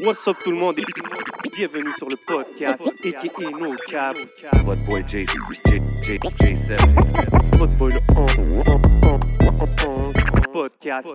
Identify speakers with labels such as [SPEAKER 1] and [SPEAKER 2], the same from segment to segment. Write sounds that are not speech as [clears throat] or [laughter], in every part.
[SPEAKER 1] What's up tout le monde et bienvenue sur le podcast aka No Cap.
[SPEAKER 2] Votre boy J, J, J, J7.
[SPEAKER 1] Votre boy le podcast.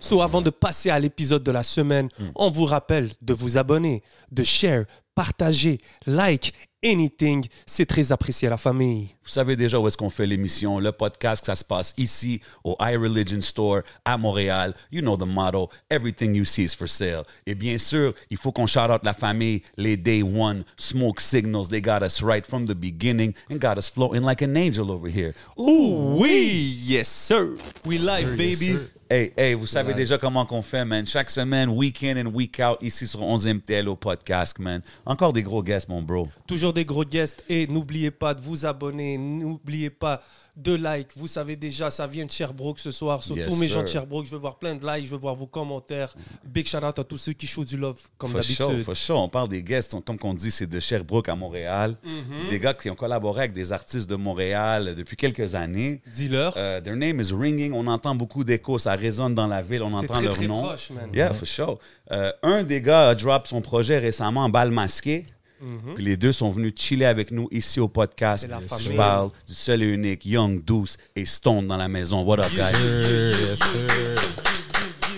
[SPEAKER 3] So, avant de passer à l'épisode de la semaine,
[SPEAKER 4] Mm.
[SPEAKER 3] on vous rappelle de vous abonner, de share, partager, like, anything. C'est très apprécié à la famille.
[SPEAKER 4] Vous savez déjà où est-ce qu'on fait l'émission, le podcast, ça se passe ici, au iReligion Store, à Montréal. You know the motto, everything you see is for sale. Et bien sûr, il faut qu'on shout out la famille, les Day One, Smoke Signals, they got us right from the beginning and got us floating like an angel over here.
[SPEAKER 3] Ooh, oui, yes sir. We live, baby.
[SPEAKER 4] Hey, hey, vous savez déjà comment qu'on fait, man. Chaque semaine, week in and week out, ici sur 11e TLO Podcast, man. Encore des gros guests, mon bro.
[SPEAKER 3] Toujours des gros guests et n'oubliez pas de vous abonner, n'oubliez pas de like. Vous savez déjà, ça vient de Sherbrooke ce soir. Surtout
[SPEAKER 4] Yes,
[SPEAKER 3] tous mes
[SPEAKER 4] sir. Mm.
[SPEAKER 3] gens de Sherbrooke, je veux voir plein de likes, je veux voir vos commentaires. Big shout out à tous ceux qui show du love, comme
[SPEAKER 4] For sure,
[SPEAKER 3] d'habitude.
[SPEAKER 4] for sure. On parle des guests, on- comme qu'on dit, c'est de Sherbrooke à Montréal.
[SPEAKER 3] Mm-hmm.
[SPEAKER 4] Des gars qui ont collaboré avec des artistes de Montréal depuis quelques années.
[SPEAKER 3] Dis-leur.
[SPEAKER 4] Euh, their name is ringing. On entend beaucoup d'écho. Ça résonne dans la ville. On entend
[SPEAKER 3] très,
[SPEAKER 4] leur
[SPEAKER 3] très
[SPEAKER 4] nom.
[SPEAKER 3] proche, man.
[SPEAKER 4] Yeah, for sure. Euh, un des gars a drop son projet récemment, Bal Masqué. Puis les deux sont venus chiller avec nous ici au podcast.
[SPEAKER 3] Mm-hmm. C'est la
[SPEAKER 4] Je
[SPEAKER 3] famille.
[SPEAKER 4] parle du seul et unique Young Douce et Stone dans la maison. What up, guys?
[SPEAKER 5] Yes, sir.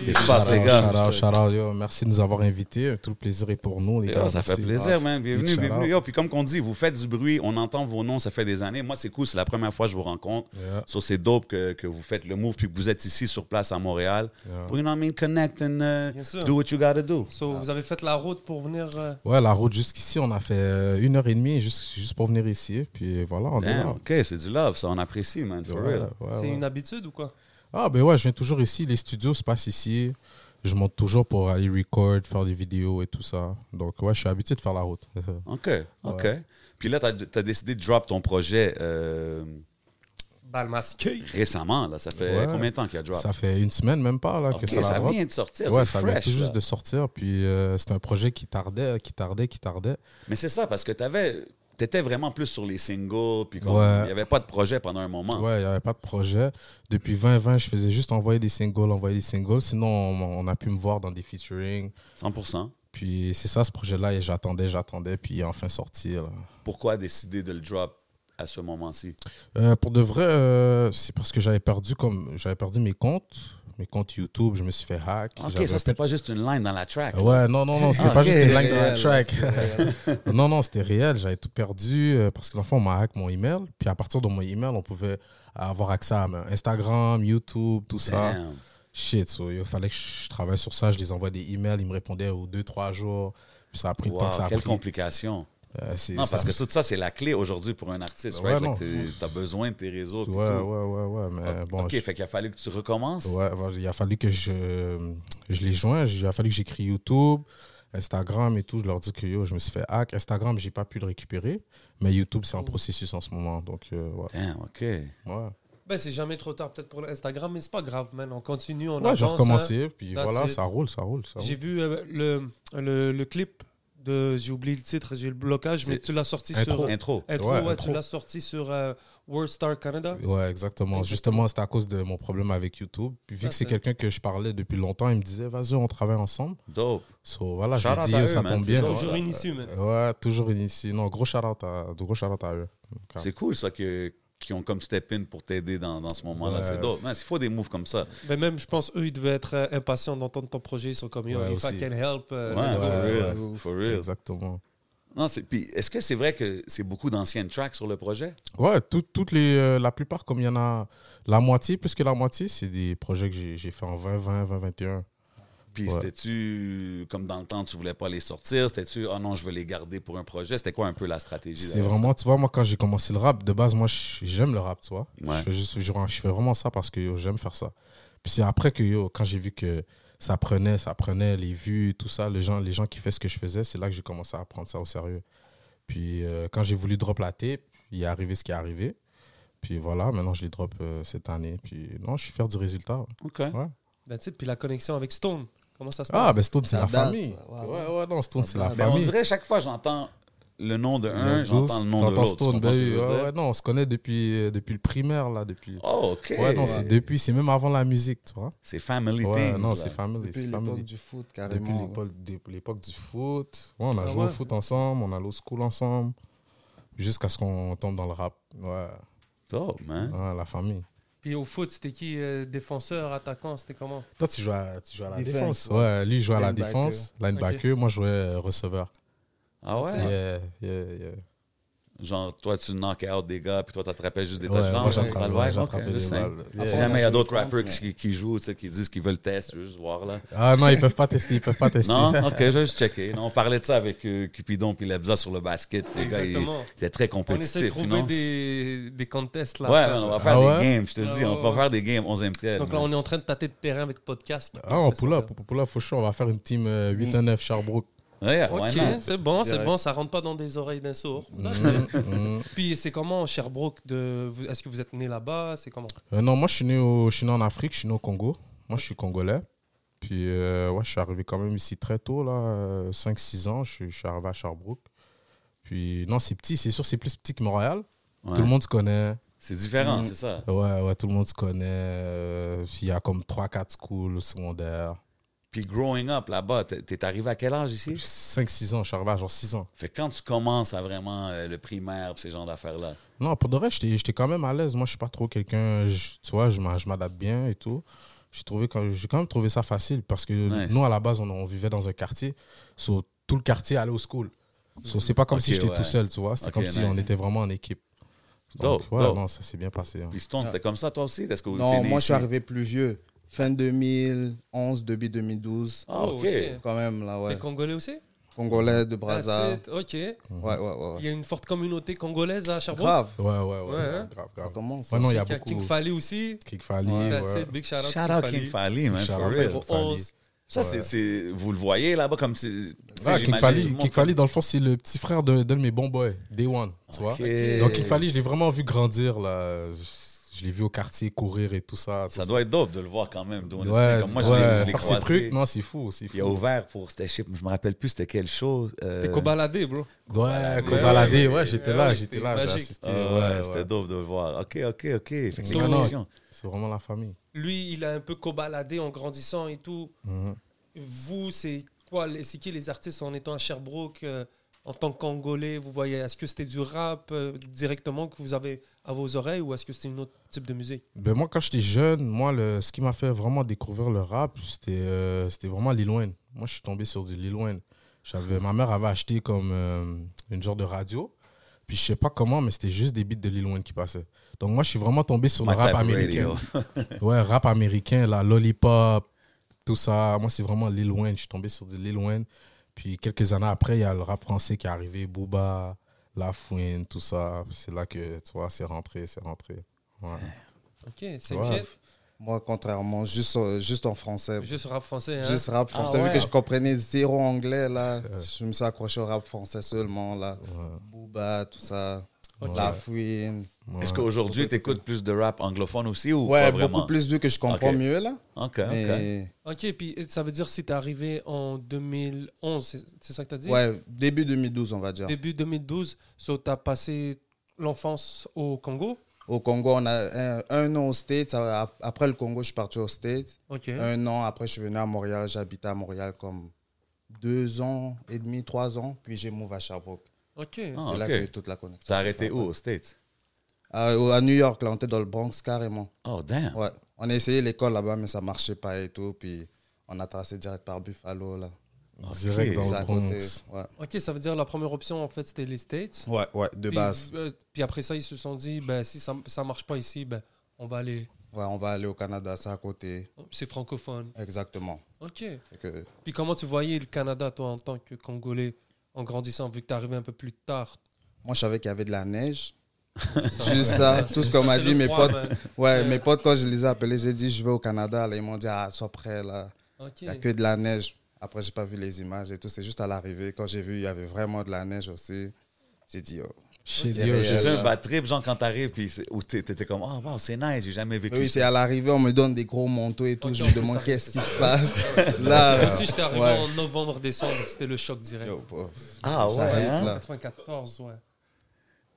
[SPEAKER 4] Qu'est-ce qui se passe, les gars?
[SPEAKER 5] Shout out, shout out, yo. Merci de nous avoir invités. Tout le plaisir est pour nous, les
[SPEAKER 4] Yo,
[SPEAKER 5] gars.
[SPEAKER 4] ça fait
[SPEAKER 5] Merci.
[SPEAKER 4] plaisir, man. Bienvenue,
[SPEAKER 5] Ah, Big shout
[SPEAKER 4] bienvenue.
[SPEAKER 5] out.
[SPEAKER 4] Yo, puis comme qu'on dit, vous faites du bruit, on entend vos noms, ça fait des années. Moi, c'est cool, c'est la première fois que je vous rencontre.
[SPEAKER 5] Yeah.
[SPEAKER 4] So, c'est dope que, que vous faites le move, puis que vous êtes ici sur place à Montréal. Pour, you know what I mean? Connect and uh,
[SPEAKER 3] Bien sûr.
[SPEAKER 4] do what you gotta do.
[SPEAKER 3] So, vous avez fait la route pour venir. euh,
[SPEAKER 5] Ouais, la route jusqu'ici, on a fait euh, une heure et demie juste, juste pour venir ici. Puis voilà, on est
[SPEAKER 4] Damn,
[SPEAKER 5] là.
[SPEAKER 4] OK, c'est du love, ça, on apprécie, man, for
[SPEAKER 5] Ouais,
[SPEAKER 4] real.
[SPEAKER 5] ouais,
[SPEAKER 3] c'est
[SPEAKER 5] ouais.
[SPEAKER 3] une habitude ou quoi
[SPEAKER 5] Ah, ben ouais, je viens toujours ici. Les studios se passent ici. Je monte toujours pour aller record, faire des vidéos et tout ça. Donc ouais, je suis habitué de faire
[SPEAKER 4] [laughs]
[SPEAKER 5] la route.
[SPEAKER 4] OK, OK. Puis là, tu as, décidé de drop ton projet euh,
[SPEAKER 3] Bal masqué.
[SPEAKER 4] récemment, là. Ça fait
[SPEAKER 5] Ouais.
[SPEAKER 4] combien de temps qu'il a drop?
[SPEAKER 5] ça fait une semaine même pas là
[SPEAKER 4] OK,
[SPEAKER 5] que ça, la
[SPEAKER 4] ça
[SPEAKER 5] drop.
[SPEAKER 4] vient de sortir,
[SPEAKER 5] Ouais,
[SPEAKER 4] c'est
[SPEAKER 5] ça vient
[SPEAKER 4] fresh.
[SPEAKER 5] tout
[SPEAKER 4] là.
[SPEAKER 5] juste de sortir. Puis euh, c'est un projet qui tardait, qui tardait, qui tardait.
[SPEAKER 4] Mais c'est ça, parce que t'avais, t'étais vraiment plus sur les singles, puis comme,
[SPEAKER 5] Ouais.
[SPEAKER 4] il n'y avait pas de projet pendant un moment.
[SPEAKER 5] Ouais, il n'y avait pas de projet. Depuis 2020, je faisais juste envoyer des singles, envoyer des singles. Sinon, on, on a pu me voir dans des featuring.
[SPEAKER 4] 100%.
[SPEAKER 5] Puis c'est ça, ce projet-là. Et j'attendais, j'attendais. Puis il est enfin sorti. là.
[SPEAKER 4] Pourquoi décider de le drop à ce moment-ci?
[SPEAKER 5] Euh, pour de vrai, euh, c'est parce que j'avais perdu, comme, j'avais perdu mes comptes. Mes comptes YouTube, je me suis fait hack.
[SPEAKER 4] OK,
[SPEAKER 5] J'avais
[SPEAKER 4] ça, c'était pas juste une line dans la track. là.
[SPEAKER 5] Ouais, non, non, non, c'était
[SPEAKER 4] Ah,
[SPEAKER 5] pas
[SPEAKER 4] ok.
[SPEAKER 5] juste une ligne de
[SPEAKER 3] Réel,
[SPEAKER 5] la track.
[SPEAKER 3] c'est réel.
[SPEAKER 5] [laughs] non, non, c'était réel. J'avais tout perdu euh, parce que l'enfant m'a hack mon email. Puis à partir de mon email, on pouvait avoir accès à euh, Instagram, YouTube, tout ça.
[SPEAKER 4] Damn.
[SPEAKER 5] Shit, so, il fallait que je travaille sur ça. Je les envoie des emails, ils me répondaient aux deux, trois jours. Puis ça a pris le temps
[SPEAKER 4] Wow,
[SPEAKER 5] que ça a
[SPEAKER 4] quelle
[SPEAKER 5] pris.
[SPEAKER 4] complication.
[SPEAKER 5] Euh, c'est-
[SPEAKER 4] Non,
[SPEAKER 5] ça-
[SPEAKER 4] parce que tout ça, c'est la clé aujourd'hui pour un artiste,
[SPEAKER 5] Ouais,
[SPEAKER 4] right?
[SPEAKER 5] non.
[SPEAKER 4] tu as besoin de tes réseaux. puis
[SPEAKER 5] Ouais, ouais,
[SPEAKER 4] tout.
[SPEAKER 5] ouais, ouais. Mais bon,
[SPEAKER 4] OK,
[SPEAKER 5] je-
[SPEAKER 4] fait qu'il a fallu que tu recommences.
[SPEAKER 5] ouais, bon, il a fallu que je, je les joins. Il a fallu que j'écris YouTube, Instagram et tout. Je leur dis que yo, je me suis fait hack. Instagram, j'ai pas pu le récupérer. Mais YouTube, c'est en processus en ce moment. Donc, euh, ouais.
[SPEAKER 4] Damn, OK.
[SPEAKER 5] Ouais,
[SPEAKER 3] Ben, c'est jamais trop tard peut-être pour l'Instagram, mais c'est pas grave, man. On continue, on
[SPEAKER 5] Ouais,
[SPEAKER 3] avance.
[SPEAKER 5] j'ai
[SPEAKER 3] hein.
[SPEAKER 5] recommencé. Puis
[SPEAKER 3] That's
[SPEAKER 5] voilà,
[SPEAKER 3] it.
[SPEAKER 5] ça roule, ça roule. Ça roule.
[SPEAKER 3] J'ai vu euh, le, le, le clip de. J'ai oublié le titre, j'ai le blocage, mais
[SPEAKER 4] C'est-
[SPEAKER 3] tu l'as sorti
[SPEAKER 4] Intro,
[SPEAKER 3] sur.
[SPEAKER 4] intro.
[SPEAKER 3] Intro,
[SPEAKER 5] Ouais,
[SPEAKER 3] ouais,
[SPEAKER 5] intro.
[SPEAKER 3] tu l'as sorti sur euh, World Star Canada.
[SPEAKER 5] Ouais, exactement.
[SPEAKER 3] Exactement.
[SPEAKER 5] Justement, c'est à cause de mon problème avec YouTube. Puis vu
[SPEAKER 3] Ça,
[SPEAKER 5] que c'est
[SPEAKER 3] c'est-
[SPEAKER 5] quelqu'un que je parlais depuis longtemps, il me disait, vas-y, on travaille ensemble.
[SPEAKER 4] Dope.
[SPEAKER 5] So, voilà,
[SPEAKER 4] Shout out
[SPEAKER 5] je lui
[SPEAKER 4] à
[SPEAKER 5] ai
[SPEAKER 4] eux,
[SPEAKER 5] dit, ça
[SPEAKER 4] man,
[SPEAKER 5] tombe
[SPEAKER 4] c'est hein.
[SPEAKER 5] bien.
[SPEAKER 4] dope.
[SPEAKER 3] Toujours
[SPEAKER 4] Ouais.
[SPEAKER 3] une issue, man.
[SPEAKER 5] Ouais, toujours initié. Non, gros shout-out à, gros shout-out à eux. Car-
[SPEAKER 4] C'est cool, ça, que, qui ont comme step in pour t'aider dans, dans ce moment-là.
[SPEAKER 5] Ouais.
[SPEAKER 4] C'est dope. Man, il faut des moves comme ça.
[SPEAKER 3] Mais même, je pense, eux, ils devaient être euh, impatients d'entendre ton projet. Ils sont comme, yo,
[SPEAKER 5] Ouais,
[SPEAKER 3] if I
[SPEAKER 5] aussi.
[SPEAKER 3] can help. euh,
[SPEAKER 4] Ouais,
[SPEAKER 3] let's go.
[SPEAKER 5] ouais,
[SPEAKER 4] for
[SPEAKER 5] ouais.
[SPEAKER 4] real. For real.
[SPEAKER 5] Exactement.
[SPEAKER 4] Non, c'est- puis est-ce que c'est vrai que c'est beaucoup d'anciennes tracks sur le projet?
[SPEAKER 5] Ouais, tout- toutes les, euh, la plupart, comme il y en a la moitié, plus que la moitié, c'est des projets que j'ai j'ai fait en 20, 20, 20, 21.
[SPEAKER 4] Puis
[SPEAKER 5] Ouais.
[SPEAKER 4] c'était-tu, comme dans le temps, tu voulais pas les sortir? C'était-tu, ah non, je veux les garder pour un projet? C'était quoi un peu la stratégie?
[SPEAKER 5] C'est
[SPEAKER 4] derrière ça?
[SPEAKER 5] vraiment, tu vois, moi, quand j'ai commencé le rap, de base, moi, je- j'aime le rap, tu vois.
[SPEAKER 4] Ouais.
[SPEAKER 5] Je, fais juste- je- je fais vraiment ça parce que yo, j'aime faire ça. Puis c'est après que, yo, quand j'ai vu que ça prenait, ça prenait, les vues, tout ça, les gens, les gens qui faisaient ce que je faisais, c'est là que j'ai commencé à prendre ça au sérieux. Puis euh, quand j'ai voulu drop la tape, il est arrivé ce qui est arrivé. Puis voilà, maintenant, je les drop euh, cette année. Puis non, je suis fier du résultat.
[SPEAKER 4] OK. Ben,
[SPEAKER 3] That's it. ben, Puis la connexion avec Stone. Comment ça se passe
[SPEAKER 5] Ah, ben Stone, c'est
[SPEAKER 6] Ça
[SPEAKER 5] la
[SPEAKER 6] date,
[SPEAKER 5] famille.
[SPEAKER 6] ça,
[SPEAKER 5] Ouais,
[SPEAKER 6] ouais.
[SPEAKER 5] ouais, non, Stone, c'est la
[SPEAKER 6] date. Ben,
[SPEAKER 4] Mais on
[SPEAKER 5] famille.
[SPEAKER 4] dirait, chaque fois, j'entends le nom de
[SPEAKER 5] Il y a
[SPEAKER 4] un, Hein,
[SPEAKER 5] Jules,
[SPEAKER 4] j'entends le nom de
[SPEAKER 5] t'entends
[SPEAKER 4] l'autre. tu
[SPEAKER 5] Stone,
[SPEAKER 4] comprends
[SPEAKER 5] ben
[SPEAKER 4] ce que je
[SPEAKER 5] oui,
[SPEAKER 4] veux
[SPEAKER 5] ouais,
[SPEAKER 4] dire?
[SPEAKER 5] ouais, non, on se connaît depuis, euh, depuis le primaire, là, depuis...
[SPEAKER 4] Oh, OK.
[SPEAKER 5] Ouais, non, c'est depuis, c'est même avant la musique, tu vois.
[SPEAKER 4] C'est Family
[SPEAKER 5] Ouais,
[SPEAKER 4] Things,
[SPEAKER 5] non,
[SPEAKER 4] là.
[SPEAKER 5] c'est family.
[SPEAKER 6] Depuis
[SPEAKER 5] c'est
[SPEAKER 6] l'époque
[SPEAKER 5] family.
[SPEAKER 6] du foot,
[SPEAKER 5] Depuis
[SPEAKER 6] carrément.
[SPEAKER 5] l'époque, de- l'époque du foot. Ouais, on a
[SPEAKER 3] Ah
[SPEAKER 5] joué au
[SPEAKER 3] ouais.
[SPEAKER 5] foot ensemble, on a allé au school ensemble, jusqu'à ce qu'on tombe dans le rap. Ouais,
[SPEAKER 4] Top, man.
[SPEAKER 5] ouais, la famille.
[SPEAKER 3] Puis au foot, c'était qui euh, Défenseur, attaquant, c'était comment
[SPEAKER 5] Toi, tu joues à, tu joues à la
[SPEAKER 6] Défense,
[SPEAKER 5] défense. Ouais, lui, il jouait à la
[SPEAKER 6] Linebacker.
[SPEAKER 5] défense, linebacker. Moi, je jouais euh, receveur.
[SPEAKER 4] Ah ouais?
[SPEAKER 5] Yeah, yeah, yeah.
[SPEAKER 4] Genre, toi, tu knock out des gars, puis toi, t'attrapais juste des
[SPEAKER 5] Ouais,
[SPEAKER 4] touchdowns.
[SPEAKER 5] moi,
[SPEAKER 4] genre,
[SPEAKER 5] j'attrape-
[SPEAKER 4] le
[SPEAKER 5] ouais,
[SPEAKER 4] vibe,
[SPEAKER 5] j'attrapais
[SPEAKER 4] ok, Ah
[SPEAKER 5] des
[SPEAKER 4] le simple.
[SPEAKER 5] balles.
[SPEAKER 4] Si
[SPEAKER 6] Yeah.
[SPEAKER 4] jamais il y a d'autres
[SPEAKER 6] Ouais.
[SPEAKER 4] rappers qui, qui jouent, tu sais, qui disent qu'ils veulent tester, juste voir là.
[SPEAKER 5] Ah non, ils peuvent pas tester, ils peuvent pas tester.
[SPEAKER 4] Non, ok, je vais juste checker. Non, on parlait de ça avec euh, Cupidon puis Lebza sur le basket. Les gars, ils
[SPEAKER 3] Exactement.
[SPEAKER 4] étaient très
[SPEAKER 3] On essaie de
[SPEAKER 4] compétitifs.
[SPEAKER 3] trouver
[SPEAKER 4] non?
[SPEAKER 3] des, des contests là.
[SPEAKER 4] Ouais,
[SPEAKER 3] à faire.
[SPEAKER 4] on va faire
[SPEAKER 5] Ah ouais?
[SPEAKER 4] des games, je te
[SPEAKER 3] Ah
[SPEAKER 4] dis.
[SPEAKER 3] ouais,
[SPEAKER 4] On va
[SPEAKER 3] ouais.
[SPEAKER 4] faire des games 11e tiers.
[SPEAKER 3] Donc là, on est en train de tâter de terrain avec podcast.
[SPEAKER 5] Ah, on pull up, on pull up, faut chaud, on va faire une team euh, 8 à 9
[SPEAKER 4] [laughs]
[SPEAKER 5] Sherbrooke.
[SPEAKER 4] Ouais, why
[SPEAKER 3] Ok,
[SPEAKER 4] not?
[SPEAKER 3] c'est bon, c'est
[SPEAKER 6] Direct.
[SPEAKER 3] bon, ça rentre pas dans des oreilles d'un sourd.
[SPEAKER 5] Mhm.
[SPEAKER 3] [laughs] Puis c'est comment Sherbrooke de... vous- Est-ce que vous êtes né là-bas C'est comment
[SPEAKER 5] Euh, non, moi je suis, né au, je suis né en Afrique, je suis né au Congo. Moi je suis congolais. Puis euh, ouais, je suis arrivé quand même ici très tôt, là, 5-6 ans, je, suis- je suis arrivé à Sherbrooke. Puis non, c'est petit, c'est sûr, c'est plus petit que Montréal.
[SPEAKER 4] Ouais.
[SPEAKER 5] Tout le monde se connaît.
[SPEAKER 4] C'est
[SPEAKER 3] Mm.
[SPEAKER 4] différent, c'est ça.
[SPEAKER 5] Ouais, ouais, tout le monde se connaît. Euh, Il y a comme 3-4 schools secondaires.
[SPEAKER 4] Puis growing up là-bas, t'es- t'es arrivé à quel âge ici?
[SPEAKER 5] 5-6 ans, je suis arrivé à genre 6 ans.
[SPEAKER 4] Fait que quand tu commences à vraiment euh, le primaire, pis ces genres d'affaires-là.
[SPEAKER 5] Non, pour de vrai, j'étais j'étais quand même à l'aise. Moi, je suis pas trop quelqu'un, je- tu vois, je m'a- je m'adapte bien et tout. J'ai trouvé quand- j'ai quand même trouvé ça facile parce que
[SPEAKER 4] Nice.
[SPEAKER 5] nous, à la base, on, on vivait dans un quartier. So, tout le quartier allait au school. So, c'est pas comme si
[SPEAKER 4] Ok,
[SPEAKER 5] j'étais
[SPEAKER 4] ouais.
[SPEAKER 5] tout seul, tu vois. C'était
[SPEAKER 4] Ok,
[SPEAKER 5] comme si on
[SPEAKER 4] nice.
[SPEAKER 5] était vraiment en équipe. Donc,
[SPEAKER 4] Dope,
[SPEAKER 5] ouais,
[SPEAKER 4] dope.
[SPEAKER 5] non, ça s'est bien passé. hein.
[SPEAKER 4] Puis
[SPEAKER 3] Ah.
[SPEAKER 4] Stone, c'était comme ça toi aussi? Est-ce que t'es
[SPEAKER 6] Non,
[SPEAKER 4] né
[SPEAKER 6] moi, je
[SPEAKER 4] ici?
[SPEAKER 6] suis arrivé plus vieux. Fin 2011, début 2012.
[SPEAKER 4] Ah, ok.
[SPEAKER 3] Oh, ok.
[SPEAKER 6] Quand même, là,
[SPEAKER 3] Les
[SPEAKER 6] ouais.
[SPEAKER 3] Congolais aussi
[SPEAKER 6] Congolais de
[SPEAKER 3] That's
[SPEAKER 6] Brazza.
[SPEAKER 3] it, Ok.
[SPEAKER 6] Ouais, ouais, ouais.
[SPEAKER 3] Il
[SPEAKER 6] ouais.
[SPEAKER 3] y a une forte communauté congolaise à Sherbrooke.
[SPEAKER 6] Grave.
[SPEAKER 5] Ouais, ouais, ouais.
[SPEAKER 3] Ouais, hein.
[SPEAKER 5] Grave,
[SPEAKER 6] Ça
[SPEAKER 5] grave.
[SPEAKER 6] commence. hein.
[SPEAKER 5] Ouais, non, il y a
[SPEAKER 3] Il y a
[SPEAKER 5] beaucoup.
[SPEAKER 3] King Fally aussi.
[SPEAKER 5] King Fally,
[SPEAKER 3] That's
[SPEAKER 5] ouais.
[SPEAKER 3] it, big shout out.
[SPEAKER 4] Shout out King Fally, man,
[SPEAKER 5] Shout
[SPEAKER 4] for
[SPEAKER 5] out
[SPEAKER 4] real.
[SPEAKER 5] King
[SPEAKER 3] Au 11.
[SPEAKER 4] Ça, c'est, c'est- vous le voyez là-bas comme si.
[SPEAKER 5] Ah, King Fally, King Fally, dans le fond, c'est le petit frère de, de mes bons boys, Day One, tu vois. Donc, King Fally, je l'ai vraiment vu grandir, là. Je, je l'ai vu au quartier courir et tout ça. tout
[SPEAKER 4] Ça doit être dope de le voir quand même. doing his thing. Comme moi, je l'ai-
[SPEAKER 5] ouais,
[SPEAKER 4] je l'ai
[SPEAKER 5] faire ces
[SPEAKER 4] croisé.
[SPEAKER 5] trucs, non, c'est fou, c'est fou.
[SPEAKER 4] Il a ouvert pour. C'était, je sais- je me rappelle plus c'était quelle chose. euh,
[SPEAKER 3] T'es cobaladé, bro.
[SPEAKER 5] Ouais,
[SPEAKER 3] Ouais,
[SPEAKER 5] qu'on baladait,
[SPEAKER 3] ouais,
[SPEAKER 5] ouais, j'étais
[SPEAKER 3] ouais,
[SPEAKER 5] là,
[SPEAKER 3] ouais,
[SPEAKER 5] j'étais
[SPEAKER 3] c'était
[SPEAKER 5] là, j'ai
[SPEAKER 3] magique.
[SPEAKER 5] assisté.
[SPEAKER 4] ah ouais,
[SPEAKER 5] ouais,
[SPEAKER 4] c'était
[SPEAKER 5] ouais.
[SPEAKER 4] dope de le voir. Ok, ok, ok. Fait que c'est
[SPEAKER 5] So-
[SPEAKER 4] une connexion.
[SPEAKER 5] C'est vraiment la famille.
[SPEAKER 3] Lui, il a un peu cobaladé en grandissant et tout.
[SPEAKER 5] Mhm.
[SPEAKER 3] Vous, c'est quoi les- C'est qui les artistes en étant à Sherbrooke euh, en tant que Congolais Vous voyez, est-ce que c'était du rap euh, directement que vous avez à vos oreilles ou est-ce que c'était une autre type de musique
[SPEAKER 5] Ben moi, quand j'étais jeune, moi, le, ce qui m'a fait vraiment découvrir le rap, c'était euh, c'était vraiment Lil Wayne. Moi, je suis tombé sur du Lil Wayne. J'avais- Ma mère avait acheté comme euh, une genre de radio. Puis je sais pas comment, mais c'était juste des beats de Lil Wayne qui passaient. Donc moi, je suis vraiment tombé sur le
[SPEAKER 4] My
[SPEAKER 5] rap
[SPEAKER 4] type of
[SPEAKER 5] américain.
[SPEAKER 4] radio. [laughs]
[SPEAKER 5] Ouais, rap américain, là, Lollipop, tout ça. Moi, c'est vraiment Lil Wayne. Je suis tombé sur du Lil Wayne. Puis quelques années après, il y a le rap français qui est arrivé, Booba, La Fouine, tout ça. C'est là que, tu vois, c'est rentré, c'est rentré. Ouais.
[SPEAKER 3] Ok, c'est
[SPEAKER 5] Ouais.
[SPEAKER 3] bien.
[SPEAKER 6] Moi, contrairement, juste, euh, juste en français.
[SPEAKER 3] Juste rap français. hein.
[SPEAKER 6] Juste rap français.
[SPEAKER 4] Ah ouais.
[SPEAKER 6] Vu que je comprenais zéro anglais, là, je me suis accroché au rap français seulement, là. Booba, tout ça.
[SPEAKER 5] Ok.
[SPEAKER 6] La fouine.
[SPEAKER 5] Ouais.
[SPEAKER 4] Est-ce qu'aujourd'hui, tu écoutes plus de rap anglophone aussi ou
[SPEAKER 6] Ouais,
[SPEAKER 4] pas
[SPEAKER 6] beaucoup
[SPEAKER 4] vraiment?
[SPEAKER 6] plus vu que je comprends
[SPEAKER 4] Ok.
[SPEAKER 6] mieux, là.
[SPEAKER 4] Ok, ok.
[SPEAKER 6] Mais,
[SPEAKER 3] Ok, puis euh, ça veut dire que c'est arrivé en 2011, c'est- c'est ça que tu as dit
[SPEAKER 6] ouais, début 2012, on va dire.
[SPEAKER 3] Début 2012, so tu as passé l'enfance au Congo
[SPEAKER 6] Au Congo, on a un, un an aux States. A- a- Après le Congo, je suis parti aux States.
[SPEAKER 3] Ok.
[SPEAKER 6] Un an après, je suis venu à Montréal. J'habitais à Montréal comme deux ans et demi, trois ans. Puis j'ai move à Sherbrooke.
[SPEAKER 3] Ok.
[SPEAKER 4] Ah,
[SPEAKER 6] C'est là
[SPEAKER 4] ok.
[SPEAKER 6] que toute la connexion.
[SPEAKER 4] T'as arrêté où, aux States?
[SPEAKER 6] À, au- à New York, là, on était dans le Bronx carrément.
[SPEAKER 4] Oh, damn.
[SPEAKER 6] Ouais. On a essayé l'école là-bas, mais ça marchait pas et tout. Puis on a tracé direct par Buffalo, là.
[SPEAKER 5] Direct dans
[SPEAKER 6] C'est
[SPEAKER 5] le
[SPEAKER 6] à côté.
[SPEAKER 5] Bronx.
[SPEAKER 6] Ouais.
[SPEAKER 3] Ok, ça veut dire la première option en fait c'était les States.
[SPEAKER 6] ouais, ouais, de
[SPEAKER 3] Puis,
[SPEAKER 6] base.
[SPEAKER 3] euh, puis après ça, ils se sont dit, ben, si ça ne marche pas ici, ben, on va aller.
[SPEAKER 6] Ouais, on va aller au Canada, c'est à côté.
[SPEAKER 3] C'est francophone.
[SPEAKER 6] Exactement.
[SPEAKER 3] Ok.
[SPEAKER 6] Fait que-
[SPEAKER 3] Puis comment tu voyais le Canada, toi, en tant que Congolais, en grandissant, vu que tu arrivé un peu plus tard
[SPEAKER 6] Moi, je savais qu'il y avait de la neige.
[SPEAKER 3] Ça, ouais,
[SPEAKER 6] Juste ça, tout ce qu'on m'a
[SPEAKER 3] c'est
[SPEAKER 6] dit,
[SPEAKER 3] le ben.
[SPEAKER 6] mes
[SPEAKER 3] froid,
[SPEAKER 6] potes.
[SPEAKER 3] man.
[SPEAKER 6] Ouais, mes potes, quand je les ai appelés, j'ai dit, je vais au Canada. Là, ils m'ont dit, ah, sois prêt, là.
[SPEAKER 3] Ok.
[SPEAKER 6] Il n'y a que de la neige. Après, j'ai pas vu les images et tout. C'est juste à l'arrivée. Quand j'ai vu, il y avait vraiment de la neige aussi. J'ai dit, oh,
[SPEAKER 5] Shit,
[SPEAKER 6] C'est
[SPEAKER 5] yo,
[SPEAKER 6] réel.
[SPEAKER 5] je-
[SPEAKER 4] C'est
[SPEAKER 6] là.
[SPEAKER 4] un bad trip, genre, quand t'arrives, puis c'est- ou t'es- t'étais comme, oh, wow, c'est nice, j'ai jamais vécu
[SPEAKER 6] Oui, c'est
[SPEAKER 4] ça.
[SPEAKER 6] à l'arrivée, on me donne des gros manteaux et tout.
[SPEAKER 3] Ok,
[SPEAKER 6] je
[SPEAKER 3] on
[SPEAKER 6] me
[SPEAKER 3] peut
[SPEAKER 6] demande
[SPEAKER 3] s'arrêter.
[SPEAKER 6] qu'est-ce qui
[SPEAKER 3] [laughs]
[SPEAKER 6] se passe. Là,
[SPEAKER 3] Moi aussi, j'étais arrivé
[SPEAKER 6] ouais.
[SPEAKER 3] en novembre-décembre, c'était le choc direct.
[SPEAKER 6] Yo, boss.
[SPEAKER 4] Ah
[SPEAKER 6] Ça
[SPEAKER 4] ouais,
[SPEAKER 6] arrive,
[SPEAKER 4] hein?
[SPEAKER 6] là.
[SPEAKER 3] 94, ouais.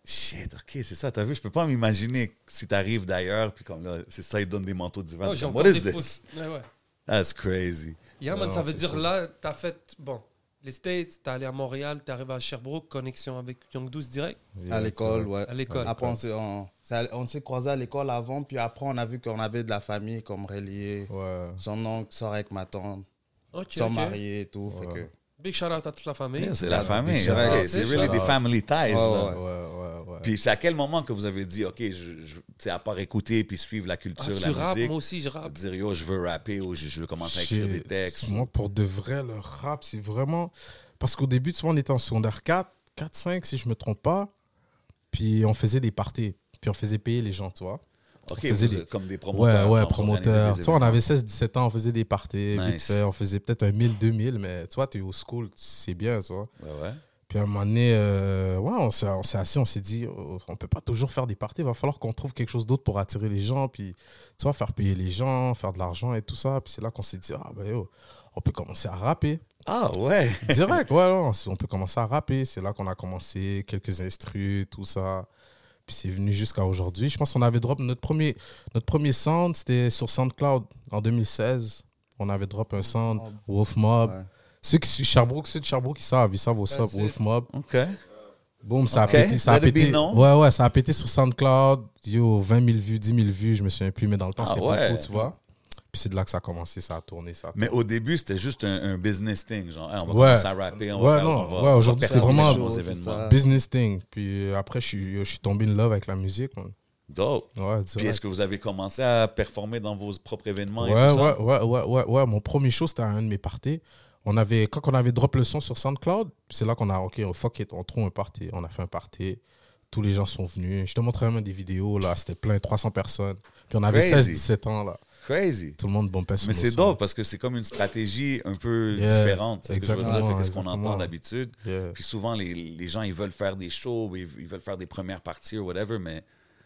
[SPEAKER 4] Shit, ok, c'est ça, t'as vu, je peux pas m'imaginer si t'arrives d'ailleurs, puis comme là, c'est ça, ils donnent des manteaux d'hiver.
[SPEAKER 3] Oh,
[SPEAKER 4] t'es
[SPEAKER 3] j'ai
[SPEAKER 4] comme,
[SPEAKER 3] encore
[SPEAKER 4] What is
[SPEAKER 3] des
[SPEAKER 4] this?
[SPEAKER 3] fausses- Ouais, ouais.
[SPEAKER 4] That's crazy.
[SPEAKER 3] Yeah, man,
[SPEAKER 5] Non,
[SPEAKER 3] ça veut
[SPEAKER 5] c'est
[SPEAKER 3] dire
[SPEAKER 5] cool.
[SPEAKER 3] là, t'as fait. Bon, les States, t'es allé à Montréal, t'es arrivé à Sherbrooke, connexion avec Young 12 direct
[SPEAKER 6] À l'école, ouais.
[SPEAKER 3] à l'école.
[SPEAKER 6] Après, on s'est- on ça- on s'est croisés à l'école avant, puis après, on a vu qu'on avait de la famille comme reliée.
[SPEAKER 5] Ouais.
[SPEAKER 6] Son oncle sort avec ma tante,
[SPEAKER 3] Ok,
[SPEAKER 6] sont
[SPEAKER 3] ok.
[SPEAKER 6] mariés et tout. Fait
[SPEAKER 5] Ouais.
[SPEAKER 6] que...
[SPEAKER 3] Big shout out à toute la famille.
[SPEAKER 4] Yeah, c'est la famille,
[SPEAKER 6] direct.
[SPEAKER 4] ok, c'est really des family ties.
[SPEAKER 6] Ouais,
[SPEAKER 4] là.
[SPEAKER 5] Ouais, ouais, ouais.
[SPEAKER 4] Puis c'est à quel moment que vous avez dit, OK, je, je- tu sais, à part écouter puis suivre la
[SPEAKER 3] Ah,
[SPEAKER 4] culture,
[SPEAKER 3] tu
[SPEAKER 4] la
[SPEAKER 3] rappes,
[SPEAKER 4] musique,
[SPEAKER 3] moi aussi je rappe.
[SPEAKER 4] dire, yo, je veux rapper ou je, je veux commencer à écrire
[SPEAKER 5] J'ai-
[SPEAKER 4] des textes.
[SPEAKER 5] Moi, pour de vrai, le rap, c'est vraiment. Parce qu'au début, souvent, on était en secondaire 4, 4, 5, si je me trompe pas. Puis on faisait des parties. Puis on faisait payer les gens, tu vois.
[SPEAKER 4] OK,
[SPEAKER 5] on faisait
[SPEAKER 4] vous
[SPEAKER 5] des-
[SPEAKER 4] êtes comme des
[SPEAKER 5] Ouais,
[SPEAKER 4] promoteurs.
[SPEAKER 5] ouais,
[SPEAKER 4] genre, vous organisez
[SPEAKER 5] promoteur.
[SPEAKER 4] des
[SPEAKER 5] Tu vois, on
[SPEAKER 4] événements.
[SPEAKER 5] avait 16, 17 ans, on faisait des parties, vite
[SPEAKER 4] Nice.
[SPEAKER 5] fait. On faisait peut-être un 1000, 2000, mais tu vois, t'es au school, c'est bien, tu vois.
[SPEAKER 4] Ouais, ouais.
[SPEAKER 5] Puis à un moment donné, euh, ouais, on s'est on s'est assis, on s'est dit, oh, on peut pas toujours faire des parties, il va falloir qu'on trouve quelque chose d'autre pour attirer les gens, puis tu vois, faire payer les gens, faire de l'argent et tout ça. Puis c'est là qu'on s'est dit, ah ben yo, on peut commencer à rapper.
[SPEAKER 4] Ah ouais!
[SPEAKER 5] Direct, ouais, non, on- on peut commencer à rapper. C'est là qu'on a commencé, quelques instrus, tout ça. Puis c'est venu jusqu'à aujourd'hui. Je pense qu'on avait drop notre premier, notre premier sound, c'était sur SoundCloud en 2016. On avait drop un sound, Wolf Mob.
[SPEAKER 6] Ouais.
[SPEAKER 5] Ceux, qui, su- Sherbrooke, ceux de Sherbrooke, ils savent, ils savent au sub,
[SPEAKER 3] That's it.
[SPEAKER 5] Wolf Mob.
[SPEAKER 4] OK.
[SPEAKER 5] Boum, ça a
[SPEAKER 4] Ok,
[SPEAKER 5] pété. Ça a
[SPEAKER 4] let it be
[SPEAKER 5] pété.
[SPEAKER 4] known.
[SPEAKER 5] Ouais, ouais, ça a pété sur SoundCloud. Yo, 20 000 vues, 10 000 vues, je me souviens plus, mais dans le temps,
[SPEAKER 4] Ah
[SPEAKER 5] c'était
[SPEAKER 4] ouais.
[SPEAKER 5] beaucoup, tu vois. Puis c'est de là que ça a commencé, ça a tourné, ça a
[SPEAKER 4] Mais au début, c'était juste un, un business thing. Genre, Hey, on va
[SPEAKER 5] Ouais.
[SPEAKER 4] commencer à rapper, on
[SPEAKER 5] Ouais,
[SPEAKER 4] va faire,
[SPEAKER 5] non,
[SPEAKER 4] on va-
[SPEAKER 5] ouais,
[SPEAKER 4] on va
[SPEAKER 5] aujourd'hui, c'était
[SPEAKER 4] performer
[SPEAKER 5] vraiment-
[SPEAKER 4] nos
[SPEAKER 6] Tout
[SPEAKER 4] événements.
[SPEAKER 6] ça.
[SPEAKER 5] Business thing. Puis euh, après, je suis, je suis tombé in love avec la musique, man.
[SPEAKER 4] Dope.
[SPEAKER 5] Ouais, direct.
[SPEAKER 4] Puis est-ce que vous avez commencé à performer dans vos propres événements
[SPEAKER 5] ouais,
[SPEAKER 4] et tout ça?
[SPEAKER 5] ouais, ouais, ouais, ouais, ouais. Mon premier show, c'était à un de mes parties. On avait, quand on avait drop le son sur SoundCloud, c'est là qu'on a, OK, oh, fuck it, on trouve un party. On a fait un party. Tous les gens sont venus. Je te montrais même des vidéos, là. C'était plein, 300 personnes. Puis on avait
[SPEAKER 4] Crazy.
[SPEAKER 5] 16, 17 ans, là.
[SPEAKER 4] Crazy.
[SPEAKER 5] Tout le monde bombait sur
[SPEAKER 4] Mais
[SPEAKER 5] nos
[SPEAKER 4] c'est
[SPEAKER 5] sons.
[SPEAKER 4] dope parce que c'est comme une stratégie un peu
[SPEAKER 5] Yeah,
[SPEAKER 4] différente. C'est ce que je veux dire,
[SPEAKER 5] exactement,
[SPEAKER 4] que qu'est-ce qu'on entend
[SPEAKER 5] exactement.
[SPEAKER 4] d'habitude.
[SPEAKER 5] Yeah.
[SPEAKER 4] Puis souvent, les, les gens, ils veulent faire des shows, ils, ils veulent faire des premières parties ou whatever, mais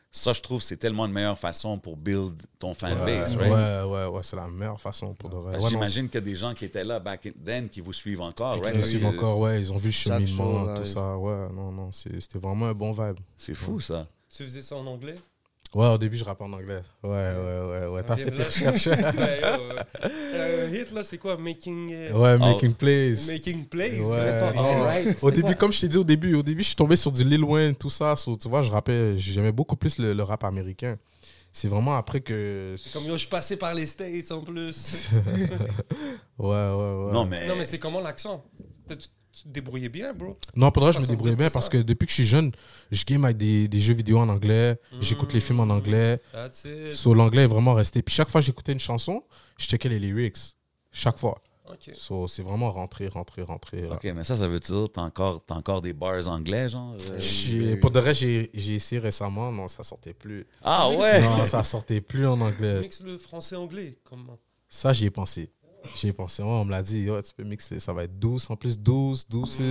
[SPEAKER 4] ça, je trouve, c'est tellement une meilleure façon pour build ton
[SPEAKER 5] Ouais,
[SPEAKER 4] fanbase, right?
[SPEAKER 5] ouais, Euh, ouais, ouais, c'est la meilleure façon pour de vrai.
[SPEAKER 4] Parce que
[SPEAKER 5] Ouais, non,
[SPEAKER 4] J'imagine qu'il y a des gens qui étaient là back in then qui vous suivent encore, right?
[SPEAKER 5] Ils nous suivent
[SPEAKER 4] Euh,
[SPEAKER 5] encore, ouais, ils ont vu le
[SPEAKER 6] Chaque
[SPEAKER 5] cheminement,
[SPEAKER 6] show, là,
[SPEAKER 5] tout
[SPEAKER 6] ils-
[SPEAKER 5] ça. Ouais, non, non, c'est- c'était vraiment un bon vibe.
[SPEAKER 4] C'est fou, ça.
[SPEAKER 3] Tu faisais ça en anglais
[SPEAKER 5] Ouais, au début, je rappais en anglais. Ouais, ouais, ouais, ouais. T'as
[SPEAKER 3] Ok,
[SPEAKER 5] fait tes
[SPEAKER 3] là- [laughs]
[SPEAKER 5] recherches.
[SPEAKER 3] Ouais, Ben, yo, ouais. Euh, Hit là, c'est quoi Making, euh,
[SPEAKER 5] Ouais, Making Place.
[SPEAKER 3] making Plays
[SPEAKER 5] Ouais.
[SPEAKER 3] c'est-
[SPEAKER 5] Oh,
[SPEAKER 3] ouais.
[SPEAKER 5] Au début, comme je t'ai dit au début, au début, je suis tombé sur du Lil Wayne, tout ça. so, tu vois, je rappais, j'aimais beaucoup plus le, le rap américain. C'est vraiment après que.
[SPEAKER 3] C'est
[SPEAKER 5] [laughs]
[SPEAKER 3] comme yo, je passais par les States en plus.
[SPEAKER 5] Ouais, ouais, ouais.
[SPEAKER 4] Non, mais,
[SPEAKER 3] non, mais c'est comment l'accent Peut-être Tu tu te débrouillais bien, bro.
[SPEAKER 5] Non, pour de vrai, je me
[SPEAKER 3] Façon de
[SPEAKER 5] débrouille
[SPEAKER 3] dire,
[SPEAKER 5] bien
[SPEAKER 3] c'est
[SPEAKER 5] parce
[SPEAKER 3] ça.
[SPEAKER 5] que depuis que je suis jeune, je game avec des, des jeux vidéo en anglais, j'écoute les films en anglais.
[SPEAKER 3] That's it.
[SPEAKER 5] So, l'anglais est vraiment resté. Puis chaque fois que j'écoutais une chanson, je checkais les lyrics. Chaque fois.
[SPEAKER 3] Ok.
[SPEAKER 5] So, c'est vraiment rentré, rentré, rentré. là.
[SPEAKER 4] OK, mais ça, ça veut dire que t'as encore, t'as encore des bars anglais, genre? euh?
[SPEAKER 5] J'ai- Pour de vrai, j'ai j'ai essayé récemment. Non, ça sortait plus.
[SPEAKER 4] Ah ouais!
[SPEAKER 5] Non, ça sortait plus en
[SPEAKER 3] Tu
[SPEAKER 5] anglais.
[SPEAKER 3] mixes le français-anglais comment
[SPEAKER 5] Ça, j'y ai pensé. J'y ai pensé. Ouais, on me l'a dit, Ouais, tu peux mixer. Ça va être douce. En plus, douce, douces.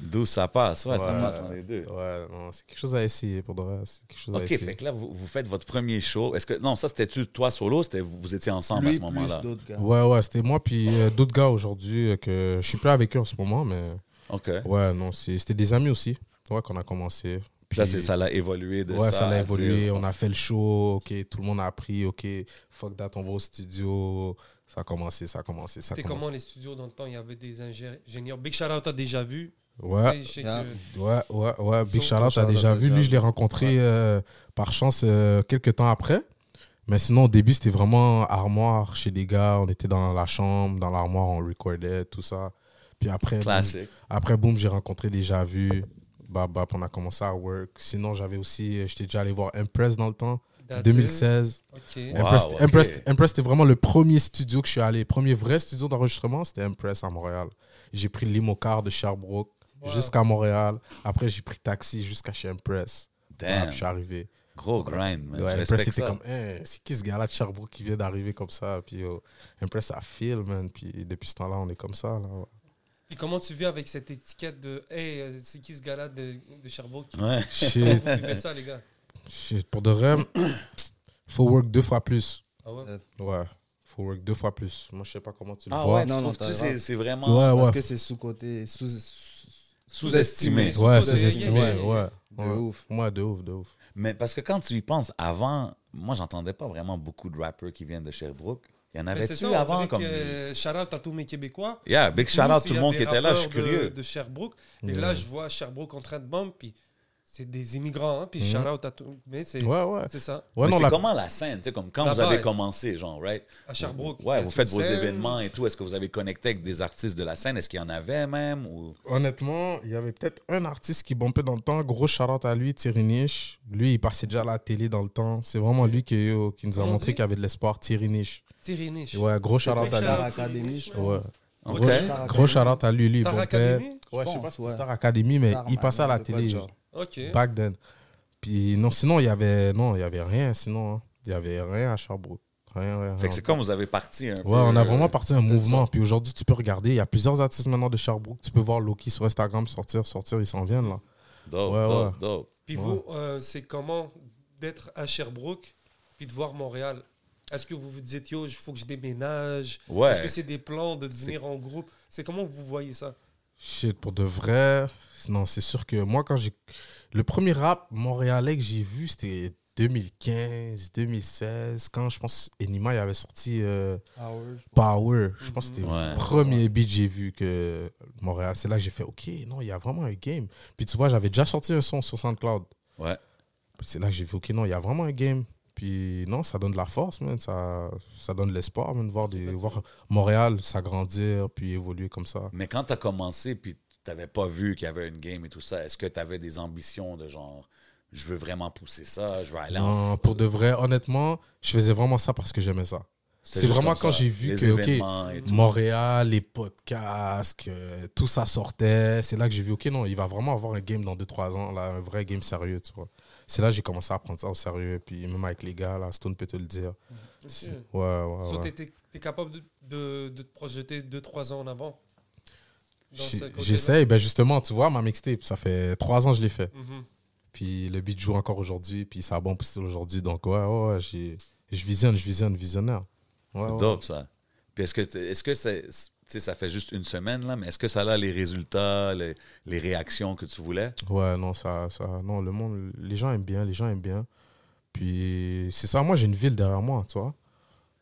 [SPEAKER 4] D'où ça passe? Ouais, ça
[SPEAKER 5] Ouais.
[SPEAKER 4] passe dans les deux.
[SPEAKER 5] Ouais, non, c'est quelque chose à essayer pour de vrai. C'est quelque chose à
[SPEAKER 4] OK,
[SPEAKER 5] essayer.
[SPEAKER 4] fait que là, vous, vous faites votre premier show. Est-ce que... Non, ça, c'était-tu toi solo? C'était, vous étiez ensemble à
[SPEAKER 6] Lui
[SPEAKER 4] ce moment-là?
[SPEAKER 6] plus d'autres gars.
[SPEAKER 5] Ouais, ouais, c'était moi, puis euh, d'autres gars aujourd'hui euh, que je suis plus avec eux en ce moment, mais
[SPEAKER 4] OK.
[SPEAKER 5] ouais, non, c'est- c'était des amis aussi, ouais, qu'on a commencé.
[SPEAKER 4] Puis là, c'est- ça l'a évolué de
[SPEAKER 5] ouais,
[SPEAKER 4] ça.
[SPEAKER 5] ça l'a
[SPEAKER 4] à
[SPEAKER 5] évolué,
[SPEAKER 4] dire-
[SPEAKER 5] on a fait le show, ok, tout le monde a appris, ok, fuck that, on va au studio, ça a commencé, ça a commencé, ça a
[SPEAKER 3] C'était comment
[SPEAKER 5] commencé.
[SPEAKER 3] les studios dans le temps Il y avait des ingé- ingénieurs. Big shout out, t'as déjà vu
[SPEAKER 5] Ouais,
[SPEAKER 3] Tu sais, je sais
[SPEAKER 6] Yeah.
[SPEAKER 3] que-
[SPEAKER 5] ouais, ouais, ouais, Big
[SPEAKER 6] Son-
[SPEAKER 5] Charlotte, t'as
[SPEAKER 6] Charlotte,
[SPEAKER 5] déjà vu,
[SPEAKER 6] déjà.
[SPEAKER 5] lui, je l'ai rencontré euh, par chance euh, quelques temps après. Mais sinon, au début, c'était vraiment armoire chez les gars. On était dans la chambre, dans l'armoire, on recordait, tout ça. Puis après,
[SPEAKER 4] Classique.
[SPEAKER 5] Après, boum, j'ai rencontré déjà vu. Bap, bap, on a commencé à work. Sinon, j'avais aussi, euh, j'étais déjà allé voir Impress dans le temps,
[SPEAKER 3] That's
[SPEAKER 5] 2016.
[SPEAKER 3] it. Ok.
[SPEAKER 4] Wow,
[SPEAKER 5] Impress,
[SPEAKER 4] ok.
[SPEAKER 5] Impress, Impress, c'était vraiment le premier studio que je suis allé. Premier vrai studio d'enregistrement, c'était Impress à Montréal. J'ai pris le limocar de Sherbrooke
[SPEAKER 3] Wow.
[SPEAKER 5] jusqu'à Montréal. Après, j'ai pris taxi jusqu'à chez Impress.
[SPEAKER 4] Damn.
[SPEAKER 5] Bap, je suis arrivé.
[SPEAKER 4] Gros grind, man.
[SPEAKER 5] Ouais,
[SPEAKER 4] Je
[SPEAKER 5] Impress,
[SPEAKER 4] respecte
[SPEAKER 5] c'était
[SPEAKER 4] ça.
[SPEAKER 5] comme, Hein, c'est qui ce gars-là de Sherbrooke qui vient d'arriver comme ça? Puis, yo, Impress, ça file, man. Puis, depuis ce temps-là, on est comme ça. Là.
[SPEAKER 3] Et comment tu vis avec cette étiquette de Hey, euh, c'est qui ce gars-là de, de Sherbrooke qui
[SPEAKER 5] [laughs]
[SPEAKER 4] Ouais. [laughs]
[SPEAKER 5] Shit,
[SPEAKER 3] qui fait ça, les gars
[SPEAKER 5] shit, pour de vrai, [clears throat] faut work deux fois plus.
[SPEAKER 3] Ah ouais
[SPEAKER 6] Euh,
[SPEAKER 5] Ouais, faut work deux fois plus. Moi, je sais pas comment tu le
[SPEAKER 4] Ah
[SPEAKER 5] vois.
[SPEAKER 4] ouais,
[SPEAKER 6] Non,
[SPEAKER 4] non,
[SPEAKER 6] non,
[SPEAKER 4] non,
[SPEAKER 6] t'as
[SPEAKER 4] c'est
[SPEAKER 6] raison.
[SPEAKER 4] c'est vraiment
[SPEAKER 5] ouais,
[SPEAKER 6] Parce
[SPEAKER 5] ouais,
[SPEAKER 6] que c'est sous-côté, sous, sous-
[SPEAKER 4] sous-estimé.
[SPEAKER 3] sous-estimé.
[SPEAKER 5] ouais,
[SPEAKER 3] sous-estimé.
[SPEAKER 5] sous-estimé, ouais.
[SPEAKER 6] de
[SPEAKER 5] Ouais.
[SPEAKER 6] ouf.
[SPEAKER 5] Moi, de ouf, de ouf.
[SPEAKER 4] Mais parce que quand tu y penses, avant, moi, j'entendais pas vraiment beaucoup de rappers qui viennent de Sherbrooke. Il y en
[SPEAKER 3] Mais c'est ça,
[SPEAKER 4] avait-tu
[SPEAKER 3] on
[SPEAKER 4] avant
[SPEAKER 3] dirait
[SPEAKER 4] comme.
[SPEAKER 3] que shout out à tous mes Québécois.
[SPEAKER 4] Yeah, big shout
[SPEAKER 3] Nous,
[SPEAKER 4] out
[SPEAKER 3] s'il y
[SPEAKER 4] tout le
[SPEAKER 3] a
[SPEAKER 4] monde
[SPEAKER 3] des
[SPEAKER 4] qui était là, je suis
[SPEAKER 3] rappeurs de-
[SPEAKER 4] curieux.
[SPEAKER 3] De Sherbrooke. Et
[SPEAKER 5] Ouais.
[SPEAKER 3] là, je vois Sherbrooke en train de bomber, puis c'est des immigrants, hein, puis
[SPEAKER 5] Mhm.
[SPEAKER 4] Mm-hmm.
[SPEAKER 3] shout out à tout. Mais c'est
[SPEAKER 5] Ouais, ouais.
[SPEAKER 3] c'est ça,
[SPEAKER 5] Ouais,
[SPEAKER 4] Mais
[SPEAKER 5] non,
[SPEAKER 4] c'est
[SPEAKER 5] la-
[SPEAKER 4] comment la scène, tu sais, comme quand vous
[SPEAKER 3] Là-bas,
[SPEAKER 4] avez
[SPEAKER 3] elle-
[SPEAKER 4] commencé, genre, right?
[SPEAKER 3] à Sherbrooke. Il
[SPEAKER 4] Ouais,
[SPEAKER 3] y a
[SPEAKER 4] vous faites
[SPEAKER 3] une
[SPEAKER 4] vos
[SPEAKER 3] scène.
[SPEAKER 4] événements et tout. Est-ce que vous avez connecté avec des artistes de la scène? Est-ce qu'il y en avait même? Ou...
[SPEAKER 5] Honnêtement, il y avait peut-être un artiste qui bombait dans le temps. Gros charlotte à lui, Thierry Niche. Lui, il passait déjà à la télé dans le temps. C'est vraiment lui qui, euh, qui nous a
[SPEAKER 3] Comment on dit
[SPEAKER 5] montré qu'il y avait de l'espoir, Thierry Niche.
[SPEAKER 3] Thierry Niche.
[SPEAKER 5] Ouais, gros
[SPEAKER 6] Star
[SPEAKER 5] charlotte à lui.
[SPEAKER 3] Shout-out.
[SPEAKER 6] Academy, je crois.
[SPEAKER 5] Ouais.
[SPEAKER 4] Ok.
[SPEAKER 5] Gros,
[SPEAKER 6] Star
[SPEAKER 5] gros
[SPEAKER 6] Academy.
[SPEAKER 5] shout-out à lui, lui. il
[SPEAKER 3] Star
[SPEAKER 5] bombait.
[SPEAKER 3] Academy
[SPEAKER 5] Ouais, je sais
[SPEAKER 6] pense,
[SPEAKER 5] pas si
[SPEAKER 6] ouais.
[SPEAKER 5] c'était Star Academy, mais
[SPEAKER 6] Star
[SPEAKER 5] il passait à la
[SPEAKER 6] Academy, de quoi de
[SPEAKER 5] télé.
[SPEAKER 6] genre.
[SPEAKER 3] Ok.
[SPEAKER 5] Back then. Puis non, sinon, il y avait, non, il y avait rien. Sinon, hein. il y avait rien à Sherbrooke. Rien, rien.
[SPEAKER 4] Fait que
[SPEAKER 5] rien.
[SPEAKER 4] c'est comme vous avez parti un peu.
[SPEAKER 5] Ouais, on a
[SPEAKER 4] euh,
[SPEAKER 5] vraiment parti un mouvement. Puis aujourd'hui, tu peux regarder. Il y a plusieurs artistes maintenant de Sherbrooke. Tu peux voir Loki sur Instagram sortir, sortir. Ils s'en viennent là.
[SPEAKER 4] Dope,
[SPEAKER 5] Ouais,
[SPEAKER 4] dope, dope.
[SPEAKER 3] Puis
[SPEAKER 5] Ouais.
[SPEAKER 3] vous, euh, c'est comment d'être à Sherbrooke, puis de voir Montréal Est-ce que vous vous dites, yo, il faut que je déménage
[SPEAKER 4] Ouais.
[SPEAKER 3] Est-ce que c'est des plans de venir en groupe C'est comment vous voyez ça
[SPEAKER 5] Shit, pour de vrai. Non, c'est sûr que moi, quand j'ai. Le premier rap montréalais que j'ai vu, c'était 2015, 2016. Quand je pense Enima il avait sorti euh,
[SPEAKER 6] Ah ouais.
[SPEAKER 5] Power. Je pense que c'était
[SPEAKER 4] Ouais.
[SPEAKER 5] le premier beat que j'ai vu que Montréal. C'est là que j'ai fait OK, non, il y a vraiment un game. Puis tu vois, j'avais déjà sorti un son sur SoundCloud.
[SPEAKER 4] Ouais.
[SPEAKER 5] Puis c'est là que j'ai fait OK, non, il y a vraiment un game. Puis non, ça donne de la force, man. Ça, ça donne de l'espoir, man, de voir, des, voir Montréal s'agrandir puis évoluer comme ça.
[SPEAKER 4] Mais quand t'as commencé puis t'avais pas vu qu'il y avait une game et tout ça, est-ce que t'avais des ambitions de genre, je veux vraiment pousser ça, je veux aller en.
[SPEAKER 5] Non, pour de vrai, honnêtement, je faisais vraiment ça parce que j'aimais ça. c'est
[SPEAKER 4] juste
[SPEAKER 5] vraiment
[SPEAKER 4] comme
[SPEAKER 5] quand
[SPEAKER 4] ça,
[SPEAKER 5] j'ai vu
[SPEAKER 4] les
[SPEAKER 5] que, ok,
[SPEAKER 4] événements et tout.
[SPEAKER 5] Montréal, les podcasts, que tout ça sortait. C'est là que j'ai vu, ok, non, il va vraiment avoir un game dans 2-3 ans, là, un vrai game sérieux, tu vois. C'est là que j'ai commencé à prendre ça au sérieux. Puis même avec les gars, là, Stone peut te le dire. C'est- Ouais, ouais,
[SPEAKER 3] So,
[SPEAKER 5] ouais.
[SPEAKER 3] t'es- t'es- T'es capable de, de, de te projeter 2-3 ans en avant Dans ce
[SPEAKER 5] J'ai-
[SPEAKER 3] côté-là
[SPEAKER 5] J'essaie, ben justement, tu vois, ma mixtape, ça fait 3 ans que je l'ai fait.
[SPEAKER 3] Mhm.
[SPEAKER 5] Puis le beat joue encore aujourd'hui, puis ça a bon posté aujourd'hui. Donc, ouais, ouais, ouais, j'ai- je visionne, je visionne, visionnaire. Ouais,
[SPEAKER 4] C'est
[SPEAKER 5] ouais.
[SPEAKER 4] dope ça. Puis est-ce que t- est-ce que c'est- tu sais, ça fait juste une semaine là, mais est-ce que ça a les résultats, les, les réactions que tu voulais?
[SPEAKER 5] Ouais, non, ça, ça, non, le monde, les gens aiment bien, les gens aiment bien. Puis c'est ça, moi j'ai une ville derrière moi, tu vois.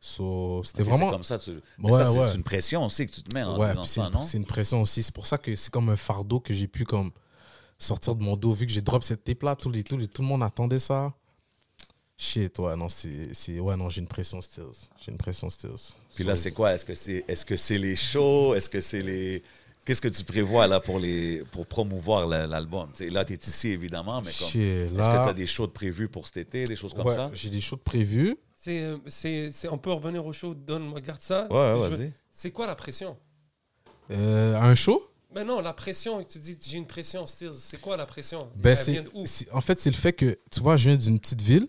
[SPEAKER 5] So, c'était
[SPEAKER 4] Ok,
[SPEAKER 5] vraiment.
[SPEAKER 4] C'est comme ça, tu... mais
[SPEAKER 5] Ouais,
[SPEAKER 4] ça, c'est
[SPEAKER 5] ouais.
[SPEAKER 4] une pression aussi que tu te mets en
[SPEAKER 5] Ouais,
[SPEAKER 4] disant
[SPEAKER 5] puis c'est
[SPEAKER 4] ça,
[SPEAKER 5] une,
[SPEAKER 4] non?
[SPEAKER 5] c'est une pression aussi. C'est pour ça que c'est comme un fardeau que j'ai pu comme sortir de mon dos vu que j'ai drop cette tape là. Tout, les, tout, les- tout le monde attendait ça. Shit, ouais, non, c'est. c'est- Ouais, non, j'ai une pression Stills. J'ai une pression Stills.
[SPEAKER 4] Puis là, c'est quoi? Est-ce que c'est est-ce que c'est les shows? Est-ce que c'est les. Qu'est-ce que tu prévois là pour les pour promouvoir la- l'album? Tu sais, là, tu es ici évidemment, mais comme.
[SPEAKER 5] Shit,
[SPEAKER 4] Est-ce que
[SPEAKER 5] là.
[SPEAKER 4] tu as des shows de prévus pour cet été, des choses comme
[SPEAKER 5] Ouais,
[SPEAKER 4] ça?
[SPEAKER 5] J'ai des choses prévues.
[SPEAKER 3] C'est, euh, c'est- c'est- on peut revenir au show, Don, regarde ça. Je veux- C'est quoi la pression
[SPEAKER 5] Euh, un show?
[SPEAKER 3] Mais non, la pression, tu dis j'ai une pression, Stills. C'est quoi la pression
[SPEAKER 5] Ben,
[SPEAKER 3] Elle
[SPEAKER 5] c'est-
[SPEAKER 3] vient d'où
[SPEAKER 5] c'est- en fait, c'est le fait que, tu vois, je viens d'une petite ville,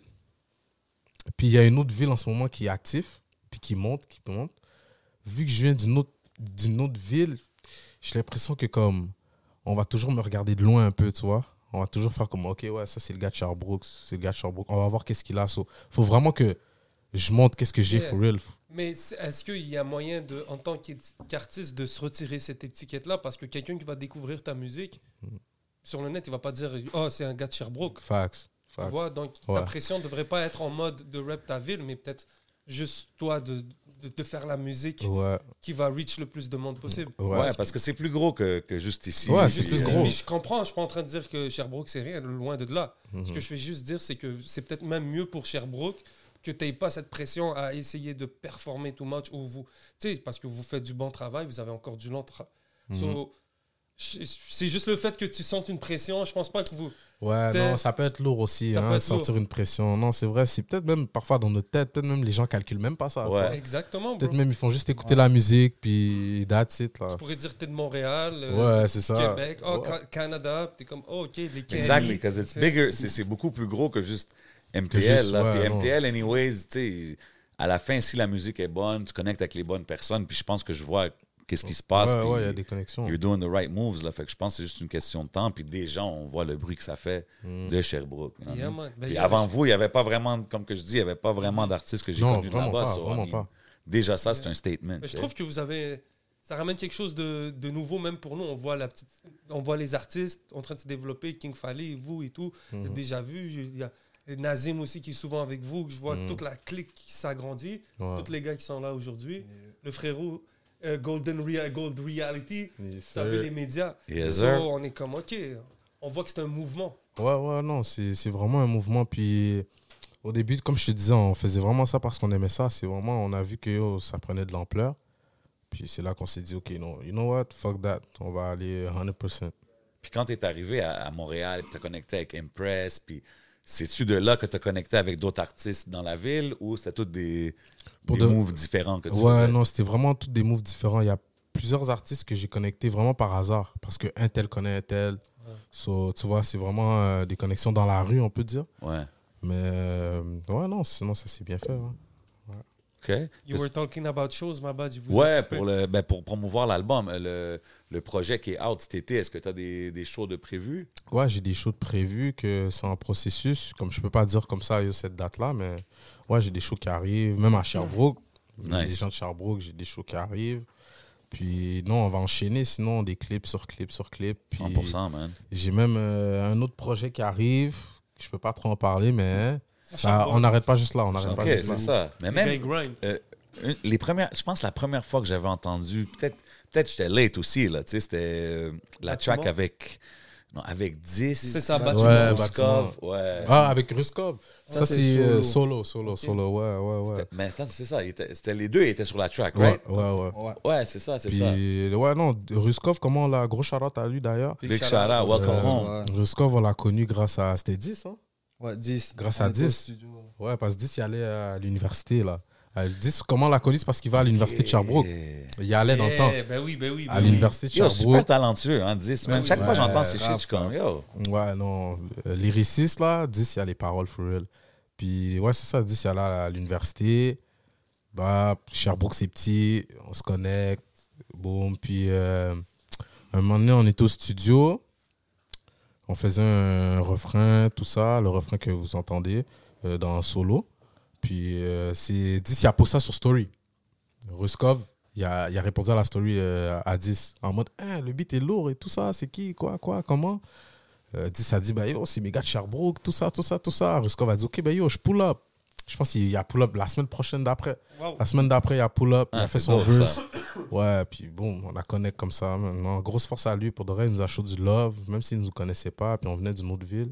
[SPEAKER 5] puis il y a une autre ville en ce moment qui est active, puis qui monte, qui monte. Vu que je viens d'une autre, d'une autre ville, j'ai l'impression que comme, on va toujours me regarder de loin un peu, tu vois. On va toujours faire comme, OK, ouais, ça c'est le gars de Sherbrooke, c'est le gars de Sherbrooke. On va voir qu'est-ce qu'il a. So, faut vraiment que je montre qu'est-ce que j'ai,
[SPEAKER 3] Yeah.
[SPEAKER 5] for real.
[SPEAKER 3] Mais c'est- est-ce qu'il y a moyen, de, en tant qu'éti- qu'artiste, de se retirer cette étiquette-là Parce que quelqu'un qui va découvrir ta musique,
[SPEAKER 5] Mm.
[SPEAKER 3] sur le net, il va pas dire Oh, c'est un gars de Sherbrooke.
[SPEAKER 5] Facts.
[SPEAKER 3] Tu
[SPEAKER 5] Facts.
[SPEAKER 3] vois, donc ta
[SPEAKER 5] Ouais.
[SPEAKER 3] pression ne devrait pas être en mode de rap ta ville, mais peut-être juste toi de, de, de faire la musique
[SPEAKER 5] Ouais,
[SPEAKER 3] qui va reach le plus de monde possible.
[SPEAKER 5] ouais.
[SPEAKER 4] Ouais, parce que c'est plus gros que, que juste ici.
[SPEAKER 5] Ouais,
[SPEAKER 4] Puis,
[SPEAKER 5] Ah, c'est
[SPEAKER 3] Juste
[SPEAKER 5] plus
[SPEAKER 3] ici,
[SPEAKER 4] euh,
[SPEAKER 5] gros.
[SPEAKER 3] mais je comprends, je suis pas en train de dire que Sherbrooke c'est rien, loin de là. Ce
[SPEAKER 5] Mhm.
[SPEAKER 3] que je vais juste dire, c'est que c'est peut-être même mieux pour Sherbrooke que tu n'aies pas cette pression à essayer de performer too much ou vous, tu sais, parce que vous faites du bon travail, vous avez encore du long travail.
[SPEAKER 5] Mhm.
[SPEAKER 3] So, je- c'est juste le fait que tu sentes une pression. Je pense pas que vous.
[SPEAKER 5] Ouais,
[SPEAKER 3] T'sais,
[SPEAKER 5] non, ça peut être lourd aussi,
[SPEAKER 3] ça
[SPEAKER 5] hein,
[SPEAKER 3] peut être
[SPEAKER 5] sentir une pression. Non, c'est vrai, c'est peut-être même parfois dans notre tête, peut-être même les gens calculent même pas ça. tu
[SPEAKER 4] Ouais.
[SPEAKER 5] vois.
[SPEAKER 3] Exactement. bro.
[SPEAKER 5] Peut-être même ils font juste écouter la musique, puis that's it, là.
[SPEAKER 3] Tu pourrais dire que tu es de Montréal, euh,
[SPEAKER 5] Ouais, c'est ça.
[SPEAKER 3] Québec, oh,
[SPEAKER 5] Ouais.
[SPEAKER 3] Ca- Canada. Tu es comme, oh, ok, les Canaries.
[SPEAKER 4] Exactly, because it's bigger. C'est c'est beaucoup plus gros que juste MTL.
[SPEAKER 5] juste,
[SPEAKER 4] là.
[SPEAKER 5] ouais,
[SPEAKER 4] Puis
[SPEAKER 5] non.
[SPEAKER 4] MTL, anyways, tu sais, à la fin, si la musique est bonne, tu connectes avec les bonnes personnes. Puis je pense que je vois qu'est-ce qui se passe.
[SPEAKER 5] ouais,
[SPEAKER 4] puis
[SPEAKER 5] ouais, il y a des connexions.
[SPEAKER 4] You're doing the right moves, là. Fait que je pense que c'est juste une question de temps. Puis déjà, on voit le bruit que ça fait
[SPEAKER 5] Mm.
[SPEAKER 4] de Sherbrooke. you know what I
[SPEAKER 3] Yeah,
[SPEAKER 4] mean?
[SPEAKER 3] man. Ben,
[SPEAKER 4] Puis
[SPEAKER 3] il y a-
[SPEAKER 4] avant vous, il n'y avait pas vraiment, de- comme que je dis, il n'y avait pas vraiment d'artistes que j'ai
[SPEAKER 5] Hmm. Non,
[SPEAKER 4] connus de
[SPEAKER 5] vraiment
[SPEAKER 4] là-bas.
[SPEAKER 5] pas,
[SPEAKER 4] so, I
[SPEAKER 5] vraiment
[SPEAKER 4] mean,
[SPEAKER 5] pas.
[SPEAKER 4] Déjà, ça, c'est un statement.
[SPEAKER 3] Mais ben, je
[SPEAKER 4] tu
[SPEAKER 3] trouve que vous avez. Ça ramène quelque chose de, de nouveau, même pour nous. On voit, la petite, on voit les artistes en train de se développer, King Fally, vous et tout.
[SPEAKER 4] Mhm.
[SPEAKER 3] J'ai Déjà vu, il y a Nazim aussi qui est souvent avec vous, que je vois
[SPEAKER 5] Mhm.
[SPEAKER 3] toute la clique qui s'agrandit,
[SPEAKER 5] Ouais.
[SPEAKER 3] tous les gars qui sont là aujourd'hui. Le frérot euh, Golden Rea- Gold Reality,
[SPEAKER 5] Yes,
[SPEAKER 3] t'as vu
[SPEAKER 5] sir.
[SPEAKER 3] les médias.
[SPEAKER 4] sais. Euh, Yes,
[SPEAKER 3] So,
[SPEAKER 4] sir.
[SPEAKER 3] on est comme, OK, on voit que c'est un mouvement.
[SPEAKER 5] Ouais, ouais, non, c'est c'est vraiment un mouvement. Puis au début, comme je te disais, on faisait vraiment ça parce qu'on aimait ça. C'est vraiment, on a vu que yo, ça prenait de l'ampleur. Puis c'est là qu'on s'est dit, OK, non, you know what, fuck that. On va aller 100%.
[SPEAKER 4] Puis quand tu es arrivé à, à Montréal, tu as connecté avec Impress, puis c'est-tu de là que tu as connecté avec d'autres artistes dans la ville ou c'était tous des,
[SPEAKER 5] Pour
[SPEAKER 4] des
[SPEAKER 5] de-
[SPEAKER 4] moves différents que tu
[SPEAKER 5] Ouais,
[SPEAKER 4] faisais?
[SPEAKER 5] non, c'était vraiment tous des moves différents. Il y a plusieurs artistes que j'ai connectés vraiment par hasard parce que un tel connaît un tel. So, tu vois, c'est vraiment euh, des connexions dans la rue, on peut dire.
[SPEAKER 4] Ouais.
[SPEAKER 5] Mais euh, ouais, non, sinon ça s'est bien fait. hein.
[SPEAKER 4] OK.
[SPEAKER 3] You were talking about shows, ma bad. je vous ai
[SPEAKER 4] Ouais,
[SPEAKER 3] coupé.
[SPEAKER 4] pour, le, ben, pour promouvoir l'album, le, le projet qui est out cet été, est-ce que tu as des, des shows de prévus?
[SPEAKER 5] Ouais, j'ai des shows de prévus que c'est en processus. Comme je peux pas dire comme ça, yo, cette date-là, mais ouais, j'ai des shows qui arrivent, même à Sherbrooke. Les
[SPEAKER 4] Nice.
[SPEAKER 5] gens de Sherbrooke, j'ai des shows qui arrivent. Puis non, on va enchaîner, sinon des clips sur clips sur clips. Puis
[SPEAKER 4] 100%, man.
[SPEAKER 5] j'ai même euh, un autre projet qui arrive. que Je peux pas trop en parler, mais ça,
[SPEAKER 3] Sherbrooke.
[SPEAKER 5] on n'arrête pas juste là. On n'arrête
[SPEAKER 4] OK,
[SPEAKER 5] pas
[SPEAKER 4] c'est
[SPEAKER 5] juste là.
[SPEAKER 4] ça. Mais
[SPEAKER 3] Les gars, ils
[SPEAKER 4] même,
[SPEAKER 3] grind.
[SPEAKER 4] une- les premières, je pense la première fois que j'avais entendu, peut-être peut j'étais late aussi, là, tu sais, c'était euh, la
[SPEAKER 3] Bâtiment.
[SPEAKER 4] track avec, non, avec 10.
[SPEAKER 3] C'est ça,
[SPEAKER 6] Ouais,
[SPEAKER 3] Bâtiment.
[SPEAKER 5] Ouais,
[SPEAKER 4] Moscov, ouais.
[SPEAKER 5] Ah, avec Ruskov.
[SPEAKER 6] Ça,
[SPEAKER 5] Ça,
[SPEAKER 6] c'est
[SPEAKER 5] c'est euh,
[SPEAKER 6] solo.
[SPEAKER 5] solo, solo, solo. Ouais, ouais, ouais.
[SPEAKER 4] C'était- Mais ça, c'est ça. il était- C'était les deux, ils étaient sur la track,
[SPEAKER 5] Ouais,
[SPEAKER 4] right?
[SPEAKER 5] ouais, ouais.
[SPEAKER 6] Ouais.
[SPEAKER 4] Ouais, c'est ça, c'est ça.
[SPEAKER 5] Puis, ouais, non, Ruskov, comment on l'a. Gros charlotte à lui d'ailleurs.
[SPEAKER 4] Big shout out,
[SPEAKER 5] Euh,
[SPEAKER 4] welcome home.
[SPEAKER 6] Ouais,
[SPEAKER 5] Ruskov, on l'a connu grâce à. C'était 10, hein?
[SPEAKER 6] ouais, 10.
[SPEAKER 5] Grâce à
[SPEAKER 6] On était au
[SPEAKER 5] 10.
[SPEAKER 6] studio.
[SPEAKER 5] Ouais, parce que 10, il allait à l'université, là. À 10, comment on l'a connu C'est parce qu'il va à l'université de Sherbrooke.
[SPEAKER 4] Yeah.
[SPEAKER 5] Il y allait dans le temps.
[SPEAKER 3] Eh, Ben oui, ben oui.
[SPEAKER 5] À
[SPEAKER 3] Ben oui.
[SPEAKER 5] l'université de
[SPEAKER 4] Yo, super
[SPEAKER 5] Sherbrooke.
[SPEAKER 4] talentueux, hein, 10, man.
[SPEAKER 3] Ouais,
[SPEAKER 4] Chaque fois
[SPEAKER 6] ouais,
[SPEAKER 4] que j'entends ces
[SPEAKER 6] grave,
[SPEAKER 4] shit, je suis comme, yo.
[SPEAKER 5] Ouais, non. euh, Lyriciste, là, 10, il y a les paroles for real. Puis, ouais, c'est ça, 10, il allait à l'université. Bah, Sherbrooke, c'est petit, on se connecte. Boum. Puis, euh, un moment donné, on était au studio. On faisait un refrain, tout ça, le refrain que vous entendez euh, dans Solo. Puis, euh, c'est 10, il a posté ça sur Story. Ruskov, il a, il a répondu à la story euh, à 10 en mode Hein, le beat est lourd et tout ça, c'est qui, quoi, quoi, comment Euh, 10 a dit bah, yo, c'est mes gars de Sherbrooke, tout ça, tout ça, tout ça. Ruskov a dit Ok, bah, yo, je pull up. Je pense qu'il y a pull up la semaine prochaine d'après.
[SPEAKER 3] Wow.
[SPEAKER 5] La semaine d'après, il a pull up, il
[SPEAKER 4] Ah,
[SPEAKER 5] a fait
[SPEAKER 4] c'est
[SPEAKER 5] son
[SPEAKER 4] dope, ça.
[SPEAKER 5] verse. Ouais, puis bon, on la connecte comme ça. Maintenant, grosse force à lui. Pour de vrai, il nous a chaud du love, même s'il ne nous connaissait pas, puis on venait d'une autre ville.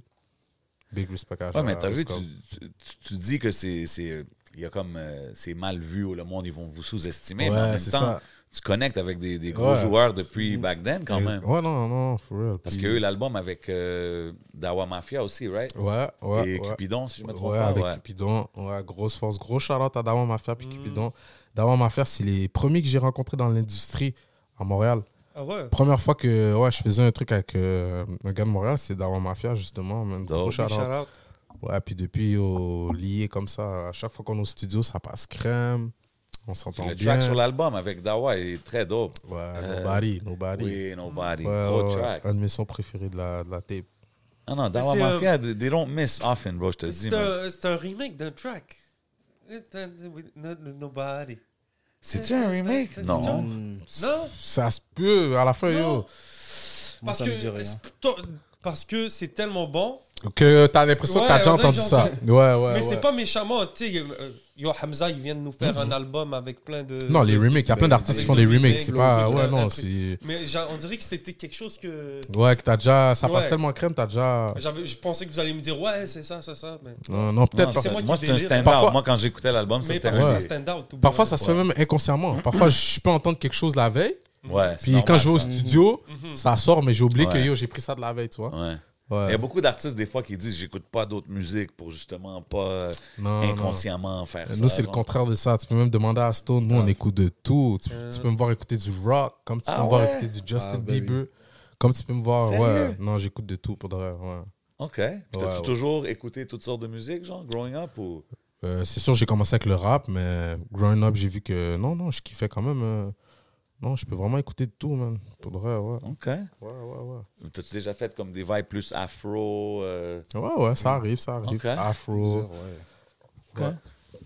[SPEAKER 5] Big respect à
[SPEAKER 4] Ouais, mais t'as vu, tu,
[SPEAKER 5] Ruskov.
[SPEAKER 4] tu- tu- tu dis que c'est. c'est- Il y a comme. euh, c'est mal vu, ou le monde, ils vont vous sous-estimer. mais en
[SPEAKER 5] Ouais,
[SPEAKER 4] même temps,
[SPEAKER 5] c'est ça.
[SPEAKER 4] tu connectes avec des, des gros
[SPEAKER 5] Ouais.
[SPEAKER 4] joueurs depuis back then, quand même.
[SPEAKER 5] Ouais, non, non, for real.
[SPEAKER 4] Parce
[SPEAKER 5] Puis-
[SPEAKER 4] qu'il y a eu l'album avec euh, Dawa Mafia aussi, right?
[SPEAKER 5] Ouais, ouais.
[SPEAKER 4] Et
[SPEAKER 5] ouais.
[SPEAKER 4] Cupidon, si je me trompe
[SPEAKER 5] Ouais,
[SPEAKER 4] pas.
[SPEAKER 5] avec
[SPEAKER 4] ouais. Mm.
[SPEAKER 5] Cupidon. Ouais, grosse force. Gros charlotte à Dawan Mafia puis Cupidon. Dawan Mafia, c'est les premiers que j'ai rencontrés dans l'industrie à Montréal.
[SPEAKER 3] Ah ouais.
[SPEAKER 5] Première fois que ouais, je faisais un truc avec euh, un gars de Montréal, c'est Dawan Mafia, justement. Même gros
[SPEAKER 4] Dope.
[SPEAKER 5] shout-out.
[SPEAKER 3] Big shout out.
[SPEAKER 5] Ouais, puis depuis, yo, lié comme ça, à chaque fois qu'on est au studio, ça passe crème. On s'entend
[SPEAKER 4] Le
[SPEAKER 5] bien.
[SPEAKER 4] track sur l'album avec Dawa est très dope.
[SPEAKER 5] Ouais, Nobody, Nobody.
[SPEAKER 4] Oui, Nobody.
[SPEAKER 5] Ouais, ouais,
[SPEAKER 4] Gros
[SPEAKER 5] ouais.
[SPEAKER 4] track.
[SPEAKER 5] Un de mes sons préférés de la, de la tape.
[SPEAKER 4] Non, non, Dawa
[SPEAKER 3] Mais c'est, euh,
[SPEAKER 4] Mafia, they they don't miss often, bro, je te dis.
[SPEAKER 3] C'est
[SPEAKER 4] man.
[SPEAKER 3] un, c'est un remake d'un track. It- it- no- no- Nobody.
[SPEAKER 4] C'est-tu un remake?
[SPEAKER 3] C'est-
[SPEAKER 4] Non.
[SPEAKER 6] Hmm,
[SPEAKER 3] Non,
[SPEAKER 5] Ça se peut, à la fin,
[SPEAKER 3] Non.
[SPEAKER 5] yo.
[SPEAKER 6] Moi,
[SPEAKER 3] parce
[SPEAKER 6] ça me dit
[SPEAKER 3] que,
[SPEAKER 6] rien.
[SPEAKER 3] to- parce que c'est tellement bon,
[SPEAKER 5] Que t'as l'impression que
[SPEAKER 3] Ouais,
[SPEAKER 5] t'as déjà
[SPEAKER 3] on dirait que
[SPEAKER 5] entendu
[SPEAKER 3] j'ai
[SPEAKER 5] ça.
[SPEAKER 3] entendu.
[SPEAKER 5] Ouais, ouais.
[SPEAKER 3] mais
[SPEAKER 5] ouais. Mhm.
[SPEAKER 3] c'est pas méchamment. Tu sais, euh, Yo Hamza, il vient de nous faire un album avec plein de.
[SPEAKER 5] Non, les remakes. Il y a
[SPEAKER 4] Ben,
[SPEAKER 5] plein d'artistes qui font des
[SPEAKER 3] Avec
[SPEAKER 5] remakes. C'est
[SPEAKER 3] le
[SPEAKER 5] pas.
[SPEAKER 3] remake,
[SPEAKER 5] Ouais, non,
[SPEAKER 3] le-
[SPEAKER 5] c'est.
[SPEAKER 3] Mais j'a- on dirait que c'était quelque chose que.
[SPEAKER 5] Ouais, que t'as déjà. Ça passe
[SPEAKER 3] Ouais.
[SPEAKER 5] tellement crème, t'as déjà.
[SPEAKER 3] j'avais- Je pensais que vous alliez me dire, ouais, c'est ça, c'est ça. Mais,
[SPEAKER 5] Non, non,
[SPEAKER 4] Non,
[SPEAKER 5] peut-être. par-
[SPEAKER 4] c'est-
[SPEAKER 3] moi qui
[SPEAKER 4] moi, c'est un
[SPEAKER 3] délire.
[SPEAKER 4] stand-out.
[SPEAKER 5] Parfois-
[SPEAKER 4] Moi, quand j'écoutais l'album, ça,
[SPEAKER 3] mais
[SPEAKER 4] c'était
[SPEAKER 3] parce
[SPEAKER 4] un
[SPEAKER 3] que ça
[SPEAKER 5] Ouais.
[SPEAKER 3] stand out. tout
[SPEAKER 5] Parfois,
[SPEAKER 3] bonnement.
[SPEAKER 5] ça se fait même inconsciemment. Parfois, je peux entendre quelque chose la veille.
[SPEAKER 4] Ouais, c'est
[SPEAKER 5] Puis
[SPEAKER 4] normal,
[SPEAKER 5] quand je vais au
[SPEAKER 4] ça. Mhm.
[SPEAKER 5] studio, ça sort, mais j'ai oublié que
[SPEAKER 4] Ouais.
[SPEAKER 5] yo, j'ai pris ça de la veille, tu vois.
[SPEAKER 4] Ouais. Il y
[SPEAKER 5] Ouais.
[SPEAKER 4] a beaucoup d'artistes, des fois, qui disent j'écoute pas d'autres musiques pour justement pas euh,
[SPEAKER 5] Non, non.
[SPEAKER 4] inconsciemment faire ça.
[SPEAKER 5] Nous, c'est le
[SPEAKER 4] genre.
[SPEAKER 5] contraire de ça. Tu peux même demander à Stone. Nous, on écoute de tout. Tu, tu peux me voir écouter du rock, comme tu peux
[SPEAKER 4] Euh. Ah
[SPEAKER 5] me voir
[SPEAKER 4] ouais?
[SPEAKER 5] écouter du Justin
[SPEAKER 6] Ah, ben oui.
[SPEAKER 5] Bieber, comme tu peux me voir.
[SPEAKER 4] Sérieux?
[SPEAKER 5] Ouais, non, j'écoute de tout pour de vrai. ouais.
[SPEAKER 4] OK. Puis T'as-tu
[SPEAKER 5] Ouais, ouais.
[SPEAKER 4] toujours écouté toutes sortes de musiques, genre, growing up ou.
[SPEAKER 5] Euh, c'est sûr, j'ai commencé avec le rap, mais growing up, j'ai vu que non, non, je kiffais quand même euh, Non, je peux vraiment écouter de tout, man. Pour de vrai, ouais.
[SPEAKER 4] OK.
[SPEAKER 5] Ouais, ouais, ouais.
[SPEAKER 4] T'as-tu déjà fait comme des vibes plus afro? euh,
[SPEAKER 5] Ouais, ouais, ça arrive, ça arrive.
[SPEAKER 4] Ok.
[SPEAKER 5] Afro.
[SPEAKER 6] Zéro, ouais.
[SPEAKER 4] quoi?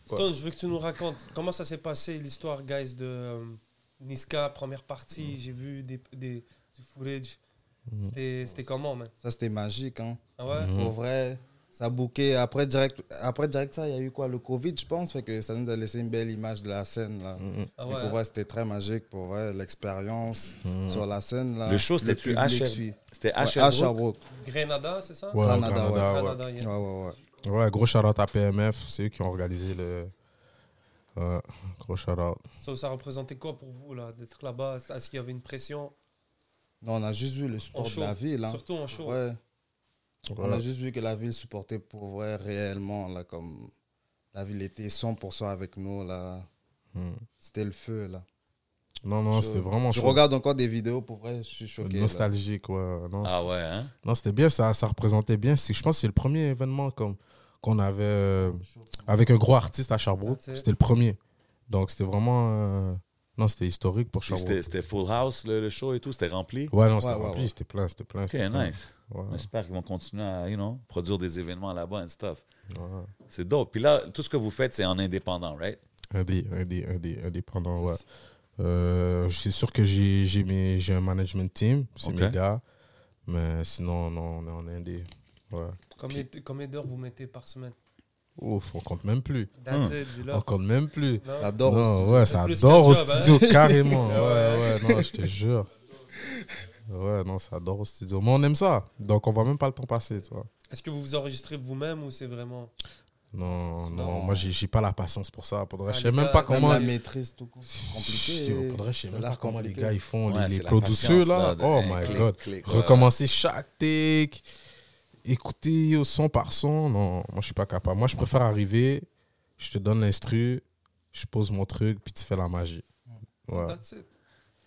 [SPEAKER 3] Stone, je veux que tu nous racontes comment ça s'est passé l'histoire, guys, de euh, Niska, première
[SPEAKER 5] Mm.
[SPEAKER 3] partie. J'ai vu des, des, du footage. C'était- C'était comment, man
[SPEAKER 6] Ça, c'était magique. Hein.
[SPEAKER 3] Ah ouais
[SPEAKER 5] Mm.
[SPEAKER 6] Pour vrai, ça bouquait. Après direct, après direct, ça, il y a eu quoi Le Covid, je pense. Fait que ça nous a laissé une belle image de la scène. Là.
[SPEAKER 3] Ah
[SPEAKER 6] Et pour
[SPEAKER 3] ouais.
[SPEAKER 6] vrai, c'était très magique. Pour vrai, l'expérience
[SPEAKER 5] Hmm.
[SPEAKER 6] sur la scène. Là,
[SPEAKER 4] Le show, c'était-tu
[SPEAKER 6] public
[SPEAKER 4] HR?
[SPEAKER 6] suit.
[SPEAKER 4] C'était
[SPEAKER 6] Ouais,
[SPEAKER 4] HR.
[SPEAKER 6] à Sherbrooke.
[SPEAKER 3] Grenada, c'est ça
[SPEAKER 5] Ouais, au
[SPEAKER 6] Canada,
[SPEAKER 5] Canada,
[SPEAKER 6] ouais.
[SPEAKER 5] ouais.
[SPEAKER 3] Grenada, yeah.
[SPEAKER 6] Ouais, ouais, ouais.
[SPEAKER 5] Ouais, gros shout-out à PMF, c'est eux qui ont organisé le. Ouais, gros shout-out.
[SPEAKER 3] Ça, ça représentait quoi pour vous, là, d'être là-bas Est-ce qu'il y avait une pression
[SPEAKER 6] Non, on a juste vu le
[SPEAKER 3] en
[SPEAKER 6] sport de
[SPEAKER 3] show
[SPEAKER 6] la ville. hein.
[SPEAKER 3] Surtout en show.
[SPEAKER 6] Ouais. On a
[SPEAKER 5] Ouais.
[SPEAKER 6] juste vu que la ville supportait pour vrai réellement. Là, comme la ville était 100% avec nous. Là.
[SPEAKER 5] Mm.
[SPEAKER 6] C'était le feu. Là.
[SPEAKER 5] Non, non,
[SPEAKER 6] Je-
[SPEAKER 5] c'était vraiment
[SPEAKER 6] Je
[SPEAKER 5] chaud.
[SPEAKER 6] regarde encore des vidéos. Pour vrai, je suis choqué. là.
[SPEAKER 5] Nostalgique, ouais. Non,
[SPEAKER 4] Ah ouais, hein?
[SPEAKER 5] Non, c'était bien, ça, ça représentait bien. C'est- Je pense que c'est le premier événement comme- qu'on avait euh, avec un gros artiste à Sherbrooke.
[SPEAKER 3] That's it.
[SPEAKER 5] C'était le premier. Donc, c'était vraiment. euh, non, c'était historique pour
[SPEAKER 4] Puis
[SPEAKER 5] Sherbrooke.
[SPEAKER 4] C'était c'était full house, le, le show et tout? C'était rempli?
[SPEAKER 5] Ouais, non, c'était
[SPEAKER 6] Ouais, ouais,
[SPEAKER 5] rempli,
[SPEAKER 6] ouais.
[SPEAKER 5] c'était plein, c'était plein.
[SPEAKER 4] OK,
[SPEAKER 5] c'était plein.
[SPEAKER 4] nice.
[SPEAKER 5] Ouais,
[SPEAKER 4] J'espère qu'ils vont continuer à, you know, produire des événements là-bas and stuff.
[SPEAKER 5] ouais.
[SPEAKER 4] C'est dope. Puis là, tout ce que vous faites, c'est en indépendant, right?
[SPEAKER 5] Indé, indé, indé, indépendant, ouais. Euh, c'est sûr que j'ai j'ai mes- j'ai un management team, c'est
[SPEAKER 4] Ok.
[SPEAKER 5] mes gars. Mais sinon, non, on est en indé. Ouais.
[SPEAKER 3] Combien, combien d'heures vous mettez par semaine
[SPEAKER 5] Ouf, on compte même plus.
[SPEAKER 3] That's
[SPEAKER 4] Hmm.
[SPEAKER 3] it, dis-le.
[SPEAKER 5] On compte même plus.
[SPEAKER 3] Non
[SPEAKER 6] J'adore
[SPEAKER 5] Non,
[SPEAKER 6] aussi.
[SPEAKER 5] ouais, ça
[SPEAKER 3] plus
[SPEAKER 5] dort
[SPEAKER 3] qu'un
[SPEAKER 5] au
[SPEAKER 3] job, hein.
[SPEAKER 5] studio, carrément. ouais,
[SPEAKER 3] Ah
[SPEAKER 5] ouais, non, je te jure. Ouais, non, ça dort au studio. Mais on aime ça. Donc, on voit même pas le temps passer, tu vois.
[SPEAKER 3] Est-ce que vous vous enregistrez vous-même ou c'est vraiment
[SPEAKER 5] Non, non,
[SPEAKER 6] Non.
[SPEAKER 5] moi, j'ai j'ai pas la patience pour ça. Pour de vrai,
[SPEAKER 3] Ah,
[SPEAKER 5] je
[SPEAKER 3] les
[SPEAKER 5] sais même
[SPEAKER 3] gars,
[SPEAKER 5] pas
[SPEAKER 6] Même
[SPEAKER 5] comment.
[SPEAKER 6] la maîtrise, tout court, c'est
[SPEAKER 5] Yo,
[SPEAKER 6] compliqué.
[SPEAKER 5] pour de vrai, je sais
[SPEAKER 6] Ça a
[SPEAKER 5] même pas
[SPEAKER 6] l'air
[SPEAKER 5] comment les
[SPEAKER 6] compliqué.
[SPEAKER 5] gars ils font,
[SPEAKER 4] Ouais,
[SPEAKER 5] les,
[SPEAKER 4] c'est la
[SPEAKER 5] producteurs
[SPEAKER 4] patience,
[SPEAKER 5] là.
[SPEAKER 4] de-
[SPEAKER 5] Oh
[SPEAKER 4] hein,
[SPEAKER 5] my
[SPEAKER 4] clic,
[SPEAKER 5] god.
[SPEAKER 4] clic, ouais.
[SPEAKER 5] Recommencer chaque take, écouter au son par son. Non, moi je suis pas capable. Moi je préfère arriver, je te donne l'instru, je pose mon truc, puis tu fais la magie. Ouais.
[SPEAKER 3] That's it.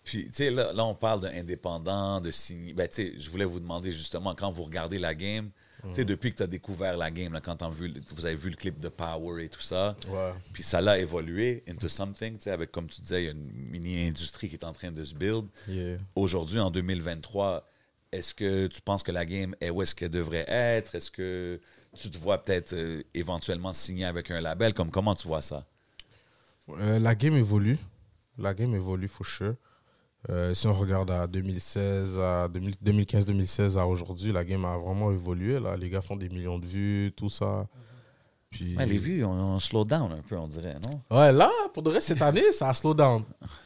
[SPEAKER 4] Puis, tu sais, là, là, on parle d'indépendant, de signer. Ben, tu sais, je voulais vous demander justement, quand vous regardez la game, tu sais, depuis que tu as découvert la game, là, quand t'as vu, le- vous avez vu le clip de Power et tout ça,
[SPEAKER 5] Ouais.
[SPEAKER 4] puis ça l'a évolué into something, tu sais, avec, comme tu disais, il y a une mini-industrie qui est en train de se build.
[SPEAKER 5] Yeah.
[SPEAKER 4] Aujourd'hui, en 2023, est-ce que tu penses que la game est où est-ce qu'elle devrait être? Est-ce que tu te vois peut-être euh, éventuellement signer avec un label? Comme, comment tu vois ça?
[SPEAKER 5] Euh, la game évolue. La game évolue, for sure. Euh, si on regarde à 2016, à 2000 2015-2016 à aujourd'hui, la game a vraiment évolué. Là. Les gars font des millions de vues, tout ça. Puis...
[SPEAKER 4] Ouais, les vues, on, on slow down un peu, on dirait, non?
[SPEAKER 5] Ouais, là, pour de vrai, cette année, ça a
[SPEAKER 4] [laughs]
[SPEAKER 5] slow down.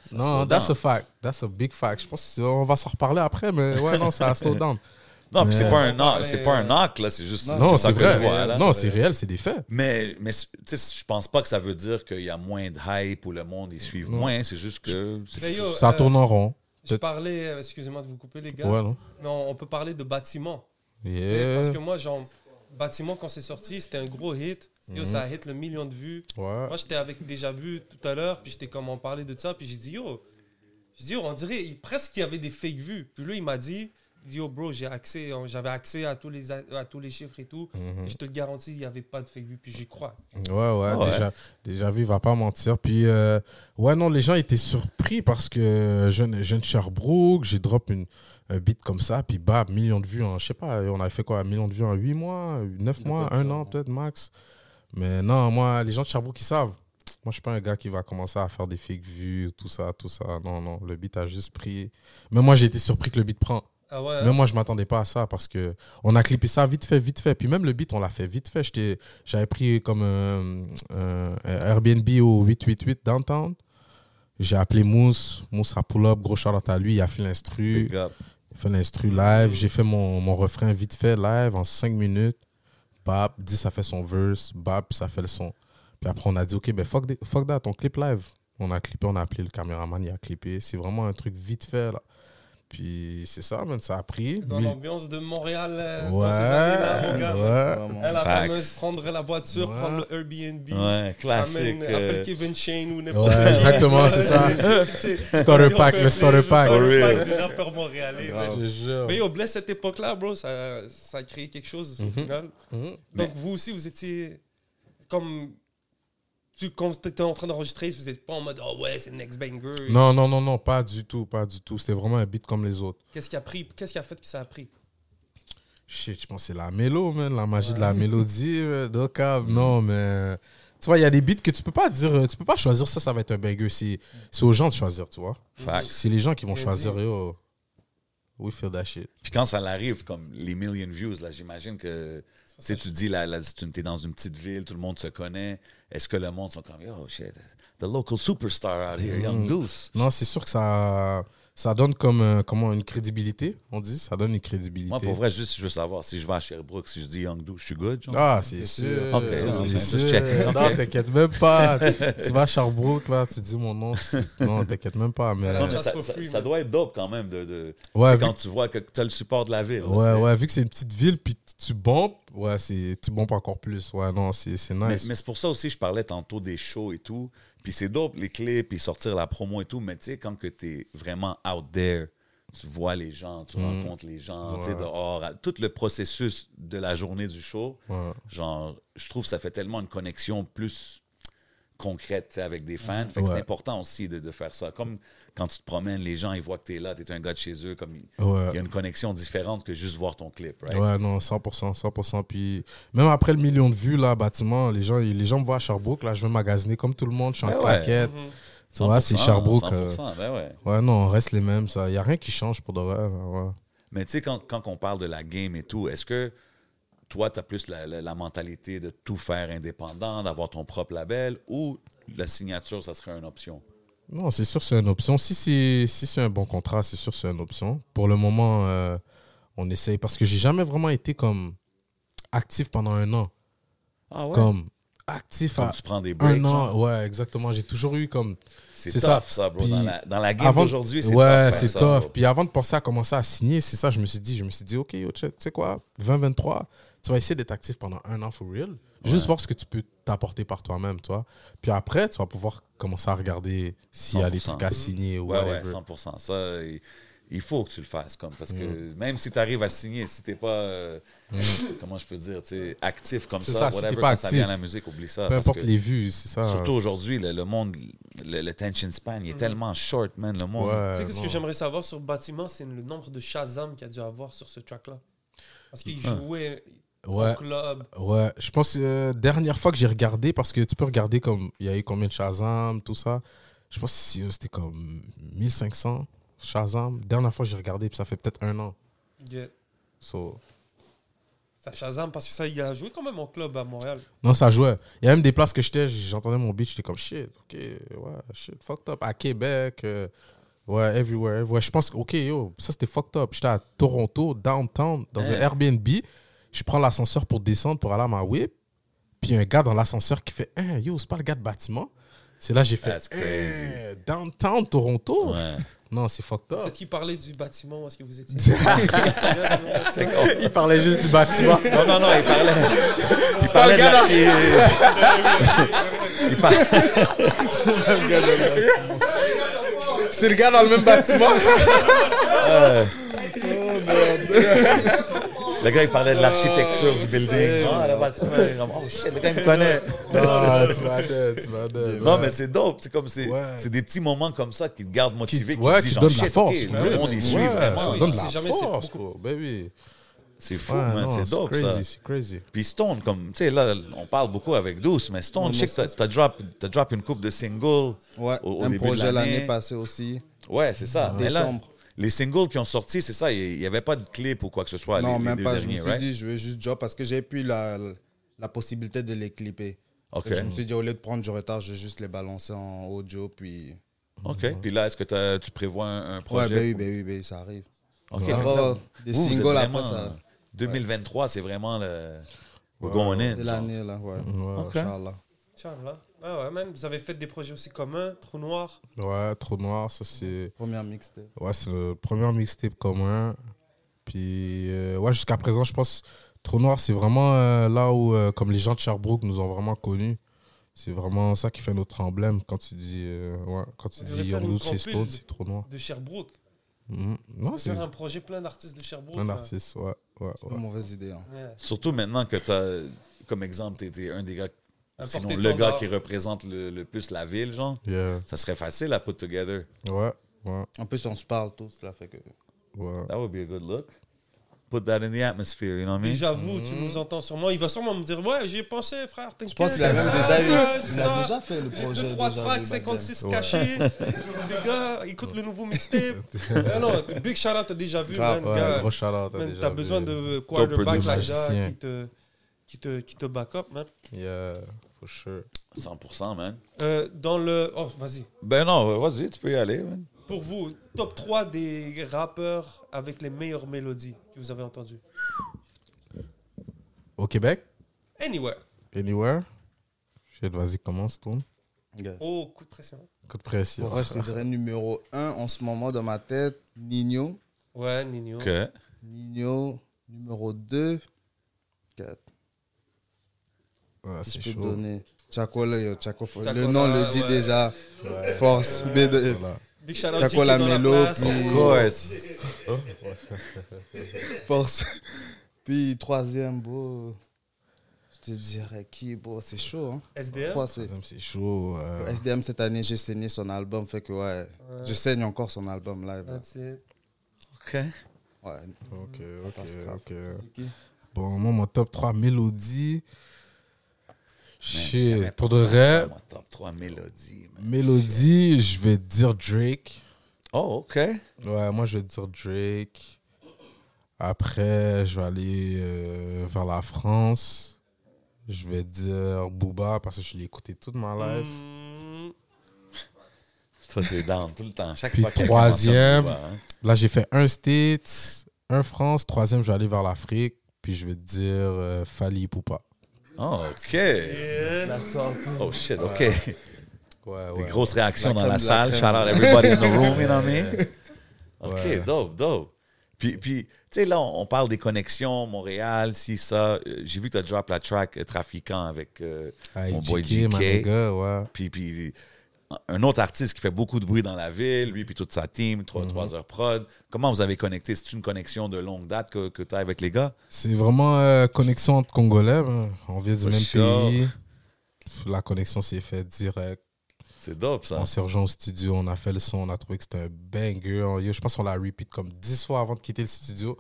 [SPEAKER 4] slow
[SPEAKER 5] non, that's
[SPEAKER 4] down.
[SPEAKER 5] a fact. That's a big fact. Je pense qu'on va s'en reparler après, mais ouais, non, ça a slow down.
[SPEAKER 4] Non, puis c'est
[SPEAKER 5] Mais-
[SPEAKER 4] pas un knock,
[SPEAKER 3] Ouais.
[SPEAKER 4] c'est pas un knock, là, c'est juste
[SPEAKER 5] [laughs]
[SPEAKER 6] Non,
[SPEAKER 5] Non,
[SPEAKER 4] ça
[SPEAKER 5] c'est
[SPEAKER 4] que
[SPEAKER 5] vrai.
[SPEAKER 4] je vois, là.
[SPEAKER 5] non, c'est réel, c'est des faits.
[SPEAKER 4] Mais, mais tu sais, je pense pas que ça veut dire qu'il y a moins de hype ou le monde y suit moins, c'est juste que... c'est-
[SPEAKER 3] Mais yo,
[SPEAKER 5] ça
[SPEAKER 3] euh,
[SPEAKER 5] tourne en rond.
[SPEAKER 3] Je parlais, euh, excusez-moi de vous couper les gars,
[SPEAKER 5] Ouais, non?
[SPEAKER 3] mais on, on peut parler de bâtiment. tu sais,
[SPEAKER 5] Yeah.
[SPEAKER 3] Parce que moi, genre, bâtiment, quand c'est sorti, c'était un gros hit. Yo, ça a
[SPEAKER 5] Mhm.
[SPEAKER 3] hit le million de vues.
[SPEAKER 5] Ouais.
[SPEAKER 3] Moi, j'étais avec déjà vu tout à l'heure, puis j'étais comme on parlait de ça, puis j'ai dit yo, je dis yo, on dirait il- presque qu'il y avait des fake vues. Puis lui, il m'a dit, il dit yo bro, j'ai accès, euh, j'avais accès à tous les a- à tous les chiffres et tout.
[SPEAKER 5] Mhm.
[SPEAKER 3] Et je te le garantis, il n'y avait pas de fake vues, puis j'y crois.
[SPEAKER 5] Ouais, ouais,
[SPEAKER 4] ouais.
[SPEAKER 5] Déjà, déjà vu, il va pas mentir. Puis, euh, ouais, non, les gens étaient surpris parce que jeune, jeune Sherbrooke, j'ai drop une, un beat comme ça, puis bah, million de vues en, je sais pas, on avait fait quoi, un million de vues en 8 mois, 9 mois, 1 an peut-être max. Mais non, moi, les gens de Sherbrooke, ils savent. Moi, je suis pas un gars qui va commencer à faire des fake vues, tout ça, tout ça. Non, non, le beat a juste pris. Mais moi, j'ai été surpris que le beat prend.
[SPEAKER 3] Ah ouais.
[SPEAKER 5] Même
[SPEAKER 3] hein?
[SPEAKER 5] moi, je m'attendais pas à ça parce que on a clippé ça vite fait, vite fait. Puis même le beat, on l'a fait vite fait. J'étais- J'avais pris comme euh, euh, un Airbnb au 888 downtown. J'ai appelé Mousse. Mousse a pull up. Gros charlotte à lui. Il a fait l'instru.
[SPEAKER 4] Big up.
[SPEAKER 5] Il a fait l'instru live. J'ai fait mon, mon refrain vite fait live en 5 minutes. Bap, 10, ça fait son verse. Bap, ça fait le son. Puis après, on a dit, OK, ben fuck, the- fuck that, on clip live. On a clippé, on a appelé le caméraman, il a clippé. C'est vraiment un truc vite fait, là. Puis c'est ça, man, ça a pris.
[SPEAKER 3] Dans
[SPEAKER 5] Mille-
[SPEAKER 3] l'ambiance de Montréal euh, dans ces années-là, mon gars.
[SPEAKER 5] Ouais,
[SPEAKER 6] Vraiment.
[SPEAKER 3] Hein, La
[SPEAKER 4] Facts.
[SPEAKER 3] fameuse prendre la voiture,
[SPEAKER 5] Ouais.
[SPEAKER 3] prendre le Airbnb.
[SPEAKER 4] Ouais, classique.
[SPEAKER 3] Amène, appelle
[SPEAKER 4] euh,
[SPEAKER 3] Kevin Shane ou
[SPEAKER 5] ouais.
[SPEAKER 3] n'importe
[SPEAKER 5] ouais, Oh, [laughs] exactement, c'est ça. [laughs] Starter pack, le starter pack.
[SPEAKER 4] For
[SPEAKER 3] Le
[SPEAKER 4] real.
[SPEAKER 3] pack du rappeur montréalais.
[SPEAKER 6] Grave.
[SPEAKER 5] Je te jure.
[SPEAKER 3] Mais au blesse cette époque-là, bro, ça, ça a créé quelque chose au final.
[SPEAKER 5] Mhm.
[SPEAKER 3] Donc vous aussi, vous étiez comme tu, quand tu étais en train d'enregistrer, vous n'êtes pas en mode, oh ouais, c'est Next Banger.
[SPEAKER 5] Non, non, non, non, pas du tout, pas du tout. C'était vraiment un beat comme les autres.
[SPEAKER 3] Qu'est-ce qui a pris Qu'est-ce qui a fait que ça a pris
[SPEAKER 5] Shit, je pense que c'est la mélo, man, la magie de
[SPEAKER 4] [laughs]
[SPEAKER 5] la mélodie, man, de cave.
[SPEAKER 4] Mm.
[SPEAKER 5] Non, mais tu vois, il y a des beats que tu peux pas dire, euh, tu peux pas choisir ça, ça va être un banger. C'est c'est aux gens de choisir, tu vois.
[SPEAKER 4] Facts.
[SPEAKER 5] C'est les gens qui vont
[SPEAKER 3] Bien
[SPEAKER 5] choisir,
[SPEAKER 3] dit.
[SPEAKER 5] yo, we feel that shit.
[SPEAKER 4] Puis quand ça l'arrive, comme les million views, là, j'imagine que tu sais, tu dis, là, là, tu es dans une petite ville, tout le monde se connaît. Est-ce que le monde sont comme, oh shit, the local superstar out here, Young Goose?
[SPEAKER 5] Mm. Non, c'est sûr que ça, ça donne comme euh, comment une crédibilité, on dit, ça donne une crédibilité.
[SPEAKER 4] Moi, pour vrai, juste, je veux savoir, si je vais à Sherbrooke, si je dis Young Goose, je suis good, genre?
[SPEAKER 5] Ah, c'est sûr.
[SPEAKER 4] Ok,
[SPEAKER 5] c'est
[SPEAKER 4] ok,
[SPEAKER 5] sûr.
[SPEAKER 4] je check.
[SPEAKER 5] Non,
[SPEAKER 4] Ok.
[SPEAKER 5] t'inquiète même pas.
[SPEAKER 4] [laughs]
[SPEAKER 5] tu vas à Sherbrooke, là, tu dis mon nom. c'est- Non, t'inquiète même pas. Mais...
[SPEAKER 4] Non, mais
[SPEAKER 3] Just
[SPEAKER 4] ça,
[SPEAKER 3] for
[SPEAKER 4] ça-
[SPEAKER 3] free,
[SPEAKER 4] ça
[SPEAKER 3] man.
[SPEAKER 4] doit être dope quand même de, de-
[SPEAKER 5] Ouais,
[SPEAKER 4] c'est
[SPEAKER 5] Ah, vu,
[SPEAKER 4] quand tu vois que tu as le support de la ville. là,
[SPEAKER 5] ouais,
[SPEAKER 4] tu sais.
[SPEAKER 5] ouais, vu que c'est une petite ville, puis tu- tu bombes, ouais, c'est- tu bombes encore plus. Ouais, non, c'est c'est
[SPEAKER 4] Mais,
[SPEAKER 5] nice.
[SPEAKER 4] mais c'est pour ça aussi, je parlais tantôt des shows et tout. Puis c'est dope, les clips, puis sortir la promo et tout. Mais tu sais, quand que t'es vraiment out there, tu vois les gens, tu rencontres les gens, tu sais,
[SPEAKER 5] Mm. Ouais.
[SPEAKER 4] dehors, à- tout le processus de la journée du show,
[SPEAKER 5] Ouais.
[SPEAKER 4] genre, je trouve que ça fait tellement une connexion plus concrète tu sais, avec des fans. Fait que
[SPEAKER 5] Ouais.
[SPEAKER 4] c'est important aussi de, de faire ça. Comme quand tu te promènes, les gens, ils voient que t'es là, t'es un gars de chez eux. Comme, il
[SPEAKER 5] Ouais.
[SPEAKER 4] il y a une connexion différente que juste voir ton clip, right?
[SPEAKER 5] Ouais, non, 100%, 100%. Puis même après le million de vues, là, bâtiment, les gens, ils- les gens me voient à Sherbrooke, là, je vais magasiner comme tout le monde, je suis en
[SPEAKER 4] Ouais, Mm-hmm. ouais.
[SPEAKER 5] claquette. Tu vois, c'est
[SPEAKER 4] 100%,
[SPEAKER 5] Sherbrooke. euh,
[SPEAKER 4] 100%, ben ouais.
[SPEAKER 5] Ouais, non, on reste les mêmes, ça. Il n'y a rien qui change pour de vrai. là, ouais.
[SPEAKER 4] Mais tu sais, quand, quand on parle de la game et tout, est-ce que toi, tu as plus la, la- la mentalité de tout faire indépendant, d'avoir ton propre label ou la signature, ça serait une option?
[SPEAKER 5] Non, c'est sûr, c'est une option. Si c'est si c'est un bon contrat, c'est sûr, c'est une option. Pour le moment, euh, on essaye parce que j'ai jamais vraiment été comme actif pendant un an.
[SPEAKER 4] Ah ouais? Comme,
[SPEAKER 5] Comme actif à
[SPEAKER 4] tu prends des breaks.
[SPEAKER 5] un
[SPEAKER 4] genre.
[SPEAKER 5] an. Ah Ouais, exactement. J'ai toujours eu comme
[SPEAKER 4] C'est
[SPEAKER 5] c'est
[SPEAKER 4] tough,
[SPEAKER 5] ça.
[SPEAKER 4] ça, bro.
[SPEAKER 5] Puis
[SPEAKER 4] dans, la, dans la game
[SPEAKER 5] avant-
[SPEAKER 4] d'aujourd'hui, c'est
[SPEAKER 5] ouais,
[SPEAKER 4] tough.
[SPEAKER 5] c'est
[SPEAKER 4] faire ça,
[SPEAKER 5] tough.
[SPEAKER 4] bro.
[SPEAKER 5] Puis avant de penser à commencer à signer, c'est ça, je me suis dit, je me suis dit, OK, yo, tu tu sais quoi, 2023, tu vas essayer d'être actif pendant un an for real. Juste voir ce que tu peux t'apporter par toi-même, toi. Puis après, tu vas pouvoir commencer à regarder s'il y a des
[SPEAKER 4] 100%.
[SPEAKER 5] trucs à signer ou
[SPEAKER 4] Ouais, ouais,
[SPEAKER 5] whatever.
[SPEAKER 4] 100 Ça, il, il faut que tu le fasses. comme Parce que
[SPEAKER 5] Mm.
[SPEAKER 4] même si tu arrives à signer, si tu n'es pas, euh, comment je peux dire, tu sais, actif comme
[SPEAKER 5] C'est
[SPEAKER 4] ça,
[SPEAKER 5] ça, si t'es
[SPEAKER 4] whatever,
[SPEAKER 5] pas
[SPEAKER 4] quand ça vient à la
[SPEAKER 5] actif,
[SPEAKER 4] musique, oublie ça.
[SPEAKER 5] Peu
[SPEAKER 4] parce
[SPEAKER 5] importe
[SPEAKER 4] que-
[SPEAKER 5] les vues, c'est ça.
[SPEAKER 4] Surtout aujourd'hui, le, le monde, le, le tension span, il est tellement short, man, le monde.
[SPEAKER 5] Ouais,
[SPEAKER 3] Tu sais, ce
[SPEAKER 5] Euh, non.
[SPEAKER 3] que j'aimerais savoir sur Bâtiment, c'est le nombre de Shazam qu'il a dû avoir sur ce track-là. Parce qu'il jouait
[SPEAKER 5] Ah. Ouais,
[SPEAKER 3] au club.
[SPEAKER 5] ouais. Je pense que euh, dernière fois que j'ai regardé, parce que tu peux regarder comme il y a eu combien de Shazam, tout ça. Je pense que si, euh, c'était comme 1500 Shazam. Dernière fois que j'ai regardé, puis ça fait peut-être un an.
[SPEAKER 3] Yeah.
[SPEAKER 5] So,
[SPEAKER 3] Ça Shazam, parce que ça, il a joué quand même en club à Montréal.
[SPEAKER 5] Non, ça jouait. Il y a même des places que j'étais, j'entendais mon beat, j'étais comme shit, ok, ouais, shit, fucked up. À Québec, euh, ouais, everywhere, everywhere. Je pense que, ok, yo, ça c'était fucked up. J'étais à Toronto, downtown, dans un
[SPEAKER 4] Hein.
[SPEAKER 5] Airbnb. Je prends l'ascenseur pour descendre, pour aller à ma whip. Puis il y a un gars dans l'ascenseur qui fait, hein, yo, c'est pas le gars de bâtiment. C'est là que j'ai fait,
[SPEAKER 4] That's crazy.
[SPEAKER 5] hein, downtown Toronto.
[SPEAKER 4] Ouais.
[SPEAKER 5] Non, c'est fucked up.
[SPEAKER 3] [laughs]
[SPEAKER 6] Oh.
[SPEAKER 3] Peut-être qu'il parlait du bâtiment où est-ce que vous
[SPEAKER 6] [laughs]
[SPEAKER 3] étiez. hein.
[SPEAKER 5] Il parlait juste du bâtiment. [laughs]
[SPEAKER 4] Non, non, non, il parlait. Il parlait de
[SPEAKER 5] gars,
[SPEAKER 4] la chie- il, par-
[SPEAKER 6] [laughs]
[SPEAKER 5] C'est le gars dans le même bâtiment.
[SPEAKER 4] Le gars, il parlait de l'architecture du building. Ah, le bâtiment, il est comme, Oh shit, le gars, il me connaît.
[SPEAKER 5] Ah, tu m'as dit, tu m'as dit,
[SPEAKER 4] Non,
[SPEAKER 5] ouais.
[SPEAKER 4] mais c'est dope. C'est comme c'est,
[SPEAKER 5] Ouais.
[SPEAKER 4] c'est des petits moments comme ça qui te gardent motivé.
[SPEAKER 5] ouais,
[SPEAKER 4] te
[SPEAKER 5] qui
[SPEAKER 4] disent,
[SPEAKER 5] donne
[SPEAKER 4] genre,
[SPEAKER 5] de la
[SPEAKER 4] Shit,
[SPEAKER 5] force,
[SPEAKER 4] ok,
[SPEAKER 5] ouais.
[SPEAKER 4] le monde, il suit
[SPEAKER 5] Ouais,
[SPEAKER 4] vraiment.
[SPEAKER 5] Ça
[SPEAKER 3] oui.
[SPEAKER 5] donne de
[SPEAKER 3] C'est
[SPEAKER 5] la
[SPEAKER 3] jamais- c'est
[SPEAKER 5] force,
[SPEAKER 3] beaucoup.
[SPEAKER 5] quoi. Ben oui.
[SPEAKER 4] C'est fou,
[SPEAKER 5] Ouais,
[SPEAKER 4] man.
[SPEAKER 5] non,
[SPEAKER 4] c'est dope,
[SPEAKER 5] crazy,
[SPEAKER 4] ça.
[SPEAKER 5] C'est crazy.
[SPEAKER 4] Puis Stone, comme, tu sais, là, on parle beaucoup avec Douce, mais Stone, je sais que t'as, t'as drop, t'as drop une coupe de singles.
[SPEAKER 6] Ouais,
[SPEAKER 4] au- au
[SPEAKER 6] un
[SPEAKER 4] début de
[SPEAKER 6] projet l'année
[SPEAKER 4] l'année.
[SPEAKER 6] passée aussi.
[SPEAKER 4] Ouais, c'est ça. Mais là,
[SPEAKER 6] Décembre.
[SPEAKER 4] les singles qui ont sorti, c'est ça. Il n'y avait pas de clip ou quoi que ce soit. les,
[SPEAKER 6] non,
[SPEAKER 4] les
[SPEAKER 6] même
[SPEAKER 4] deux
[SPEAKER 6] pas. Je me
[SPEAKER 4] derniers,
[SPEAKER 6] suis
[SPEAKER 4] right?
[SPEAKER 6] dit, je vais juste job parce que j'ai plus la, la possibilité de les clipper.
[SPEAKER 4] OK.
[SPEAKER 6] Je me suis dit, au lieu de prendre du retard, je vais juste les balancer en audio. Puis...
[SPEAKER 4] OK. Puis là, est-ce que t'as- tu prévois un, un
[SPEAKER 6] Ouais,
[SPEAKER 4] projet?
[SPEAKER 6] ben oui, ben oui, ben oui, ça arrive.
[SPEAKER 4] OK.
[SPEAKER 6] Après,
[SPEAKER 4] Fait que là,
[SPEAKER 6] des
[SPEAKER 4] vous, vous êtes
[SPEAKER 6] singles
[SPEAKER 4] vraiment-
[SPEAKER 6] après ça.
[SPEAKER 4] 2023, c'est vraiment le. We're going in.
[SPEAKER 6] C'est
[SPEAKER 4] genre.
[SPEAKER 6] l'année, là, ouais.
[SPEAKER 5] Ouais,
[SPEAKER 4] Ok.
[SPEAKER 6] Inch'Allah.
[SPEAKER 3] Charles, là. Ah ouais, même, vous avez fait des projets aussi communs, Trou Noir.
[SPEAKER 5] ouais, Trou Noir, ça c'est.
[SPEAKER 6] Première mixtape.
[SPEAKER 5] Ouais, c'est le premier mixtape commun. Puis, euh, ouais, jusqu'à présent, je pense, Trou Noir, c'est vraiment euh, là où, euh, comme les gens de Sherbrooke nous ont vraiment connus. C'est vraiment ça qui fait notre emblème quand tu dis, euh, ouais, quand tu
[SPEAKER 3] Vous devez
[SPEAKER 5] dis
[SPEAKER 3] faire
[SPEAKER 5] Young
[SPEAKER 3] une
[SPEAKER 5] Loose, c'est
[SPEAKER 3] compile.
[SPEAKER 5] Stone, c'est Trou Noir.
[SPEAKER 3] De Sherbrooke.
[SPEAKER 5] Mhm.
[SPEAKER 6] Ah,
[SPEAKER 5] Non, c'est
[SPEAKER 3] Faire un projet plein d'artistes de Sherbrooke.
[SPEAKER 5] plein
[SPEAKER 3] là.
[SPEAKER 5] d'artistes, ouais. ouais,
[SPEAKER 6] Pas
[SPEAKER 5] ouais.
[SPEAKER 6] mauvaise idée. hein.
[SPEAKER 3] Ouais.
[SPEAKER 4] Surtout maintenant que tu as, comme exemple, tu es, un des gars
[SPEAKER 3] Un
[SPEAKER 4] Sinon, le
[SPEAKER 3] porte-étendard.
[SPEAKER 4] gars qui représente le, le plus la ville, genre,
[SPEAKER 5] Yeah.
[SPEAKER 4] ça serait facile à put together.
[SPEAKER 5] Ouais, ouais,
[SPEAKER 6] En plus, on se parle tous, là, fait que...
[SPEAKER 5] ouais.
[SPEAKER 4] That would be a good look. Put that in the atmosphere, you know what I
[SPEAKER 3] Et
[SPEAKER 4] mean?
[SPEAKER 3] j'avoue, tu nous entends sûrement. Il va sûrement me dire Ouais, j'y ai pensé, frère. Ah,
[SPEAKER 6] Je pense qu'il a même déjà eu... Il a déjà fait le projet,
[SPEAKER 3] J'ai 3
[SPEAKER 6] déjà,
[SPEAKER 3] tracks,
[SPEAKER 6] de
[SPEAKER 3] 56
[SPEAKER 5] Ouais.
[SPEAKER 3] cachés. Les gars, écoute le nouveau
[SPEAKER 6] [laughs]
[SPEAKER 3] mixtape. Ah non, big shout out, t'as déjà vu,
[SPEAKER 6] Grave,
[SPEAKER 3] man.
[SPEAKER 5] Ouais,
[SPEAKER 3] gars.
[SPEAKER 5] gros shout-out,
[SPEAKER 3] Man,
[SPEAKER 5] déjà
[SPEAKER 3] T'as
[SPEAKER 5] vu.
[SPEAKER 3] besoin de quarterback
[SPEAKER 4] producer.
[SPEAKER 3] là, déjà,
[SPEAKER 5] Magicien.
[SPEAKER 3] qui te, qui te, qui te back up, man.
[SPEAKER 5] Yeah, for sure.
[SPEAKER 4] 100%, man.
[SPEAKER 3] Euh, dans le. Oh, vas-y.
[SPEAKER 4] Ben non, vas-y, tu peux y aller, man.
[SPEAKER 3] Pour vous, top 3 des rappeurs avec les meilleures mélodies que vous avez entendues.
[SPEAKER 5] Au Québec,
[SPEAKER 3] Anywhere.
[SPEAKER 5] anywhere. Shit, vas-y, commence, tourne.
[SPEAKER 6] Yeah.
[SPEAKER 3] Oh, coup de pression.
[SPEAKER 5] Coup de pression.
[SPEAKER 6] Pour vrai, je te dirais numéro 1 en ce moment dans ma tête, Nino.
[SPEAKER 3] Ouais, Nino.
[SPEAKER 4] Que.
[SPEAKER 6] Nino, numéro 2.
[SPEAKER 5] Ouais,
[SPEAKER 6] Si
[SPEAKER 5] Ah, c'est
[SPEAKER 6] je peux te
[SPEAKER 5] chaud.
[SPEAKER 6] donner. Chaco, là, yo, Chaco, faut-
[SPEAKER 3] Chaco,
[SPEAKER 6] le nom
[SPEAKER 3] là,
[SPEAKER 6] le dit
[SPEAKER 3] ouais.
[SPEAKER 6] déjà. Force. Mais de-
[SPEAKER 5] Voilà.
[SPEAKER 3] Big shout out
[SPEAKER 6] Chaco
[SPEAKER 3] Jiki
[SPEAKER 6] la
[SPEAKER 3] dans la
[SPEAKER 6] mélo,
[SPEAKER 3] place.
[SPEAKER 6] puis-
[SPEAKER 4] Of course.
[SPEAKER 6] Force. [laughs] Puis troisième, beau. Je te dirais qui, beau, c'est chaud. Hein.
[SPEAKER 3] SDM.
[SPEAKER 6] Trois, c'est-
[SPEAKER 5] Troisième, C'est chaud. euh,
[SPEAKER 6] SDM, cette année, j'ai saigné son album. Fait que, ouais,
[SPEAKER 3] Ouais,
[SPEAKER 6] je saigne encore son album live. là.
[SPEAKER 3] that's it.
[SPEAKER 4] OK.
[SPEAKER 6] Ouais.
[SPEAKER 5] Ok,
[SPEAKER 6] passe
[SPEAKER 5] ok,
[SPEAKER 6] grave.
[SPEAKER 5] ok.
[SPEAKER 6] C'est qui
[SPEAKER 5] Bon, moi, mon top 3 mélodie.
[SPEAKER 4] Man, j'ai jamais
[SPEAKER 5] Shit, pour de
[SPEAKER 4] pensé à ça,
[SPEAKER 5] vrai,
[SPEAKER 4] moi, Top 3 mélodies, man.
[SPEAKER 5] mélodie, je vais dire Drake.
[SPEAKER 4] Oh, OK.
[SPEAKER 5] Ouais, moi, je vais dire Drake. Après, je vais aller euh, vers la France. Je vais dire Booba parce que je l'ai écouté toute ma life.
[SPEAKER 3] Mm,
[SPEAKER 4] Toi, t'es down tout le temps. Chaque
[SPEAKER 5] Puis
[SPEAKER 4] fois que
[SPEAKER 5] troisième.
[SPEAKER 4] hein.
[SPEAKER 5] Là, j'ai fait un States, un France. Troisième, je vais aller vers l'Afrique. Puis je vais dire euh, Fali Poupa.
[SPEAKER 4] Oh, OK.
[SPEAKER 3] yeah.
[SPEAKER 6] La sortie.
[SPEAKER 4] Oh, shit, OK.
[SPEAKER 5] Ouais,
[SPEAKER 4] Des
[SPEAKER 5] ouais.
[SPEAKER 4] grosses réactions
[SPEAKER 6] La
[SPEAKER 4] dans
[SPEAKER 6] crème
[SPEAKER 4] la
[SPEAKER 6] de la
[SPEAKER 4] salle.
[SPEAKER 6] crème.
[SPEAKER 4] Shout out everybody in the room, you know what I mean?
[SPEAKER 5] [laughs]
[SPEAKER 4] OK,
[SPEAKER 5] Ouais.
[SPEAKER 4] dope, dope. Puis, puis tu sais, là, on on parle des connexions, Montréal, si, ça. Euh, J'ai vu que tu as drop la track euh, Trafiquant avec. euh,
[SPEAKER 5] Avec
[SPEAKER 4] Mon boy
[SPEAKER 5] JK, my
[SPEAKER 4] JK.
[SPEAKER 5] nigga, ouais.
[SPEAKER 4] puis, puis un autre artiste qui fait beaucoup de bruit dans la ville, lui, puis toute sa team, 3,
[SPEAKER 5] Mhm.
[SPEAKER 4] heures prod. Comment vous avez connecté C'est une connexion de longue date que, que tu as avec les gars
[SPEAKER 5] C'est vraiment euh, connexion entre Congolais. ben. On vient du
[SPEAKER 4] For
[SPEAKER 5] même
[SPEAKER 4] sure.
[SPEAKER 5] pays. Pff, La connexion s'est euh, faite direct.
[SPEAKER 4] C'est dope, ça.
[SPEAKER 5] On s'est rejoint au studio, on a fait le son, on a trouvé que c'était un banger. On- yo, Je pense qu'on l'a repeat comme 10 fois avant de quitter
[SPEAKER 3] [laughs]
[SPEAKER 5] le studio.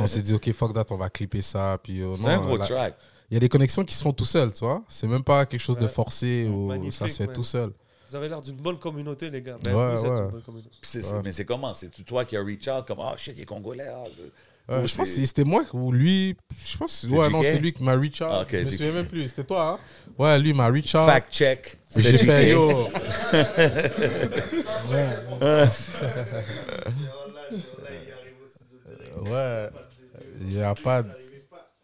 [SPEAKER 5] on s'est dit, OK, fuck that, on va clipper ça. Puis, yo,
[SPEAKER 4] C'est
[SPEAKER 5] non,
[SPEAKER 4] un gros
[SPEAKER 5] la-
[SPEAKER 4] track.
[SPEAKER 5] Il y a des connexions qui se font tout seul, tu vois. C'est même pas quelque chose de
[SPEAKER 3] Ouais.
[SPEAKER 5] forcé ou
[SPEAKER 3] Magnifique,
[SPEAKER 5] ça se fait
[SPEAKER 3] ouais.
[SPEAKER 5] tout seul.
[SPEAKER 3] Vous avez l'air d'une bonne communauté, les gars. Ben,
[SPEAKER 5] Ouais,
[SPEAKER 3] vous êtes
[SPEAKER 5] ouais.
[SPEAKER 3] une bonne communauté.
[SPEAKER 4] Puis c'est- c'est- Mais c'est comment C'est-tu toi qui as reach out comme Ah shit, il est congolais. ah, je-
[SPEAKER 5] Euh,
[SPEAKER 4] Ou
[SPEAKER 5] je pense
[SPEAKER 4] c'est-
[SPEAKER 5] que c'était moi ou lui. Je pense
[SPEAKER 4] C'est
[SPEAKER 5] ouais,
[SPEAKER 4] JK?
[SPEAKER 5] non, c'est lui qui m'a reach out.
[SPEAKER 4] Ah, ok,
[SPEAKER 5] je me
[SPEAKER 4] JK.
[SPEAKER 5] souviens même plus. C'était toi, hein? Ouais, lui m'a reach out.
[SPEAKER 4] Fact check.
[SPEAKER 5] Puis
[SPEAKER 4] C'était
[SPEAKER 5] j'ai fait
[SPEAKER 4] JK.
[SPEAKER 5] yo. ouais. Il n'y a pas. de-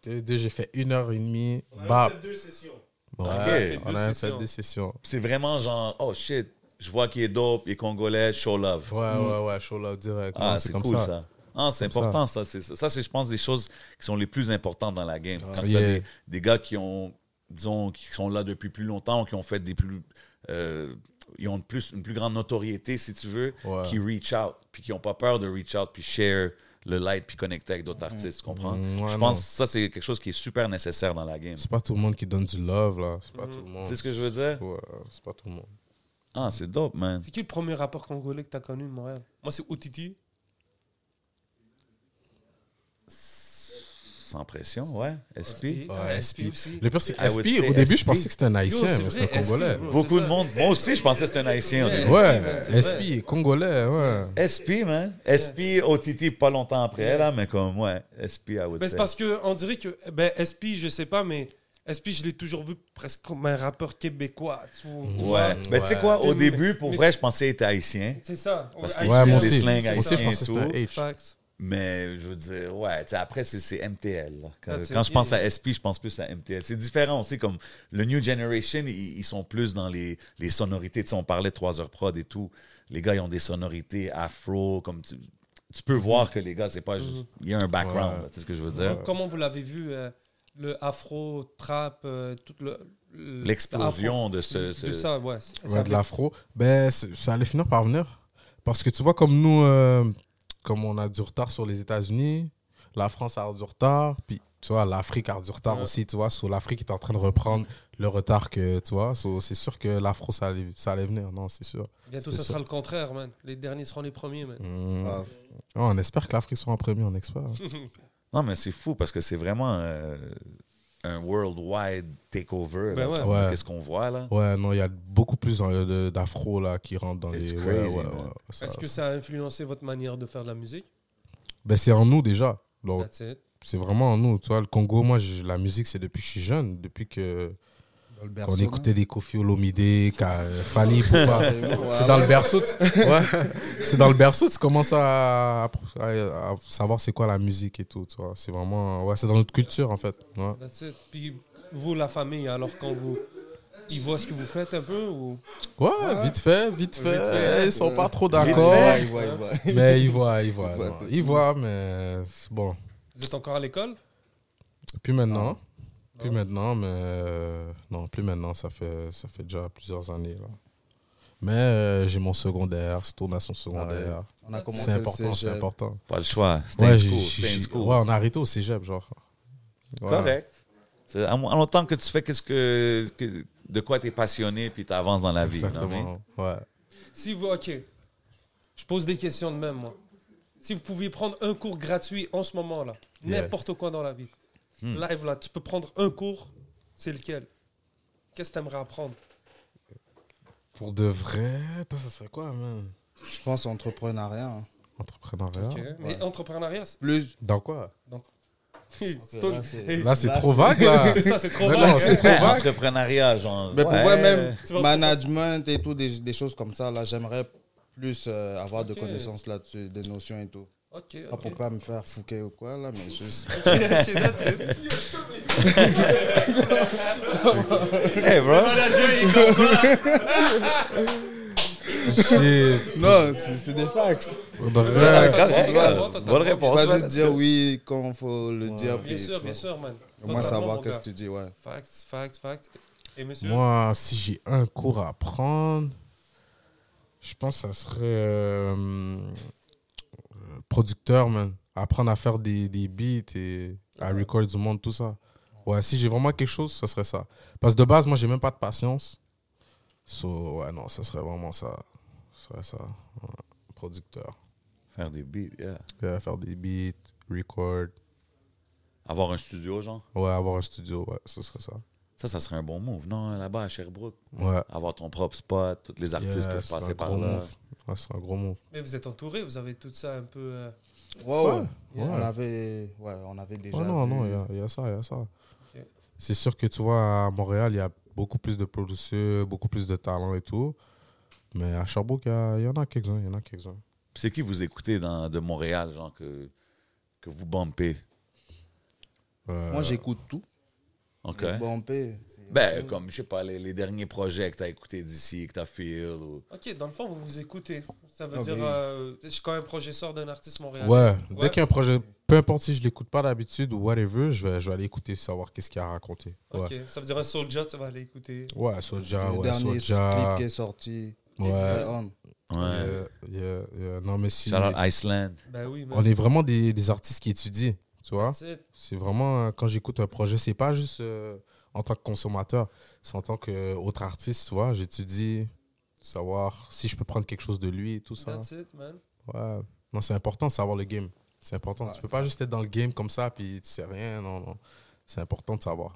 [SPEAKER 5] Deux, deux, j'ai fait une heure et demie. Bah.
[SPEAKER 7] deux sessions.
[SPEAKER 5] Ouais,
[SPEAKER 4] Ok.
[SPEAKER 5] on a
[SPEAKER 3] Deux
[SPEAKER 5] fait
[SPEAKER 3] sessions.
[SPEAKER 5] deux sessions.
[SPEAKER 4] C'est vraiment genre Oh shit, je vois qu'il est dope, il est congolais, show love.
[SPEAKER 5] Ouais, ouais, ouais, show love direct.
[SPEAKER 4] Hmm. Ah,
[SPEAKER 5] Non,
[SPEAKER 4] c'est cool ça. Ah, c'est
[SPEAKER 5] Comme
[SPEAKER 4] important ça. C'est- Ça, c'est, je pense, des choses qui sont les plus importantes dans la game. Quand
[SPEAKER 5] Ah. Yeah.
[SPEAKER 4] t'as des, des gars qui ont, disons, qui sont là depuis plus longtemps, qui ont fait des plus. euh, ils ont de plus, une plus grande notoriété, si tu veux,
[SPEAKER 5] Ouais.
[SPEAKER 4] qui reach out, puis qui n'ont pas peur de reach out, puis share le light, puis connecter avec d'autres artistes, tu comprends?
[SPEAKER 5] Mm, ouais,
[SPEAKER 4] je
[SPEAKER 5] non.
[SPEAKER 4] pense que ça, c'est quelque chose qui est super nécessaire dans la game.
[SPEAKER 5] C'est pas tout le monde qui donne du love, là. C'est pas
[SPEAKER 3] Mhm.
[SPEAKER 5] tout le monde.
[SPEAKER 4] C'est ce que je veux dire?
[SPEAKER 5] Ouais, c'est pas tout le monde.
[SPEAKER 4] Ah, c'est dope, man.
[SPEAKER 3] C'est qui le premier rappeur congolais que t'as connu de Montréal Moi, c'est Otiti.
[SPEAKER 4] Sans pression, ouais. SP.
[SPEAKER 5] Ouais,
[SPEAKER 3] SP Ah, aussi.
[SPEAKER 5] Le pire, c'est que
[SPEAKER 4] I would
[SPEAKER 5] SP,
[SPEAKER 4] say
[SPEAKER 5] au début,
[SPEAKER 4] SP.
[SPEAKER 5] je pensais que c'était un
[SPEAKER 3] Yo,
[SPEAKER 5] haïtien,
[SPEAKER 3] c'est
[SPEAKER 5] mais c'était
[SPEAKER 3] vrai,
[SPEAKER 5] un congolais.
[SPEAKER 3] SP, bro.
[SPEAKER 4] Beaucoup
[SPEAKER 3] c'est
[SPEAKER 4] de
[SPEAKER 3] ça.
[SPEAKER 4] monde. Moi aussi, je pensais que c'était un haïtien. au
[SPEAKER 3] Ouais.
[SPEAKER 4] début.
[SPEAKER 3] man, c'est vrai.
[SPEAKER 5] Ouais, SP, congolais, ouais.
[SPEAKER 4] SP, man. SP, OTT, pas longtemps après, là, mais comme, ouais. SP, I would
[SPEAKER 3] Ben,
[SPEAKER 4] say.
[SPEAKER 3] c'est parce que on dirait que ben, SP, je sais pas, mais SP, je l'ai toujours vu presque comme un rappeur québécois. tu vois.
[SPEAKER 4] Ouais.
[SPEAKER 5] Ouais.
[SPEAKER 4] Mais tu sais quoi,
[SPEAKER 3] T'sais,
[SPEAKER 4] au début, pour
[SPEAKER 3] mais
[SPEAKER 4] vrai,
[SPEAKER 3] c'est-
[SPEAKER 4] je pensais qu'il était haïtien.
[SPEAKER 3] C'est ça.
[SPEAKER 4] Parce
[SPEAKER 3] Ouais,
[SPEAKER 4] que
[SPEAKER 5] Ouais,
[SPEAKER 4] c'est
[SPEAKER 5] moi
[SPEAKER 4] des
[SPEAKER 5] aussi.
[SPEAKER 4] slings
[SPEAKER 5] Moi aussi, je
[SPEAKER 4] haïtiens
[SPEAKER 5] pensais que
[SPEAKER 4] et
[SPEAKER 5] c'était un H.
[SPEAKER 3] Facts.
[SPEAKER 4] Mais je veux dire, ouais, tu sais, après, c'est- c'est MTL. là. Quand,
[SPEAKER 3] That's
[SPEAKER 4] quand
[SPEAKER 3] it.
[SPEAKER 4] je pense à SP, je pense plus à MTL. C'est différent aussi, comme le New Generation, ils, ils sont plus dans les, les sonorités. Tu sais, on parlait de 3 heures prod et tout. Les gars, ils ont des sonorités afro, comme tu, tu peux voir que les gars, c'est pas juste. Il y a un background,
[SPEAKER 5] Ouais.
[SPEAKER 4] là, tu sais ce que je veux dire.
[SPEAKER 3] Comment vous l'avez vu, euh, le afro, trap, euh, toute le- le-
[SPEAKER 4] L'explosion de
[SPEAKER 3] l'afro-
[SPEAKER 4] ce. ce-
[SPEAKER 3] de ça, ouais. Ça
[SPEAKER 5] Ouais, de
[SPEAKER 3] fait-
[SPEAKER 5] l'afro. Ben, c'est- ça allait finir par venir. Parce que tu vois, comme nous, euh, comme on a du retard sur les États-Unis, la France a du retard, puis tu vois, l'Afrique a du retard
[SPEAKER 3] Ouais.
[SPEAKER 5] aussi, tu vois. Sous l'Afrique est en train de reprendre le retard que, tu vois. so, c'est sûr que l'afro, ça allait, ça allait venir, non, c'est sûr.
[SPEAKER 3] Bientôt,
[SPEAKER 5] C'est
[SPEAKER 3] ça
[SPEAKER 5] ça.
[SPEAKER 3] sera le contraire, man. Les derniers seront les premiers, man.
[SPEAKER 5] Mm.
[SPEAKER 6] Ah,
[SPEAKER 5] Ouais, on espère que l'Afrique sera en premier, on espère. hein.
[SPEAKER 4] [laughs] Non, mais c'est fou parce que c'est vraiment euh, un worldwide takeover.
[SPEAKER 3] Ben
[SPEAKER 4] là.
[SPEAKER 3] ouais.
[SPEAKER 5] Ouais.
[SPEAKER 4] Qu'est-ce qu'on voit là?
[SPEAKER 5] Ouais, non, il y a beaucoup plus en- de- d'afro là qui rentrent dans
[SPEAKER 4] It's
[SPEAKER 5] les. ouais,
[SPEAKER 4] crazy,
[SPEAKER 5] ouais,
[SPEAKER 4] man.
[SPEAKER 5] ouais, ça-
[SPEAKER 3] Est-ce que ça a influencé votre manière de faire de la musique
[SPEAKER 5] Ben, c'est en nous déjà. Donc,
[SPEAKER 3] That's it.
[SPEAKER 5] c'est vraiment en nous. Tu vois, le Congo, moi, je- la musique, c'est depuis que je suis jeune, depuis que
[SPEAKER 6] dans le
[SPEAKER 5] on
[SPEAKER 6] berceau,
[SPEAKER 5] écoutait des Kofi Olomide, Ka- euh, Fali, [laughs] Poupa.
[SPEAKER 6] là. Ouais,
[SPEAKER 5] C'est dans
[SPEAKER 6] ouais.
[SPEAKER 5] le berceau. tu- [laughs] ouais. C'est dans le berceau, tu commences à, à- à savoir c'est quoi la musique et tout. tu vois. C'est vraiment. Ouais, c'est dans notre culture en fait. Ouais.
[SPEAKER 3] That's it. Puis vous, la famille, alors quand vous. Ils voient ce que vous faites un peu ou...
[SPEAKER 5] Ouais, vite fait, vite fait. Ils sont pas trop d'accord.
[SPEAKER 6] Ouais, ouais, ouais, ouais.
[SPEAKER 5] Mais ils voient, ils [laughs] voient.
[SPEAKER 6] Ils voient
[SPEAKER 5] non.
[SPEAKER 6] tout.
[SPEAKER 5] Ils voient, mais c'est bon.
[SPEAKER 3] Vous êtes encore à l'école
[SPEAKER 5] Plus maintenant. Plus
[SPEAKER 3] Non.
[SPEAKER 5] maintenant, mais euh, non, plus maintenant, ça fait, ça fait déjà plusieurs années. Là. Mais euh, j'ai mon secondaire, c'est tourné à son secondaire.
[SPEAKER 6] On a commencé
[SPEAKER 5] c'est important,
[SPEAKER 6] le
[SPEAKER 5] c'est
[SPEAKER 6] Ah cégep.
[SPEAKER 5] important.
[SPEAKER 4] Pas le choix. Stay in
[SPEAKER 5] Ouais, j'ai-
[SPEAKER 4] school. Stay in
[SPEAKER 5] j'ai-
[SPEAKER 4] school.
[SPEAKER 5] ouais, on a arrêté au cégep, genre. Ouais.
[SPEAKER 4] Correct. C'est- En, en autant que tu fais qu'est-ce que, que- de quoi tu es passionné puis tu avances dans la vie. non, mais-
[SPEAKER 5] Exactement. Ouais.
[SPEAKER 3] Si vous. Ok. Je pose des questions de même, moi. Si vous pouviez prendre un cours gratuit en ce moment-là,
[SPEAKER 5] Yeah.
[SPEAKER 3] n'importe quoi dans la vie,
[SPEAKER 6] Hmm.
[SPEAKER 3] live là, tu peux prendre un cours, c'est lequel Qu'est-ce que tu aimerais apprendre
[SPEAKER 5] Pour de vrai, toi, ça serait quoi, man
[SPEAKER 6] Je pense entrepreneuriat. hein.
[SPEAKER 5] Entrepreneuriat.
[SPEAKER 3] Ok. Mais entrepreneuriat, c'est-
[SPEAKER 6] Plus.
[SPEAKER 5] Dans quoi
[SPEAKER 3] [laughs] Stone-
[SPEAKER 6] c'est-
[SPEAKER 3] Hey,
[SPEAKER 5] Là, c'est
[SPEAKER 6] Là,
[SPEAKER 5] trop
[SPEAKER 6] c'est-
[SPEAKER 5] vague, là.
[SPEAKER 3] c'est ça, c'est trop
[SPEAKER 5] Mais
[SPEAKER 3] vague,
[SPEAKER 5] non,
[SPEAKER 3] hein.
[SPEAKER 4] [laughs]
[SPEAKER 5] c'est trop
[SPEAKER 4] Ouais,
[SPEAKER 5] vague.
[SPEAKER 4] entrepreneuriat, genre.
[SPEAKER 6] Mais pour
[SPEAKER 4] ouais.
[SPEAKER 6] moi, même
[SPEAKER 3] Tu vas-
[SPEAKER 6] management et tout, des, des choses comme ça, là, j'aimerais plus euh, avoir
[SPEAKER 3] Ok.
[SPEAKER 6] de connaissances là-dessus, des notions et tout.
[SPEAKER 3] Ok,
[SPEAKER 6] Pas
[SPEAKER 3] ok. [laughs]
[SPEAKER 6] pour pas me faire fouquer ou quoi, là, mais juste. [laughs]
[SPEAKER 3] Ok, ok, that's it.
[SPEAKER 4] [laughs] Hey, bro.
[SPEAKER 5] Shit.
[SPEAKER 6] non, c'est c'est des facts.
[SPEAKER 5] Pour de
[SPEAKER 6] Ouais,
[SPEAKER 5] vrai.
[SPEAKER 3] Ouais.
[SPEAKER 4] Correct. Bonne réponse.
[SPEAKER 6] Pas
[SPEAKER 4] man.
[SPEAKER 6] juste dire oui quand faut le dire.
[SPEAKER 3] Bien
[SPEAKER 6] puis,
[SPEAKER 3] sûr,
[SPEAKER 6] tu
[SPEAKER 3] bien
[SPEAKER 6] vois.
[SPEAKER 3] sûr, man.
[SPEAKER 6] Au moins
[SPEAKER 3] Totalement,
[SPEAKER 6] savoir
[SPEAKER 3] mon
[SPEAKER 6] qu'est-ce
[SPEAKER 3] gars.
[SPEAKER 6] que tu dis, ouais.
[SPEAKER 3] Facts, facts, facts. Et monsieur
[SPEAKER 5] Moi, si j'ai un cours à prendre, je pense que ça serait euh, euh, producteur, man. Apprendre à faire des, des beats et à record du monde, tout ça. Ouais, si j'ai vraiment quelque chose, ça serait ça. Parce que de base, moi, j'ai même pas de patience. So, ouais, non, ça serait vraiment ça. Ça serait ça. ouais. Producteur.
[SPEAKER 4] Faire des beats, yeah.
[SPEAKER 5] Euh, faire des beats, record.
[SPEAKER 4] Avoir un studio, genre.
[SPEAKER 5] Ouais, avoir un studio, ouais, ça serait ça.
[SPEAKER 4] Ça, ça serait un bon move. Non, là-bas à Sherbrooke.
[SPEAKER 5] Ouais.
[SPEAKER 4] Avoir ton propre spot, tous les artistes
[SPEAKER 5] Yeah,
[SPEAKER 4] peuvent
[SPEAKER 5] c'est un
[SPEAKER 4] passer par
[SPEAKER 5] gros
[SPEAKER 4] là.
[SPEAKER 5] move. Ouais, c'est un gros move.
[SPEAKER 3] Mais vous êtes entouré, vous avez tout ça un peu. euh,
[SPEAKER 6] Ouais, ouais.
[SPEAKER 5] Ouais.
[SPEAKER 6] On avait, ouais, on avait déjà.
[SPEAKER 5] Oh non,
[SPEAKER 6] vu.
[SPEAKER 5] non, il y a- il y, a ça, il y a ça. C'est sûr que tu vois, à Montréal, il y a beaucoup plus de producteurs, beaucoup plus de talents et tout. Mais à Sherbrooke, il y, a- il y en a quelques-uns, il y en a quelques-uns.
[SPEAKER 4] Puis C'est qui vous écoutez dans, de Montréal, genre, que, que vous bumpez?
[SPEAKER 5] Euh,
[SPEAKER 6] Moi, j'écoute tout.
[SPEAKER 4] OK.
[SPEAKER 6] Bon, paix.
[SPEAKER 4] Ben, comme, je sais pas, les, les derniers projets que t'as écoutés d'ici, que t'as fait. ou-
[SPEAKER 3] Ok, dans le fond, vous vous écoutez. Ça veut
[SPEAKER 6] Ah,
[SPEAKER 3] dire,
[SPEAKER 6] mais-
[SPEAKER 3] euh, quand un projet sort d'un artiste montréalais.
[SPEAKER 5] Ouais,
[SPEAKER 3] euh, Ouais.
[SPEAKER 5] dès qu'il y a un projet, peu importe si je l'écoute pas d'habitude ou whatever, je vais, je vais aller écouter, savoir qu'est-ce qu'il y a à raconter. Ouais,
[SPEAKER 3] Ok, ça veut dire un soldier, tu vas aller écouter.
[SPEAKER 5] ouais Soulja,
[SPEAKER 6] le
[SPEAKER 5] Ah ouais,
[SPEAKER 6] dernier
[SPEAKER 5] Soulja.
[SPEAKER 6] clip qui est sorti.
[SPEAKER 5] Ouais.
[SPEAKER 6] Fred On.
[SPEAKER 4] Ouais.
[SPEAKER 5] Euh, yeah, yeah. Non, mais si.
[SPEAKER 4] Shout out Iceland.
[SPEAKER 3] Ben oui, mais.
[SPEAKER 5] On est vraiment des, des artistes qui étudient, tu vois.
[SPEAKER 3] C'est-
[SPEAKER 5] C'est vraiment, euh, quand j'écoute un projet, c'est pas juste euh, en tant que consommateur, c'est en tant qu'autre artiste, tu vois. J'étudie, savoir si je peux prendre quelque chose de lui et tout ça.
[SPEAKER 3] That's it, man.
[SPEAKER 5] Ouais. Non, c'est important de savoir le game. C'est important.
[SPEAKER 6] Ouais.
[SPEAKER 5] Tu peux pas juste être dans le game comme ça, puis tu sais rien, non, non. C'est important de savoir.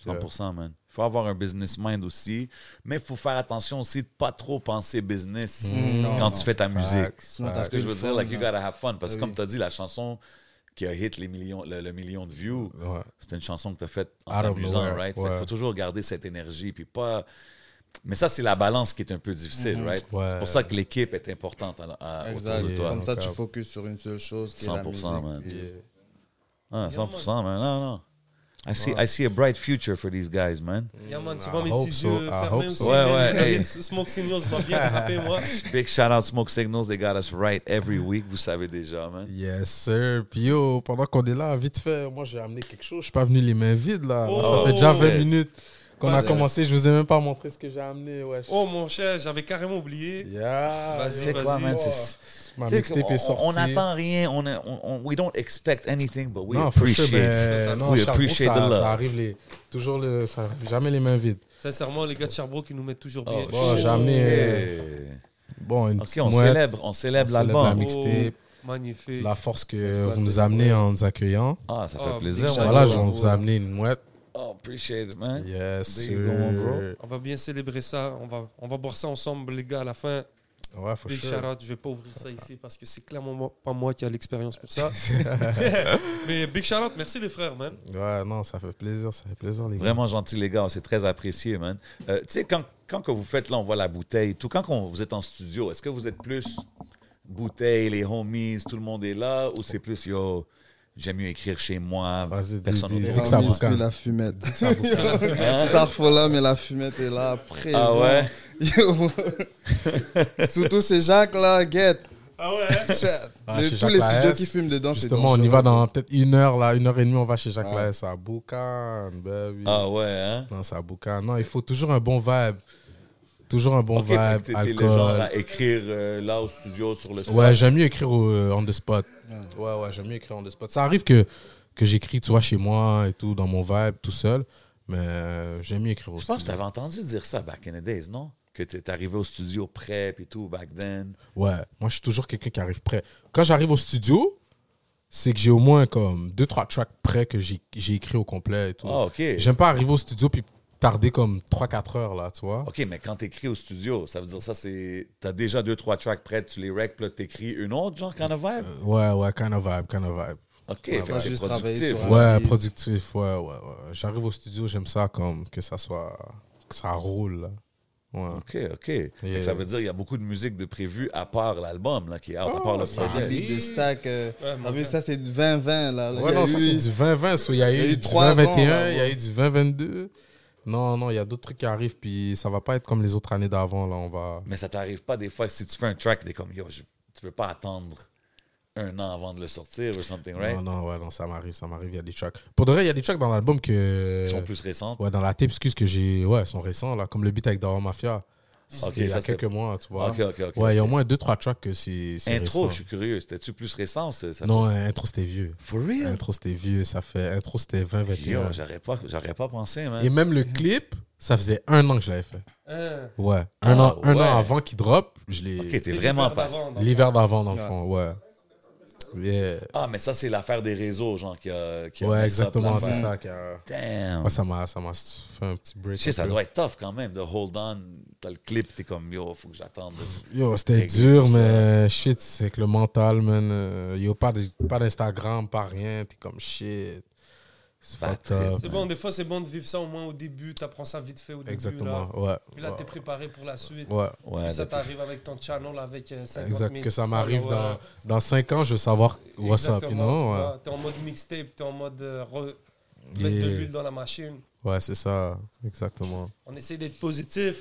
[SPEAKER 4] 100%, man. Il faut avoir un business mind aussi, mais il faut faire attention aussi de pas trop penser business
[SPEAKER 6] Mm, non,
[SPEAKER 4] quand
[SPEAKER 6] non.
[SPEAKER 4] tu fais ta musique.
[SPEAKER 5] Facts,
[SPEAKER 6] Sinon,
[SPEAKER 5] facts.
[SPEAKER 4] C'est ce que je veux
[SPEAKER 6] Fun,
[SPEAKER 4] dire, like, you
[SPEAKER 6] là.
[SPEAKER 4] gotta have fun. Parce que
[SPEAKER 6] Oui.
[SPEAKER 4] comme tu as dit, la chanson qui a hit les millions, le, le million de views,
[SPEAKER 5] Ouais.
[SPEAKER 4] c'est une chanson que tu as faite en
[SPEAKER 5] Out of
[SPEAKER 4] t'amusant,
[SPEAKER 5] nowhere,
[SPEAKER 4] right?
[SPEAKER 5] ouais.
[SPEAKER 4] Il faut toujours garder cette énergie, puis pas... Mais ça, c'est la balance qui est un peu difficile, right?
[SPEAKER 5] Ouais.
[SPEAKER 4] C'est pour ça que l'équipe est importante à- à- autour
[SPEAKER 6] Mm-hmm. Exact.
[SPEAKER 4] de toi.
[SPEAKER 6] Comme ça,
[SPEAKER 5] Donc,
[SPEAKER 6] tu
[SPEAKER 5] euh,
[SPEAKER 6] focuses sur une seule chose qui est
[SPEAKER 4] 100%,
[SPEAKER 6] la
[SPEAKER 4] man.
[SPEAKER 6] musique. puis-
[SPEAKER 4] Ah, 100%, man. Non, non. I see, I see a bright future for these guys, man.
[SPEAKER 6] Mm.
[SPEAKER 3] Yeah, man, tu
[SPEAKER 5] I
[SPEAKER 3] vois mes
[SPEAKER 5] hope
[SPEAKER 3] petits
[SPEAKER 5] so,
[SPEAKER 3] yeux
[SPEAKER 5] I
[SPEAKER 3] fermés
[SPEAKER 5] hope
[SPEAKER 3] aussi.
[SPEAKER 5] so.
[SPEAKER 4] Mm, Ouais,
[SPEAKER 3] man.
[SPEAKER 4] ouais,
[SPEAKER 3] La
[SPEAKER 4] hey.
[SPEAKER 3] vie de Smoke Signals m'a bien frappé,
[SPEAKER 4] [laughs]
[SPEAKER 3] moi.
[SPEAKER 4] Big shout out Smoke Signals, they got us right every week, vous savez déjà, man.
[SPEAKER 5] Yes, sir. Puis yo, pendant qu'on est là, vite fait, moi j'ai amené quelque chose. Je suis pas venu les mains vides là. Là,
[SPEAKER 3] Oh.
[SPEAKER 5] ça fait déjà 20
[SPEAKER 4] Shit.
[SPEAKER 5] minutes. Quand on a
[SPEAKER 3] Vas-y.
[SPEAKER 5] commencé, je vous ai même pas montré ce que j'ai amené. Wesh.
[SPEAKER 3] Oh mon cher, j'avais carrément oublié.
[SPEAKER 5] Yeah.
[SPEAKER 3] Vas-y,
[SPEAKER 5] C'est
[SPEAKER 3] vas-y.
[SPEAKER 5] quoi, man,
[SPEAKER 3] Oh.
[SPEAKER 5] c'est- Ma
[SPEAKER 4] Tu sais,
[SPEAKER 5] mixtape est sortie.
[SPEAKER 4] on- on n'attend rien, on, est- on- on- we don't expect anything, but we
[SPEAKER 5] non, for sure,
[SPEAKER 4] appreciate.
[SPEAKER 5] ben, non,
[SPEAKER 4] We
[SPEAKER 5] Charbon,
[SPEAKER 4] appreciate
[SPEAKER 5] ça,
[SPEAKER 4] the love.
[SPEAKER 5] ça arrive les, toujours le, ça arrive jamais les mains vides.
[SPEAKER 3] Sincèrement, les gars de Sherbrooke, ils nous mettent toujours bien.
[SPEAKER 5] Oh, bon, jamais, euh, Bon, une
[SPEAKER 4] Ok,
[SPEAKER 5] petite
[SPEAKER 4] on
[SPEAKER 5] mouette,
[SPEAKER 4] célèbre, on célèbre
[SPEAKER 5] on célèbre la
[SPEAKER 4] l'album.
[SPEAKER 5] mixtape,
[SPEAKER 3] oh, Magnifique.
[SPEAKER 5] la force que
[SPEAKER 6] En tout cas,
[SPEAKER 5] vous nous
[SPEAKER 6] c'est-
[SPEAKER 5] amenez
[SPEAKER 6] ouais.
[SPEAKER 5] en nous accueillant.
[SPEAKER 4] Ah, ça
[SPEAKER 3] Oh,
[SPEAKER 4] fait
[SPEAKER 3] big
[SPEAKER 4] plaisir.
[SPEAKER 3] shout
[SPEAKER 4] man.
[SPEAKER 5] Voilà,
[SPEAKER 6] ouais,
[SPEAKER 5] je- on
[SPEAKER 6] ouais.
[SPEAKER 5] vous a amené une mouette.
[SPEAKER 4] Oh, appreciate it, man.
[SPEAKER 5] Yes,
[SPEAKER 4] There you go, mon bro.
[SPEAKER 5] sir.
[SPEAKER 3] On va bien célébrer ça. On va, on va boire ça ensemble, les gars, à la fin.
[SPEAKER 5] Ouais, for
[SPEAKER 3] Big
[SPEAKER 5] sure.
[SPEAKER 3] shout-out. Je vais pas ouvrir ça ici parce que c'est clairement moi- pas moi qui a l'expérience pour ça.
[SPEAKER 5] [laughs]
[SPEAKER 3] [laughs] Mais big shout-out, merci les frères, man.
[SPEAKER 5] Ouais, non, ça fait plaisir, ça fait plaisir, les gars.
[SPEAKER 4] Vraiment gentil, les gars. C'est très apprécié, man. Euh, tu sais, quand, quand que vous faites, là, on voit la bouteille. Tout quand qu'on- vous êtes en studio, est-ce que vous êtes plus bouteille, les homies, tout le monde est là, ou c'est plus, yo, j'aime mieux écrire chez moi,
[SPEAKER 5] Vas-y, dis-
[SPEAKER 4] personne
[SPEAKER 5] dis-
[SPEAKER 4] autour
[SPEAKER 5] dis
[SPEAKER 4] de
[SPEAKER 5] que ça
[SPEAKER 4] moi.
[SPEAKER 5] bouge.
[SPEAKER 6] mais la fumette.
[SPEAKER 4] [laughs] Hein?
[SPEAKER 6] Starfall là, mais la fumette est là,
[SPEAKER 4] Ah
[SPEAKER 6] présent.
[SPEAKER 4] ouais?
[SPEAKER 6] [laughs] Yo. Surtout ces Jacques là, guette.
[SPEAKER 3] Ah
[SPEAKER 6] [laughs]
[SPEAKER 3] ouais?
[SPEAKER 6] Chat.
[SPEAKER 5] Ah,
[SPEAKER 6] Les-
[SPEAKER 5] chez
[SPEAKER 6] tous
[SPEAKER 5] Jacques
[SPEAKER 6] les
[SPEAKER 5] Laes.
[SPEAKER 6] studios qui fument dedans, c'est
[SPEAKER 5] Justement, on y
[SPEAKER 6] dangereux.
[SPEAKER 5] va dans peut-être une heure, là, une heure et demie, on va chez Jacques
[SPEAKER 6] Ah.
[SPEAKER 5] Laes à Boucan, baby.
[SPEAKER 4] Ah ouais, hein?
[SPEAKER 5] Non, c'est à Boucan. Non, il faut toujours un bon vibe. Toujours un bon
[SPEAKER 4] Ok, fait que t'es-
[SPEAKER 5] vibe,
[SPEAKER 4] t'es le genre
[SPEAKER 5] alcool.
[SPEAKER 4] à écrire euh, là au studio, sur le spot.
[SPEAKER 5] Ouais, j'aime mieux écrire au, euh, on the spot. Ouais, ouais, j'aime mieux écrire on the spot. Ça arrive que, que j'écris, tu vois, chez moi et tout, dans mon vibe, tout seul. Mais euh, j'aime mieux écrire au
[SPEAKER 4] Je pense que
[SPEAKER 5] studio.
[SPEAKER 4] t'avais entendu dire ça back in the days, non? Que t'es arrivé au studio prêt, puis tout, back then.
[SPEAKER 5] Ouais, moi, je suis toujours quelqu'un qui arrive prêt. Quand j'arrive au studio, c'est que j'ai au moins comme deux, trois tracks prêts que j'ai j'ai écrit au complet et tout.
[SPEAKER 4] Ah, OK.
[SPEAKER 5] J'aime pas arriver au studio puis tarder comme 3-4 heures, là, tu vois.
[SPEAKER 4] OK, mais quand t'écris au studio, ça veut dire ça, c'est. T'as déjà deux, trois tracks prêts, tu les rec, puis là, t'écris une autre, genre, kind of vibe?
[SPEAKER 5] Ouais, ouais, kind of vibe, kind of vibe.
[SPEAKER 4] OK,
[SPEAKER 6] ouais,
[SPEAKER 4] fait que
[SPEAKER 6] ouais.
[SPEAKER 4] c'est
[SPEAKER 6] Juste travailler
[SPEAKER 4] productif.
[SPEAKER 6] sur un-
[SPEAKER 5] Ouais,
[SPEAKER 6] Ah, oui.
[SPEAKER 5] productif, ouais, ouais, ouais. J'arrive au studio, j'aime ça comme que ça soit. que ça roule, là. Ouais.
[SPEAKER 4] OK, OK. Fait que
[SPEAKER 5] Yeah.
[SPEAKER 4] ça veut dire qu'il y a beaucoup de musique de prévu à part l'album, là, qui est out, à part
[SPEAKER 5] Oh,
[SPEAKER 4] le
[SPEAKER 6] Des
[SPEAKER 4] single.
[SPEAKER 6] beats de stack. euh,
[SPEAKER 3] Ouais, mon
[SPEAKER 6] ah, mais ça, c'est du 20-20 là. là.
[SPEAKER 5] Ouais,
[SPEAKER 6] Il y a
[SPEAKER 5] non, ça
[SPEAKER 6] eu-
[SPEAKER 5] c'est du 2020. so, Il y a eu du
[SPEAKER 6] trois ans,
[SPEAKER 5] 2021,
[SPEAKER 6] là,
[SPEAKER 5] il y a
[SPEAKER 6] ouais.
[SPEAKER 5] eu du 2022. Non, non, il y a d'autres trucs qui arrivent, puis ça va pas être comme les autres années d'avant, là. On va.
[SPEAKER 4] Mais ça t'arrive pas des fois, si tu fais un track, t'es comme, yo, je- tu peux pas attendre un an avant de le sortir ou something, right?
[SPEAKER 5] Non, non, ouais, non, ça m'arrive, ça m'arrive. Il y a des tracks. Pour de vrai, il y a des tracks dans l'album que.
[SPEAKER 4] Ils sont plus récentes.
[SPEAKER 5] Ouais, dans la tape, excuse que j'ai. Ouais, ils sont récents, là. Comme le beat avec Dawa Mafia.
[SPEAKER 4] Ok,
[SPEAKER 5] C'était il y
[SPEAKER 4] ça,
[SPEAKER 5] a
[SPEAKER 4] c'était-
[SPEAKER 5] quelques mois, tu vois.
[SPEAKER 4] Ok, ok, ok.
[SPEAKER 5] ouais, il y a au moins 2-3 tracks que c'est. c'est
[SPEAKER 4] Intro,
[SPEAKER 5] récent.
[SPEAKER 4] je suis curieux. C'était-tu plus récent? Ça, ça
[SPEAKER 5] Non, euh, intro, c'était vieux.
[SPEAKER 4] fait- For real?
[SPEAKER 5] Intro, c'était vieux, ça fait. Intro, c'était 2021.
[SPEAKER 4] Yo, j'aurais pas, j'aurais pas pensé, man.
[SPEAKER 5] Et même le clip, ça faisait un an que je l'avais fait.
[SPEAKER 3] Hein?
[SPEAKER 5] Ouais. Un,
[SPEAKER 4] Ah,
[SPEAKER 5] an, un
[SPEAKER 4] ouais.
[SPEAKER 5] an avant qu'il drop, je l'ai.
[SPEAKER 4] Ok, t'es
[SPEAKER 3] C'est
[SPEAKER 4] vraiment
[SPEAKER 3] l'hiver
[SPEAKER 4] pas.
[SPEAKER 3] d'avant, donc.
[SPEAKER 5] L'hiver d'avant, dans le fond, ouais. Yeah.
[SPEAKER 4] Ah, mais ça, c'est l'affaire des réseaux, genre, qui a. qui a
[SPEAKER 5] Ouais,
[SPEAKER 4] mis ça de
[SPEAKER 5] exactement,
[SPEAKER 4] l'avant.
[SPEAKER 5] c'est ça. qui a-
[SPEAKER 4] Damn.
[SPEAKER 5] Ouais, ça m'a ça m'a fait un petit break.
[SPEAKER 4] Shit,
[SPEAKER 5] un
[SPEAKER 4] ça
[SPEAKER 5] peu.
[SPEAKER 4] doit être tough quand même de hold on. T'as le clip, t'es comme yo, faut que j'attende.
[SPEAKER 5] Yo, c'était
[SPEAKER 4] Régler
[SPEAKER 5] dur,
[SPEAKER 4] tout ça.
[SPEAKER 5] mais shit, c'est que le mental, man. euh, Yo, pas de- pas d'Instagram, pas rien, t'es comme shit. C'est
[SPEAKER 4] Bah,
[SPEAKER 5] fucked
[SPEAKER 4] très-
[SPEAKER 5] up.
[SPEAKER 3] C'est bon, des fois, c'est bon de vivre ça au moins au début. T'apprends ça vite fait au début.
[SPEAKER 5] Exactement,
[SPEAKER 3] Là.
[SPEAKER 5] ouais.
[SPEAKER 3] Puis là, t'es
[SPEAKER 5] ouais,
[SPEAKER 3] préparé pour la suite.
[SPEAKER 5] Ouais.
[SPEAKER 4] Ouais,
[SPEAKER 3] Puis ça
[SPEAKER 4] de-
[SPEAKER 3] t'arrive avec ton channel avec euh, 50 000
[SPEAKER 5] Exact, que ça m'arrive
[SPEAKER 3] followers.
[SPEAKER 5] dans, dans 5 ans, je veux savoir what's up, you
[SPEAKER 3] Exactement,
[SPEAKER 5] know,
[SPEAKER 3] tu
[SPEAKER 5] ouais.
[SPEAKER 3] vois. T'es en mode mixtape, t'es en mode euh, re- mettre de
[SPEAKER 5] Yeah.
[SPEAKER 3] l'huile dans la machine.
[SPEAKER 5] Ouais, c'est ça, exactement.
[SPEAKER 3] On essaie d'être positif.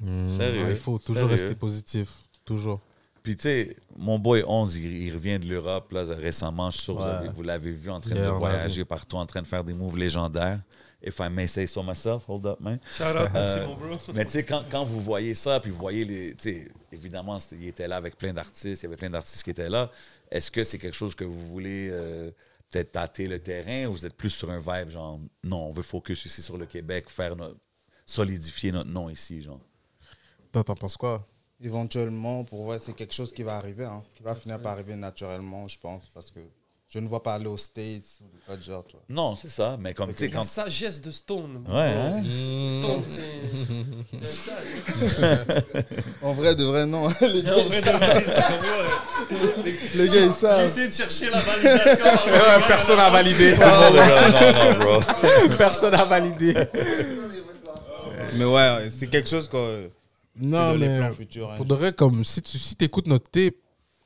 [SPEAKER 5] Mm,
[SPEAKER 4] Sérieux?
[SPEAKER 5] ouais, il faut toujours
[SPEAKER 4] Sérieux?
[SPEAKER 5] rester positif, toujours.
[SPEAKER 4] Puis, tu sais, mon boy 11, il, il revient de l'Europe, là, récemment. Je suis sûr que vous
[SPEAKER 5] Ouais.
[SPEAKER 4] avez- vous l'avez vu en train
[SPEAKER 5] Yeah,
[SPEAKER 4] de
[SPEAKER 5] on l'a
[SPEAKER 4] voyager partout, en train de faire des moves légendaires. If I may say so myself, hold up, man.
[SPEAKER 3] Shout out,
[SPEAKER 4] Euh,
[SPEAKER 3] merci mon bro.
[SPEAKER 4] Mais tu sais, quand, quand vous voyez ça, puis vous voyez les. Tu sais, évidemment, c'était- il était là avec plein d'artistes, il y avait plein d'artistes qui étaient là. Est-ce que c'est quelque chose que vous voulez euh, peut-être tâter le terrain ou vous êtes plus sur un vibe, genre, non, on veut focus ici sur le Québec, faire notre. solidifier notre nom ici, genre.
[SPEAKER 5] Toi, t'en penses quoi?
[SPEAKER 6] Éventuellement, pour voir, c'est quelque chose qui va arriver, hein, qui va finir par arriver naturellement, je pense, parce que je ne vois pas aller aux States ou des trucs de genre, tu vois.
[SPEAKER 4] Non, c'est ça, mais comme, tu sais,
[SPEAKER 3] La
[SPEAKER 4] quand.
[SPEAKER 3] sagesse de Stone. bro.
[SPEAKER 4] Ouais, hein?
[SPEAKER 3] Stone,
[SPEAKER 5] [laughs]
[SPEAKER 3] c'est- c'est sage.
[SPEAKER 6] En vrai, de vrai, non.
[SPEAKER 3] En
[SPEAKER 6] [laughs] les
[SPEAKER 3] vrai, de vrai, c'est comme, ouais.
[SPEAKER 6] les gars, ils
[SPEAKER 3] J'ai
[SPEAKER 6] savent.
[SPEAKER 3] essayé de chercher la
[SPEAKER 5] [laughs]
[SPEAKER 3] validation.
[SPEAKER 5] Personne n'a validé.
[SPEAKER 4] non, non, bro.
[SPEAKER 5] Personne n'a validé.
[SPEAKER 6] Mais ouais, c'est quelque chose que. euh,
[SPEAKER 5] Non,
[SPEAKER 6] dans les
[SPEAKER 5] mais
[SPEAKER 6] plans futurs, hein.
[SPEAKER 5] pour de vrai, comme si tu si écoutes notre tape,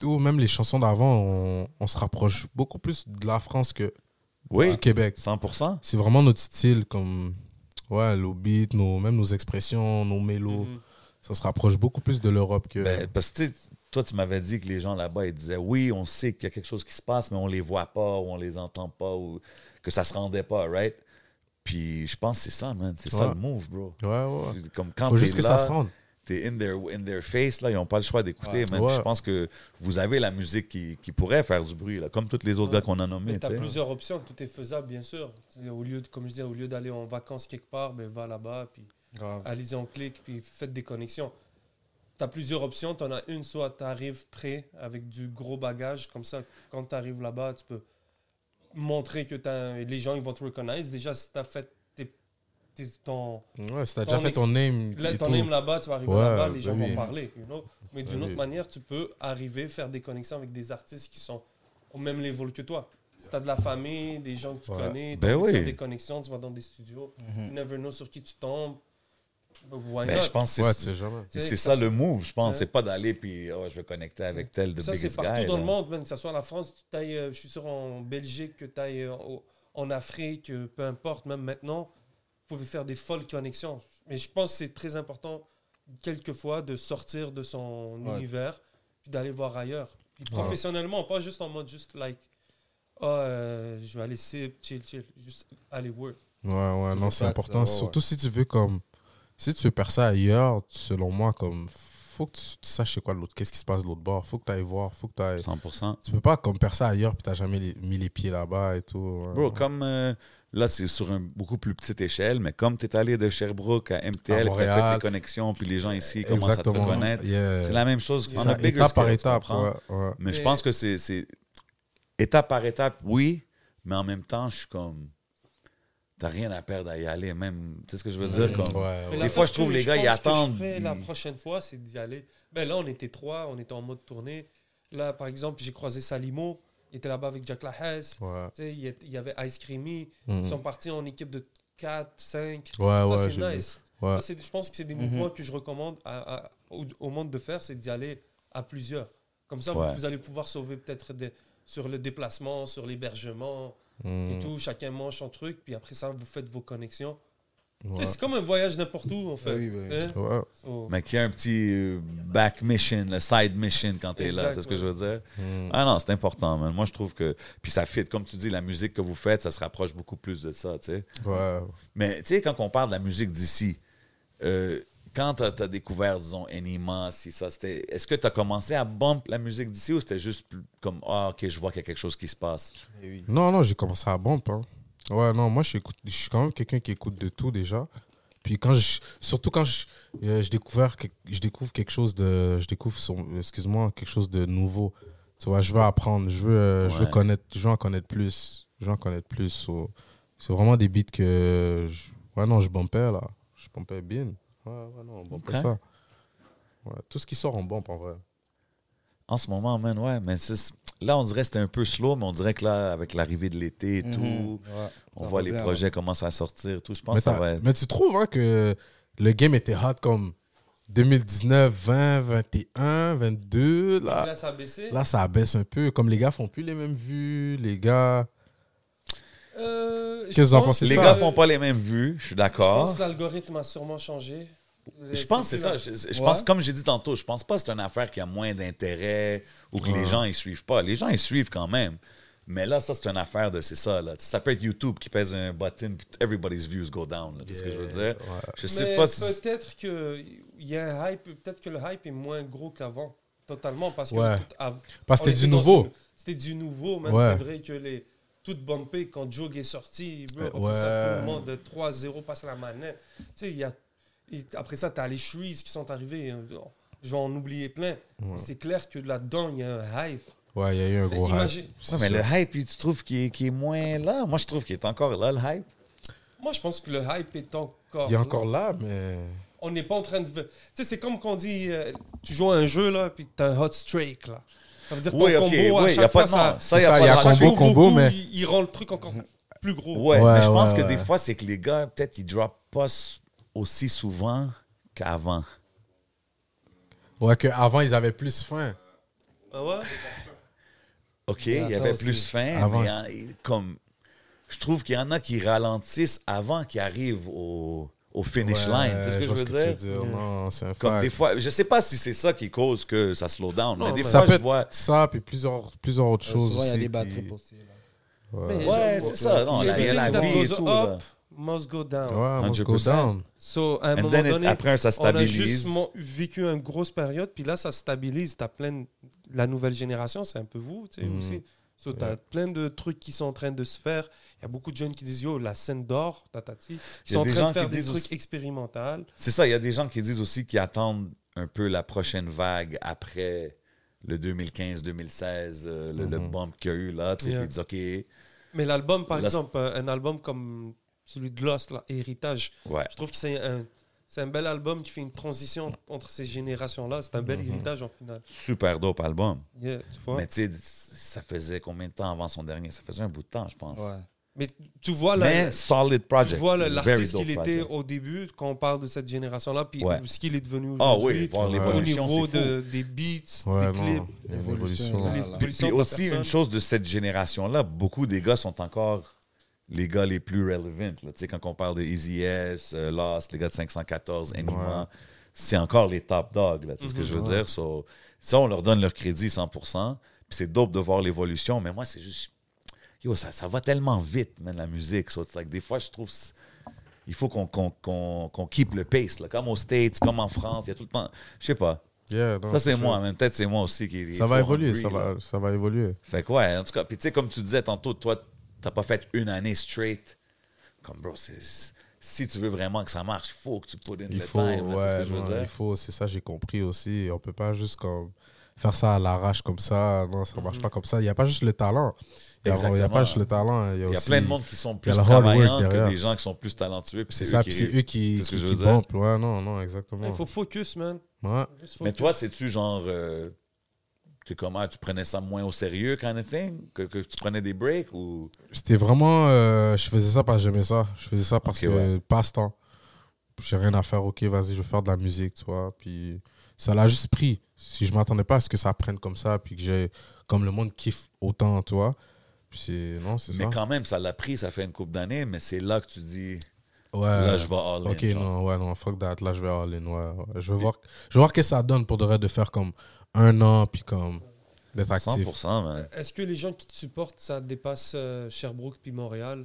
[SPEAKER 5] ou même les chansons d'avant, on, on se rapproche beaucoup plus de la France que
[SPEAKER 4] Oui,
[SPEAKER 5] du Québec.
[SPEAKER 4] 100
[SPEAKER 5] C'est vraiment notre style, comme ouais, le beat, nos, même nos expressions, nos mélos.
[SPEAKER 3] Mhm.
[SPEAKER 5] Ça se rapproche beaucoup plus de l'Europe que.
[SPEAKER 4] Ben, parce que tu sais, toi, tu m'avais dit que les gens là-bas, ils disaient oui, on sait qu'il y a quelque chose qui se passe, mais on les voit pas, ou on les entend pas, ou que ça se rendait pas, right? Puis je pense que c'est ça, man. C'est ça
[SPEAKER 5] Ouais.
[SPEAKER 4] le move, bro.
[SPEAKER 5] Ouais, ouais.
[SPEAKER 4] Comme quand
[SPEAKER 5] Faut
[SPEAKER 4] t'es
[SPEAKER 5] juste que
[SPEAKER 4] là,
[SPEAKER 5] ça se rende.
[SPEAKER 4] t'es in their, in their face, là, ils n'ont pas le choix d'écouter.
[SPEAKER 6] Ouais.
[SPEAKER 4] man. Puis
[SPEAKER 5] Ouais.
[SPEAKER 4] Je pense que vous avez la musique qui, qui pourrait faire du bruit, là, comme tous les autres
[SPEAKER 3] Ouais.
[SPEAKER 4] gars qu'on a nommés.
[SPEAKER 3] Mais tu as
[SPEAKER 4] tu sais.
[SPEAKER 3] plusieurs options, tout est faisable, bien sûr. Au lieu de, comme je dis, au lieu d'aller en vacances quelque part, ben, va là-bas, puis
[SPEAKER 6] Grave.
[SPEAKER 3] allez-y en clic, puis faites des connexions. Tu as plusieurs options, tu en as une, soit tu arrives prêt avec du gros bagage, comme ça, quand tu arrives là-bas, tu peux montrer que t'as- les gens ils vont te reconnaître. Déjà, si tu as fait tes- tes- ton,
[SPEAKER 5] Ouais, si t'as
[SPEAKER 3] Ton
[SPEAKER 5] déjà fait
[SPEAKER 3] ex-
[SPEAKER 5] ton name.
[SPEAKER 3] Là,
[SPEAKER 5] et
[SPEAKER 3] ton
[SPEAKER 5] tout.
[SPEAKER 3] name là-bas, tu vas arriver
[SPEAKER 5] Ouais,
[SPEAKER 3] là-bas, les gens
[SPEAKER 5] bah oui.
[SPEAKER 3] vont parler. you know. Mais d'une
[SPEAKER 5] Bah
[SPEAKER 3] autre
[SPEAKER 5] oui.
[SPEAKER 3] manière, tu peux arriver, faire des connexions avec des artistes qui sont au même level que toi. Si t'as de la famille, des gens que tu
[SPEAKER 5] Ouais. Mhm.
[SPEAKER 3] connais,
[SPEAKER 4] Ben
[SPEAKER 3] t'as envie de
[SPEAKER 4] oui.
[SPEAKER 3] faire des connexions, tu vas dans des studios, you never know sur qui tu tombes. Why not?
[SPEAKER 4] Mais
[SPEAKER 5] Ben,
[SPEAKER 4] Ben, je pense que
[SPEAKER 5] Ouais, tu
[SPEAKER 4] c'est
[SPEAKER 5] sais jamais.
[SPEAKER 4] c'est-
[SPEAKER 3] Tu sais,
[SPEAKER 4] c'est
[SPEAKER 3] que
[SPEAKER 4] ça
[SPEAKER 3] ça
[SPEAKER 4] le move, je pense.
[SPEAKER 3] Ouais.
[SPEAKER 4] C'est pas d'aller puis oh, je vais connecter avec tel de
[SPEAKER 3] Ça, c'est
[SPEAKER 4] biggest
[SPEAKER 3] partout
[SPEAKER 4] guy,
[SPEAKER 3] dans le
[SPEAKER 4] là.
[SPEAKER 3] monde, même que ce soit en la France, tu ailles, je suis sûr, en Belgique, que tu ailles en Afrique, euh, peu importe, même maintenant, vous pouvez faire des folles connexions. Mais je pense que c'est très important, quelquefois, de sortir de son
[SPEAKER 6] Ouais.
[SPEAKER 3] univers, puis d'aller voir ailleurs. Puis professionnellement, pas juste en mode juste like, ah, euh, je vais aller sip, chill, chill, juste aller work.
[SPEAKER 5] Ouais, ouais,
[SPEAKER 6] C'est
[SPEAKER 5] non,
[SPEAKER 6] des
[SPEAKER 5] c'est
[SPEAKER 6] facts,
[SPEAKER 5] important.
[SPEAKER 6] ouais, ouais.
[SPEAKER 5] Surtout si tu veux comme. Si tu veux percer ailleurs, selon moi, comme. Faut que tu, tu saches c'est quoi l'autre. Qu'est-ce qui se passe de l'autre bord. Faut que tu ailles voir. Faut que tu
[SPEAKER 4] 100%.
[SPEAKER 5] Tu peux pas comme percer ailleurs puis t'as jamais les- mis les pieds là-bas et tout. ouais.
[SPEAKER 4] Bro, comme euh, là, c'est sur une beaucoup plus petite échelle, mais comme tu es allé de Sherbrooke à MTL, tu as fait
[SPEAKER 5] Montréal. Eh,
[SPEAKER 4] tes connexions, puis les gens ici commencent à
[SPEAKER 5] Exactement.
[SPEAKER 4] te reconnaître.
[SPEAKER 5] Yeah.
[SPEAKER 4] C'est la même chose.
[SPEAKER 5] C'est
[SPEAKER 4] on
[SPEAKER 5] ça,
[SPEAKER 4] a bigger
[SPEAKER 5] étape
[SPEAKER 4] scale,
[SPEAKER 5] par
[SPEAKER 4] tu
[SPEAKER 5] étape.
[SPEAKER 4] comprends?
[SPEAKER 5] Ouais, ouais.
[SPEAKER 4] Mais je
[SPEAKER 3] Mais-
[SPEAKER 4] pense que c'est c'est- étape par étape, oui, mais en même temps, je suis comme. T'as rien à perdre à y aller, même. Tu sais ce que je veux dire? Comme,
[SPEAKER 3] Mais
[SPEAKER 5] Ouais, ouais.
[SPEAKER 4] Des
[SPEAKER 3] la
[SPEAKER 4] fois,
[SPEAKER 3] force
[SPEAKER 4] je trouve
[SPEAKER 3] que
[SPEAKER 4] les gars, ils
[SPEAKER 3] pense que je
[SPEAKER 4] attendent,
[SPEAKER 3] ferais La
[SPEAKER 4] ils-
[SPEAKER 3] prochaine fois, c'est d'y aller. Ben là, on était trois, on était en mode tournée. Là, par exemple, j'ai croisé Salimo, il était là-bas avec Jack Lahass.
[SPEAKER 5] Ouais,
[SPEAKER 3] Tu sais, il y a- il y avait Ice Creamy.
[SPEAKER 5] Mhm.
[SPEAKER 3] Ils sont partis en équipe de 4, 5.
[SPEAKER 5] ouais,
[SPEAKER 3] ça,
[SPEAKER 5] ouais, j'ai
[SPEAKER 3] c'est
[SPEAKER 5] vu.
[SPEAKER 3] nice.
[SPEAKER 5] Ouais.
[SPEAKER 3] Ça, c'est- je pense que c'est
[SPEAKER 4] Mhm.
[SPEAKER 3] des mouvements que je recommande à- à- au, au monde de faire, c'est d'y aller à plusieurs. Comme ça, vous-
[SPEAKER 4] Ouais.
[SPEAKER 3] vous, allez pouvoir sauver peut-être des- sur le déplacement, sur l'hébergement et
[SPEAKER 5] Mm,
[SPEAKER 4] Mhm.
[SPEAKER 3] tout. Chacun mange son truc, puis après ça, vous faites vos connexions. Tu
[SPEAKER 5] ouais.
[SPEAKER 3] sais, C'est comme un voyage n'importe où, en fait.
[SPEAKER 6] Oui, oui.
[SPEAKER 3] Tu sais.
[SPEAKER 5] mm, Ouais.
[SPEAKER 3] Oh.
[SPEAKER 4] Mais qu'il y a un petit euh, back mission, le side mission quand t'es là.
[SPEAKER 3] Exact,
[SPEAKER 4] C'est ce que je veux dire?
[SPEAKER 5] Mm.
[SPEAKER 4] Ah non, c'est important, man. Moi, je trouve que. Puis ça fit. Comme tu dis, la musique que vous faites, ça se rapproche beaucoup plus de ça, tu sais.
[SPEAKER 5] mm, Ouais.
[SPEAKER 4] Mais tu sais, quand on parle de la musique d'ici, euh, quand t'as as découvert, disons, Enima, si ça, c'était. Est-ce que t'as commencé à bump la musique d'ici ou c'était juste plus comme Ah, ok, je vois qu'il y a quelque chose qui se passe?
[SPEAKER 6] Et oui.
[SPEAKER 5] Non, non, j'ai commencé à bump. hein. Ouais, non, moi, j'écoute- je suis quand même quelqu'un qui écoute de tout déjà. Puis quand je, surtout quand je, euh, je, découvre, je découvre quelque chose de, je découvre, son- excuse-moi, quelque chose de nouveau. Tu vois, je veux apprendre, je veux, euh, je veux
[SPEAKER 4] Ouais.
[SPEAKER 5] connaître, je veux en connaître plus, je veux en connaître plus. So, c'est vraiment des beats que, je- ouais, non, je bumpais là, je bumpais bien. Ouais, ouais, non, on bumpait
[SPEAKER 4] Ok.
[SPEAKER 5] ça. Ouais, tout ce qui sort, on bump en vrai.
[SPEAKER 4] En ce moment, man, ouais, mais c'est- là, on dirait que c'était un peu slow, mais on dirait que là, avec l'arrivée de l'été et tout,
[SPEAKER 6] Mhm. Ouais.
[SPEAKER 4] on
[SPEAKER 6] Ça
[SPEAKER 4] voit les
[SPEAKER 6] revient,
[SPEAKER 4] projets commencent à sortir, tout. Je pense
[SPEAKER 5] mais,
[SPEAKER 4] que ça
[SPEAKER 5] t'as-
[SPEAKER 4] va être.
[SPEAKER 5] mais tu trouves hein, que le game était hot comme 2019, 20, 21, 22. Là,
[SPEAKER 3] Là, ça a baissé.
[SPEAKER 5] là, ça baisse un peu. Comme les gars font plus les mêmes vues, les gars.
[SPEAKER 3] Euh, je
[SPEAKER 5] Qu'est-ce que vous en
[SPEAKER 3] pense
[SPEAKER 5] pensez de
[SPEAKER 4] Les
[SPEAKER 5] ça?
[SPEAKER 4] gars font pas les mêmes vues, je suis
[SPEAKER 3] Je pense
[SPEAKER 4] d'accord.
[SPEAKER 3] que l'algorithme a sûrement changé.
[SPEAKER 4] Je pense que c'est ça. Je, je
[SPEAKER 6] Ouais.
[SPEAKER 4] pense, comme j'ai dit tantôt, je pense pas que c'est une affaire qui a moins d'intérêt ou que les
[SPEAKER 5] Ouais.
[SPEAKER 4] gens ils suivent pas. Les gens ils suivent quand même. Mais là, ça, c'est une affaire de. C'est ça, là. Ça peut être YouTube qui pèse un button puis everybody's views go down. là. Tu sais ce que je veux dire? Je sais
[SPEAKER 3] Mais
[SPEAKER 4] pas si.
[SPEAKER 3] peut-être qu'il y a un hype, peut-être que le hype est moins gros qu'avant, totalement, parce que
[SPEAKER 5] Ouais.
[SPEAKER 3] tout av-
[SPEAKER 5] Parce que
[SPEAKER 3] on
[SPEAKER 5] c'était du
[SPEAKER 3] était dans
[SPEAKER 5] nouveau.
[SPEAKER 3] une- C'était du nouveau, même
[SPEAKER 5] Ouais.
[SPEAKER 3] c'est vrai que les tout bumpé quand Jog est sorti, bro,
[SPEAKER 5] Euh,
[SPEAKER 3] après ça, tout le
[SPEAKER 5] ouais.
[SPEAKER 3] monde 3-0 passe la manette. Tu sais, il y a et après ça, tu as les Shreeze qui sont arrivés. hein, Je vais en oublier plein. Mais C'est clair que là-dedans, il y a un hype.
[SPEAKER 5] Ouais, il y a eu un gros
[SPEAKER 3] Imagine-
[SPEAKER 5] hype. C'est
[SPEAKER 4] Ouais, mais
[SPEAKER 5] sûr.
[SPEAKER 4] le hype, tu trouves qu'il est, qu'il est moins là? Moi, je trouve qu'il est encore là, le hype.
[SPEAKER 3] Moi, je pense que le hype est encore.
[SPEAKER 5] Il est
[SPEAKER 3] là.
[SPEAKER 5] encore là, mais.
[SPEAKER 3] on n'est pas en train de. Tu sais, c'est comme qu'on dit, euh, tu joues à un jeu, là, puis t'as un hot streak, là. Ça veut dire ton
[SPEAKER 4] Oui, ok,
[SPEAKER 3] combo, à
[SPEAKER 4] oui,
[SPEAKER 3] chaque
[SPEAKER 4] y a pas
[SPEAKER 3] fois,
[SPEAKER 4] de.
[SPEAKER 3] ça,
[SPEAKER 4] non, Ça, y a
[SPEAKER 5] ça,
[SPEAKER 4] pas
[SPEAKER 5] y a
[SPEAKER 4] de
[SPEAKER 3] chaque
[SPEAKER 5] combo,
[SPEAKER 3] nouveau
[SPEAKER 5] combo,
[SPEAKER 3] coup,
[SPEAKER 5] mais-
[SPEAKER 3] Il, il rend le truc encore plus gros.
[SPEAKER 4] Ouais,
[SPEAKER 5] Ouais,
[SPEAKER 4] mais je pense que
[SPEAKER 5] ouais,
[SPEAKER 4] des
[SPEAKER 5] ouais.
[SPEAKER 4] fois, c'est que les gars, peut-être, ils drop pas s- aussi souvent qu'avant.
[SPEAKER 5] Ouais, qu'avant, ils avaient plus faim.
[SPEAKER 3] Ah ouais?
[SPEAKER 4] OK,
[SPEAKER 6] Ouais,
[SPEAKER 4] il y
[SPEAKER 6] ça
[SPEAKER 4] avait
[SPEAKER 6] aussi.
[SPEAKER 4] plus faim,
[SPEAKER 5] Avant.
[SPEAKER 4] mais en- il- comme je trouve qu'il y en a qui ralentissent avant qu'ils arrivent au, au finish line. Tu sais ce que je
[SPEAKER 5] vois
[SPEAKER 4] veux
[SPEAKER 5] tu
[SPEAKER 4] dire?
[SPEAKER 5] Non, c'est un
[SPEAKER 4] Comme
[SPEAKER 5] fact.
[SPEAKER 4] des fois, je sais pas si c'est ça qui cause que ça slow down, mais
[SPEAKER 3] mais-
[SPEAKER 4] des
[SPEAKER 5] ça
[SPEAKER 4] fois,
[SPEAKER 5] peut
[SPEAKER 4] je
[SPEAKER 5] être
[SPEAKER 4] vois.
[SPEAKER 5] ça, puis plusieurs, plusieurs autres
[SPEAKER 6] Euh,
[SPEAKER 5] choses.
[SPEAKER 6] souvent, il y a
[SPEAKER 5] aussi
[SPEAKER 6] des hein.
[SPEAKER 5] qui-
[SPEAKER 6] batteries aussi. là.
[SPEAKER 5] Ouais.
[SPEAKER 3] Mais-
[SPEAKER 4] Ouais, c'est ça. Non,
[SPEAKER 3] Il y
[SPEAKER 4] la-
[SPEAKER 3] a
[SPEAKER 4] il y a la
[SPEAKER 3] des
[SPEAKER 4] vie et
[SPEAKER 3] choses
[SPEAKER 4] tout.
[SPEAKER 3] up,
[SPEAKER 4] là.
[SPEAKER 3] must go down.
[SPEAKER 5] Ouais, must go
[SPEAKER 4] 100%.
[SPEAKER 5] down.
[SPEAKER 3] So, à un
[SPEAKER 4] And
[SPEAKER 3] moment
[SPEAKER 4] then, it-
[SPEAKER 3] donné,
[SPEAKER 4] après,
[SPEAKER 3] on
[SPEAKER 4] ça
[SPEAKER 3] a
[SPEAKER 4] stabilise.
[SPEAKER 3] juste mon- vécu une grosse période, puis là, ça stabilise. T'as plein de- La nouvelle génération, c'est un peu vous, tu sais,
[SPEAKER 4] Mhm.
[SPEAKER 5] Mm.
[SPEAKER 3] aussi. So, t'as plein de trucs qui sont en train de se faire. Il y a beaucoup de jeunes qui disent, yo, la scène d'or, tatati.
[SPEAKER 4] Il
[SPEAKER 3] Ils
[SPEAKER 4] y a
[SPEAKER 3] sont en
[SPEAKER 4] des
[SPEAKER 3] train
[SPEAKER 4] gens
[SPEAKER 3] de faire
[SPEAKER 4] qui
[SPEAKER 3] des
[SPEAKER 4] disent
[SPEAKER 3] trucs
[SPEAKER 4] aussi-
[SPEAKER 3] expérimentaux.
[SPEAKER 4] C'est ça, il y a des gens qui disent aussi qu'ils attendent un peu la prochaine vague après le 2015-2016, euh, le, le
[SPEAKER 5] Mhm.
[SPEAKER 4] bump qu'il y a eu là. Tu sais,
[SPEAKER 3] Yeah.
[SPEAKER 4] ils disent, OK, ouais.
[SPEAKER 3] Mais l'album, par
[SPEAKER 4] La-
[SPEAKER 3] exemple, euh, un album comme celui de Lost, là, Héritage, Je trouve que c'est un, c'est un bel album qui fait une transition entre ces générations-là. C'est un bel héritage en finale.
[SPEAKER 4] Super dope album.
[SPEAKER 3] Yeah, tu vois.
[SPEAKER 4] Mhm. Mais
[SPEAKER 3] Mais,
[SPEAKER 4] tu sais, ça faisait combien de temps avant son dernier? Ça faisait un bout de temps, je pense.
[SPEAKER 6] Ouais.
[SPEAKER 3] tu vois Ah, la-
[SPEAKER 4] Mais solid
[SPEAKER 3] tu
[SPEAKER 4] project.
[SPEAKER 3] vois la-
[SPEAKER 4] Very
[SPEAKER 3] l'artiste
[SPEAKER 4] dope
[SPEAKER 3] qu'il était
[SPEAKER 4] project.
[SPEAKER 3] au début, quand on parle de cette génération-là, puis
[SPEAKER 4] Ouais.
[SPEAKER 3] ce qu'il est devenu
[SPEAKER 4] Ah
[SPEAKER 3] aujourd'hui.
[SPEAKER 4] oui, voir
[SPEAKER 5] Ouais.
[SPEAKER 3] Au
[SPEAKER 4] l'évolution,
[SPEAKER 3] niveau
[SPEAKER 4] c'est fou.
[SPEAKER 3] de, des beats,
[SPEAKER 5] Ouais,
[SPEAKER 3] des
[SPEAKER 5] non,
[SPEAKER 3] clips,
[SPEAKER 5] il y a une
[SPEAKER 6] L'évolution
[SPEAKER 5] évolution.
[SPEAKER 6] est là.
[SPEAKER 5] là.
[SPEAKER 6] Voilà.
[SPEAKER 4] Puis, puis
[SPEAKER 3] de
[SPEAKER 4] aussi,
[SPEAKER 3] personnes.
[SPEAKER 4] une chose de cette génération-là, beaucoup des gars sont encore les gars les plus relevant. là. Tu sais, quand on parle de Easy S, euh, Lost, les gars de 514, Enigma,
[SPEAKER 5] Ouais. Mhm,
[SPEAKER 4] c'est encore les top dogs. là. Tu sais ce que je veux dire? So, ça, on leur donne leur crédit 100%. Puis c'est dope de voir l'évolution. Mais moi, c'est juste. Yo, ça, ça va tellement vite, man, la musique. So, it's like, des fois, je trouve. c'est- Il faut qu'on qu'on qu'on- qu'on keep le pace. Là. Comme aux States, comme en France, il y a tout le temps. Je sais pas.
[SPEAKER 5] Yeah, non,
[SPEAKER 4] ça, c'est
[SPEAKER 5] sûr.
[SPEAKER 4] moi. man. Peut-être c'est moi aussi qui.
[SPEAKER 5] Ça va
[SPEAKER 4] trop
[SPEAKER 5] évoluer,
[SPEAKER 4] hungry,
[SPEAKER 5] ça
[SPEAKER 4] là.
[SPEAKER 5] va, ça va évoluer.
[SPEAKER 4] Fait que ouais, en tout cas, puis tu sais, comme tu disais tantôt, toi, t'as pas fait une année straight. Comme bro, c'est- si tu veux vraiment que ça marche, il faut que tu put in
[SPEAKER 5] Il
[SPEAKER 4] the
[SPEAKER 5] faut,
[SPEAKER 4] time. là,
[SPEAKER 5] ouais,
[SPEAKER 4] hein, c'est ce que je
[SPEAKER 5] non,
[SPEAKER 4] veux
[SPEAKER 5] il
[SPEAKER 4] dire.
[SPEAKER 5] faut, c'est ça, j'ai compris aussi. On peut pas juste comme faire ça à l'arrache comme ça. Non, ça marche pas comme ça. Il n'y a pas juste le talent. Il n'y a,
[SPEAKER 4] Mhm. Exactement.
[SPEAKER 5] pas juste le talent. hein. Il y a,
[SPEAKER 4] Il y a
[SPEAKER 5] aussi-
[SPEAKER 4] plein de monde qui sont plus
[SPEAKER 5] le hard work
[SPEAKER 4] travaillants que
[SPEAKER 5] derrière.
[SPEAKER 4] des gens qui sont plus talentueux. puis
[SPEAKER 5] C'est ça,
[SPEAKER 4] eux
[SPEAKER 5] puis
[SPEAKER 4] qui-
[SPEAKER 5] c'est eux qui,
[SPEAKER 4] C'est ce que
[SPEAKER 5] qui,
[SPEAKER 4] je
[SPEAKER 5] qui
[SPEAKER 4] veux dire.
[SPEAKER 5] bumpent. Ouais, non, non, exactement.
[SPEAKER 3] Il faut focus, man.
[SPEAKER 5] Ouais.
[SPEAKER 3] Juste
[SPEAKER 4] Mais
[SPEAKER 3] focus.
[SPEAKER 4] toi, c'est-tu genre. euh, T'es comment Tu prenais ça moins au sérieux, kind of thing Que, que tu prenais des breaks ou.
[SPEAKER 5] C'était vraiment. euh, je faisais ça parce que j'aimais ça. Je faisais ça parce
[SPEAKER 4] Ok,
[SPEAKER 5] que passe-temps. J'ai rien à faire. Ok, vas-y, je vais faire de la musique, tu vois. Puis ça l'a juste pris. Si je m'attendais pas à ce que ça prenne comme ça, puis que j'ai. Comme le monde kiffe autant, tu vois. Puis c'est. Non, c'est
[SPEAKER 4] Mais
[SPEAKER 5] ça.
[SPEAKER 4] quand même, ça l'a pris, ça fait une couple d'années, mais c'est là que tu dis,
[SPEAKER 5] ouais.
[SPEAKER 4] là, je vais all in,
[SPEAKER 5] Euh, Ok,
[SPEAKER 4] genre.
[SPEAKER 5] non, ouais, non, fuck that. Là, je vais all in, ouais, ouais. Je vais voir, je vais voir qu'est-ce que ça donne pour de vrai de faire comme un an, puis comme d'être actif.
[SPEAKER 4] 100%, man.
[SPEAKER 3] Est-ce que les gens qui te supportent, ça dépasse euh, Sherbrooke puis Montréal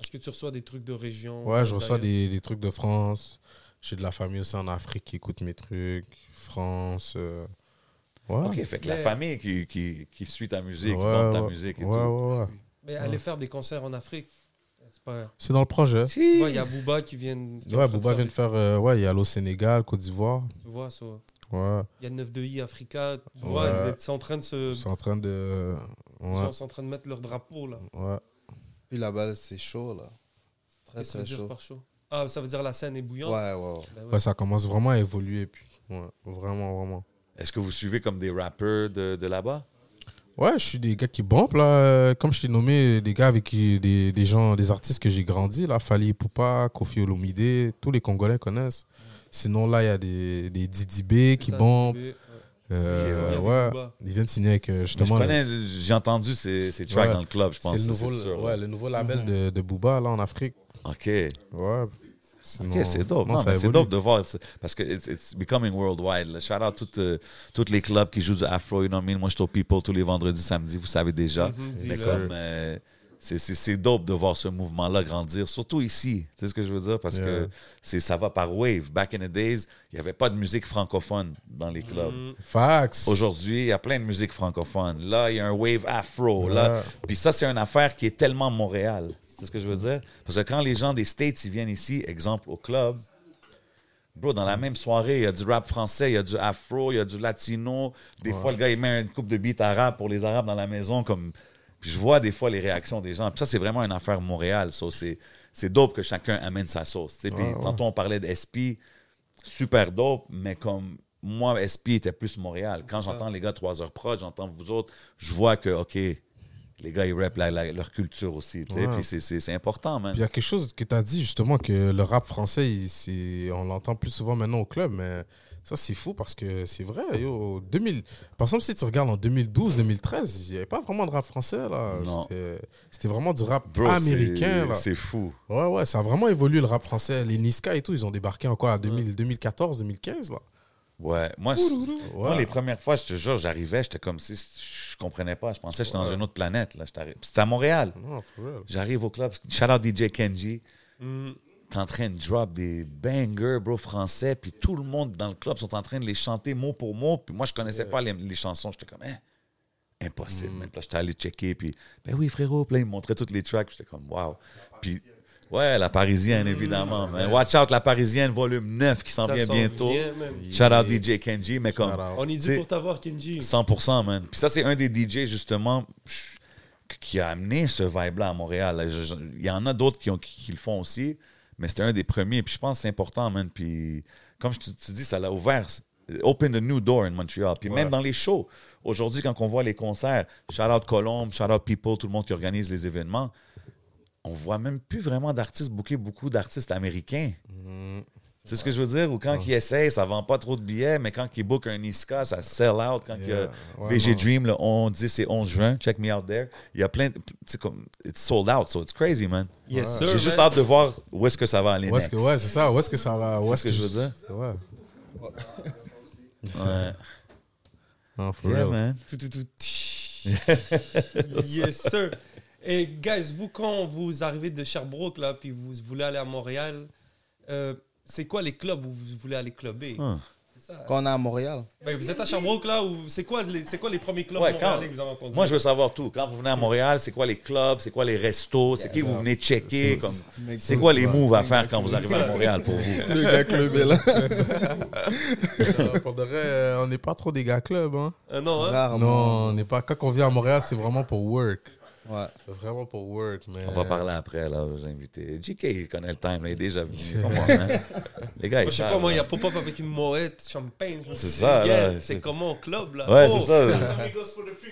[SPEAKER 3] Est-ce que tu reçois des trucs de région
[SPEAKER 5] Ouais, je reçois
[SPEAKER 3] d'ailleurs
[SPEAKER 5] des, des trucs de France. J'ai de la famille aussi en Afrique qui écoute mes trucs. France. euh, Ouais.
[SPEAKER 4] Ok, fait que la
[SPEAKER 3] Mais-
[SPEAKER 4] famille qui, qui, qui suit ta musique, qui
[SPEAKER 5] Ouais,
[SPEAKER 4] porte ta
[SPEAKER 5] ouais.
[SPEAKER 4] musique et
[SPEAKER 5] Ouais,
[SPEAKER 4] tout.
[SPEAKER 5] ouais, ouais.
[SPEAKER 3] Mais aller faire des concerts en Afrique, c'est pas.
[SPEAKER 5] C'est dans le projet.
[SPEAKER 3] Tu vois, il y a Booba qui vient. qui est en train
[SPEAKER 5] Ouais,
[SPEAKER 3] de
[SPEAKER 5] Booba vient de faire. euh, ouais, il y a l'eau Sénégal, Côte d'Ivoire.
[SPEAKER 3] des- Tu vois, ça.
[SPEAKER 5] Ouais.
[SPEAKER 3] il y a 9 de I Africa. Tu
[SPEAKER 5] Ouais.
[SPEAKER 3] vois, ils sont en train de se.
[SPEAKER 5] Ils sont en train de.
[SPEAKER 3] Ils
[SPEAKER 5] Ouais.
[SPEAKER 3] sont en train de mettre leur drapeau, là.
[SPEAKER 5] Ouais.
[SPEAKER 6] Puis là-bas, c'est chaud, là. C'est très,
[SPEAKER 3] Qu'est-ce que ça
[SPEAKER 6] très
[SPEAKER 3] veut dire
[SPEAKER 6] chaud.
[SPEAKER 3] par chaud Ah, ça veut dire la scène est bouillante
[SPEAKER 6] Ouais, ouais. ouais.
[SPEAKER 3] Ben ouais.
[SPEAKER 5] Ouais, ça commence vraiment à évoluer. Puis. Ouais, vraiment, vraiment.
[SPEAKER 4] Est-ce que vous suivez comme des rappeurs de, de là-bas?
[SPEAKER 5] Ouais, je suis des gars qui bumpent, là. Euh, Comme je t'ai nommé, des gars avec qui. Des, des gens, des artistes que j'ai grandi, là. Fali Poupa, Kofi Olomide, tous les Congolais connaissent. Sinon, là, il y a des, des Didi B qui
[SPEAKER 3] Ça,
[SPEAKER 5] bombent.
[SPEAKER 3] Didibé, ouais.
[SPEAKER 5] Euh,
[SPEAKER 3] Ils sont
[SPEAKER 5] ouais.
[SPEAKER 3] bien avec Booba.
[SPEAKER 5] Ils viennent signer avec euh,
[SPEAKER 4] Mais Je
[SPEAKER 5] justement. le-
[SPEAKER 4] connais, j'ai entendu ces, ces tracks
[SPEAKER 5] Ouais.
[SPEAKER 4] dans le club, je
[SPEAKER 5] C'est
[SPEAKER 4] pense.
[SPEAKER 5] le
[SPEAKER 4] ça,
[SPEAKER 5] nouveau,
[SPEAKER 4] c'est sûr,
[SPEAKER 5] ouais,
[SPEAKER 4] là.
[SPEAKER 5] le nouveau label de, de Booba là en Afrique.
[SPEAKER 4] OK.
[SPEAKER 5] Ouais.
[SPEAKER 4] OK, c'est dope. Non, mais c'est dope de voir. c'est- Parce que it's, it's becoming worldwide. là. Shout out toutes, euh, toutes les clubs qui jouent du afro. You know what I mean? Moi, je suis au People tous les vendredis, samedis, vous savez déjà.
[SPEAKER 3] Mhm,
[SPEAKER 4] Mais
[SPEAKER 3] dis-le.
[SPEAKER 4] comme, euh, c'est- c'est c'est dope de voir ce mouvement-là grandir, surtout ici. Tu sais ce que je veux dire? Parce
[SPEAKER 5] Yeah.
[SPEAKER 4] que c'est ça va par wave. Back in the days, il n'y avait pas de musique francophone dans les clubs.
[SPEAKER 5] Fax.
[SPEAKER 4] Aujourd'hui, il y a plein de musique francophone. Là, il y a un wave afro.
[SPEAKER 5] Ouais.
[SPEAKER 4] Là. Puis ça, c'est une affaire qui est tellement Montréal. C'est ce que je veux dire? Parce que quand les gens des States, ils viennent ici, exemple, au club, bro, dans la même soirée, il y a du rap français, il y a du afro, il y a du latino. Des fois, le gars, il met une coupe de beat arabe pour les Arabes dans la maison. Comme... Puis je vois des fois les réactions des gens. Puis ça, c'est vraiment une affaire Montréal. So, c'est, c'est dope que chacun amène sa sauce. tu sais. Puis
[SPEAKER 5] Ouais, ouais.
[SPEAKER 4] tantôt, on parlait de SP super dope, mais comme moi, SP était plus Montréal. Quand j'entends les gars 3 heures prod, j'entends vous autres, je vois que, OK, les gars, ils rappent la- la- leur culture aussi. tu sais,
[SPEAKER 5] Ouais.
[SPEAKER 4] Puis c'est- c'est c'est important, man.
[SPEAKER 5] Puis il y a quelque chose que tu as dit justement que le rap français, il- c'est- on l'entend plus souvent maintenant au club, mais ça c'est fou parce que c'est vrai. Yo, 2000, par exemple, si tu regardes en 2012-2013, il n'y avait pas vraiment de rap français là.
[SPEAKER 4] Non.
[SPEAKER 5] C'était- C'était vraiment du rap
[SPEAKER 4] Bro, c'est-
[SPEAKER 5] américain là.
[SPEAKER 4] C'est fou.
[SPEAKER 5] Ouais, ouais, ça a vraiment évolué le rap français. Les Niska et tout, ils ont débarqué encore à 2000 2014-2015 là.
[SPEAKER 4] Ouais. Moi, c'est- moi,
[SPEAKER 5] Ouais.
[SPEAKER 4] les premières fois, je te jure, j'arrivais, j'étais comme si je comprenais pas. Je pensais que j'étais dans une autre planète. là. J'étais arri- C'était à Montréal.
[SPEAKER 5] Non, for real.
[SPEAKER 4] J'arrive au club. Shout out DJ Kenji.
[SPEAKER 3] Mhm.
[SPEAKER 4] T'es en train de drop des bangers, bro, français, puis tout le monde dans le club sont en train de les chanter mot pour mot, puis moi, je connaissais pas les, les chansons. J'étais comme, hein, impossible, man. Puis là, j'étais allé checker, puis, ben oui, frérot, puis là, ils me montraient tous les tracks, j'étais comme, wow. Puis, ouais, la parisienne, évidemment, man. Watch out, la parisienne, volume 9 qui s'en
[SPEAKER 3] Ça
[SPEAKER 4] vient
[SPEAKER 3] s'en
[SPEAKER 4] bientôt.
[SPEAKER 3] vient, man.
[SPEAKER 4] Shout out DJ Kenji, mais comme,
[SPEAKER 5] Shout out.
[SPEAKER 3] On est
[SPEAKER 4] T'sais-
[SPEAKER 3] dû pour t'avoir,
[SPEAKER 6] [laughs]
[SPEAKER 3] Kenji.
[SPEAKER 4] 100%, man. Puis ça, c'est un des DJ, justement, ch- qui a amené ce vibe-là à Montréal. Je- je- Il y en a d'autres qui, ont- qui, qui le font aussi, mais c'était un des premiers. Puis je pense que c'est important, man. Puis comme je te, tu dis, ça l'a ouvert. Open the new door in Montreal. Puis même dans les shows, aujourd'hui, quand on voit les concerts, shout out Colombe, shout out People, tout le monde qui organise les événements, on voit même plus vraiment d'artistes bouquer beaucoup d'artistes américains.
[SPEAKER 5] Mm-hmm.
[SPEAKER 4] C'est ce que je veux dire? Ou quand ils essayent, ça vend pas trop de billets, mais quand ils bookent un ISCA, ça sell out. Quand il y a
[SPEAKER 5] Yeah. Ouais,
[SPEAKER 4] VG
[SPEAKER 5] non.
[SPEAKER 4] Dream, le 11, 10 et 11 juin, check me out there, il y a plein de. tu sais, comme, it's sold out, so it's crazy, man.
[SPEAKER 3] Yes, sir.
[SPEAKER 4] J'ai juste
[SPEAKER 3] man.
[SPEAKER 4] hâte de voir où est-ce que ça va aller.
[SPEAKER 5] Où est-ce que,
[SPEAKER 4] next.
[SPEAKER 5] ouais, c'est ça. Où est-ce que ça va Où est-ce
[SPEAKER 4] ce que je veux dire?
[SPEAKER 5] Ouais.
[SPEAKER 4] Ouais.
[SPEAKER 5] Non, Ah, for
[SPEAKER 4] Yeah,
[SPEAKER 5] real.
[SPEAKER 4] man.
[SPEAKER 3] Tout, tout, tout. yes, sir. Et guys, vous, quand vous arrivez de Sherbrooke, là, puis vous voulez aller à Montréal, euh, c'est quoi les clubs où vous voulez aller clubber
[SPEAKER 4] Ah.
[SPEAKER 3] C'est ça.
[SPEAKER 6] Quand on est à Montréal,
[SPEAKER 3] Ben, vous êtes à Sherbrooke, là, ou c'est quoi, les- c'est quoi les premiers clubs
[SPEAKER 4] Ouais,
[SPEAKER 3] montréalais
[SPEAKER 4] quand-
[SPEAKER 3] que vous avez entendus
[SPEAKER 4] Moi, je veux savoir tout. Quand vous venez à Montréal, c'est quoi les clubs, c'est quoi les restos, c'est qui vous venez checker, comme.
[SPEAKER 6] mec,
[SPEAKER 4] C'est quoi les
[SPEAKER 6] ouais.
[SPEAKER 4] moves à faire quand vous arrivez à Montréal pour vous?
[SPEAKER 6] Le gars clubé là.
[SPEAKER 5] Euh, [laughs] pour de vrai, euh, on n'est pas trop des gars club. Hein.
[SPEAKER 3] Euh, non, hein?
[SPEAKER 6] Rarement.
[SPEAKER 5] Non, on n'est pas. Quand on vient à Montréal, c'est vraiment pour work.
[SPEAKER 6] Ouais.
[SPEAKER 5] Vraiment pour work, mais.
[SPEAKER 4] On va parler après, là, aux invités. JK, il connaît le time, là, il est déjà venu.
[SPEAKER 5] [laughs]
[SPEAKER 4] Comment, hein? Les gars, ils
[SPEAKER 3] Moi, je sais pas,
[SPEAKER 4] savent,
[SPEAKER 3] moi, il y a
[SPEAKER 4] là.
[SPEAKER 3] pop-up avec une moette, champagne. je me
[SPEAKER 4] C'est
[SPEAKER 3] suis dit,
[SPEAKER 4] ça,
[SPEAKER 3] yeah,
[SPEAKER 4] là,
[SPEAKER 3] C'est
[SPEAKER 4] c'est-
[SPEAKER 3] comment au club, là
[SPEAKER 4] Ouais,
[SPEAKER 3] Oh,
[SPEAKER 4] c'est ça.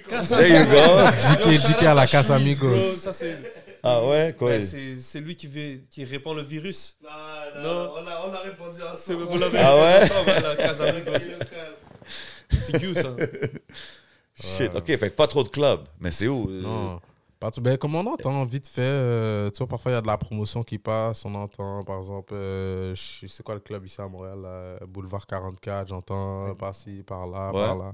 [SPEAKER 3] quand ça.
[SPEAKER 4] There you go.
[SPEAKER 5] JK,
[SPEAKER 3] Yo, shout out
[SPEAKER 5] JK à la
[SPEAKER 3] Chemise,
[SPEAKER 5] Casamigos.
[SPEAKER 3] bro, Ça, c'est.
[SPEAKER 4] Ah
[SPEAKER 3] [laughs]
[SPEAKER 4] ouais, quoi?
[SPEAKER 3] Ben, c'est c'est lui qui, vé- qui répand le virus.
[SPEAKER 6] Non,
[SPEAKER 3] non,
[SPEAKER 6] on a, répondu à
[SPEAKER 3] C'est vous l'avez
[SPEAKER 4] Ah ouais?
[SPEAKER 3] répondu ensemble, voilà,
[SPEAKER 6] [laughs]
[SPEAKER 3] Casamigos. C'est you, ça.
[SPEAKER 4] Shit, ok, fait que pas trop de clubs. Mais c'est où? euh,
[SPEAKER 5] Non. Pas tout- ben, comme on entend vite fait, euh, tu vois, parfois il y a de la promotion qui passe. On entend, par exemple, euh, je sais quoi le club ici à Montréal, là, Boulevard 44, j'entends par-ci, par-là,
[SPEAKER 4] Ouais.
[SPEAKER 5] par-là.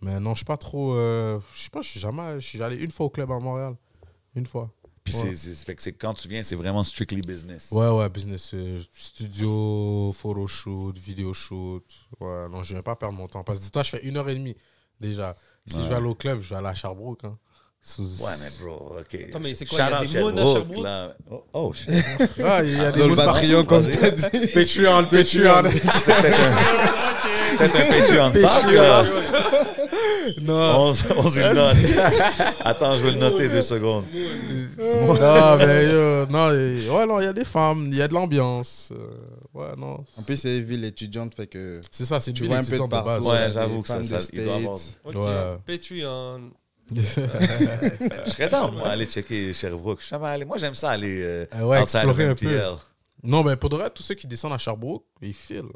[SPEAKER 5] Mais non, je suis pas trop. euh, je sais pas, je suis jamais. Je suis allé une fois au club à Montréal. Une fois.
[SPEAKER 4] Puis
[SPEAKER 5] Ouais.
[SPEAKER 4] c'est- c'est- fait que c'est quand tu viens, c'est vraiment strictly business.
[SPEAKER 5] Ouais, ouais, business euh, studio, photo shoot, vidéo shoot. Ouais, non, je vais pas perdre mon temps. Parce que dis-toi, je fais une heure et demie déjà. Si
[SPEAKER 4] Ouais.
[SPEAKER 5] je vais aller au club, je vais aller à Sherbrooke. Hein. Sous-
[SPEAKER 4] Ouais, mais bro, ok.
[SPEAKER 3] Attends, mais c'est quoi, il y a
[SPEAKER 4] Shout-out
[SPEAKER 3] des mounes à Sherbrooke?
[SPEAKER 4] là. Oh,
[SPEAKER 3] [laughs]
[SPEAKER 4] oh, shit.
[SPEAKER 5] Ah, il y a des
[SPEAKER 6] Dans le
[SPEAKER 5] moules partout.
[SPEAKER 6] Patreon, comme
[SPEAKER 4] Vas-y.
[SPEAKER 5] [laughs]
[SPEAKER 6] t'as dit.
[SPEAKER 5] Patreon,
[SPEAKER 6] [laughs]
[SPEAKER 5] Patreon.
[SPEAKER 4] C'est peut-être un, peut-être un Patreon de Pâques, là.
[SPEAKER 5] non.
[SPEAKER 4] On, s- on se le note. [laughs] Attends, je vais
[SPEAKER 3] Oh,
[SPEAKER 4] le noter deux secondes.
[SPEAKER 5] [laughs] non, mais yo, non, et- ouais, non, il y a des femmes, il y a de l'ambiance. euh, ouais, non.
[SPEAKER 6] En plus, c'est une ville étudiante, fait que.
[SPEAKER 5] C'est ça, c'est une
[SPEAKER 6] Tu
[SPEAKER 5] ville
[SPEAKER 6] vois un peu de
[SPEAKER 5] étudiante de base.
[SPEAKER 6] partout.
[SPEAKER 4] Ouais,
[SPEAKER 6] il y a des
[SPEAKER 4] j'avoue que ça-
[SPEAKER 6] femmes
[SPEAKER 4] ça-
[SPEAKER 6] des
[SPEAKER 4] il doit avoir-
[SPEAKER 6] States.
[SPEAKER 3] Ok, euh,
[SPEAKER 5] Ouais.
[SPEAKER 3] Patreon.
[SPEAKER 4] Je serais down, moi, aller checker Sherbrooke. Je suis jamais allé. Moi, j'aime ça aller euh,
[SPEAKER 5] Euh, ouais,
[SPEAKER 4] outside of
[SPEAKER 5] explorer un
[SPEAKER 4] MTL.
[SPEAKER 5] [laughs] non, mais pour de vrai, tous ceux qui descendent à Sherbrooke, ils filent.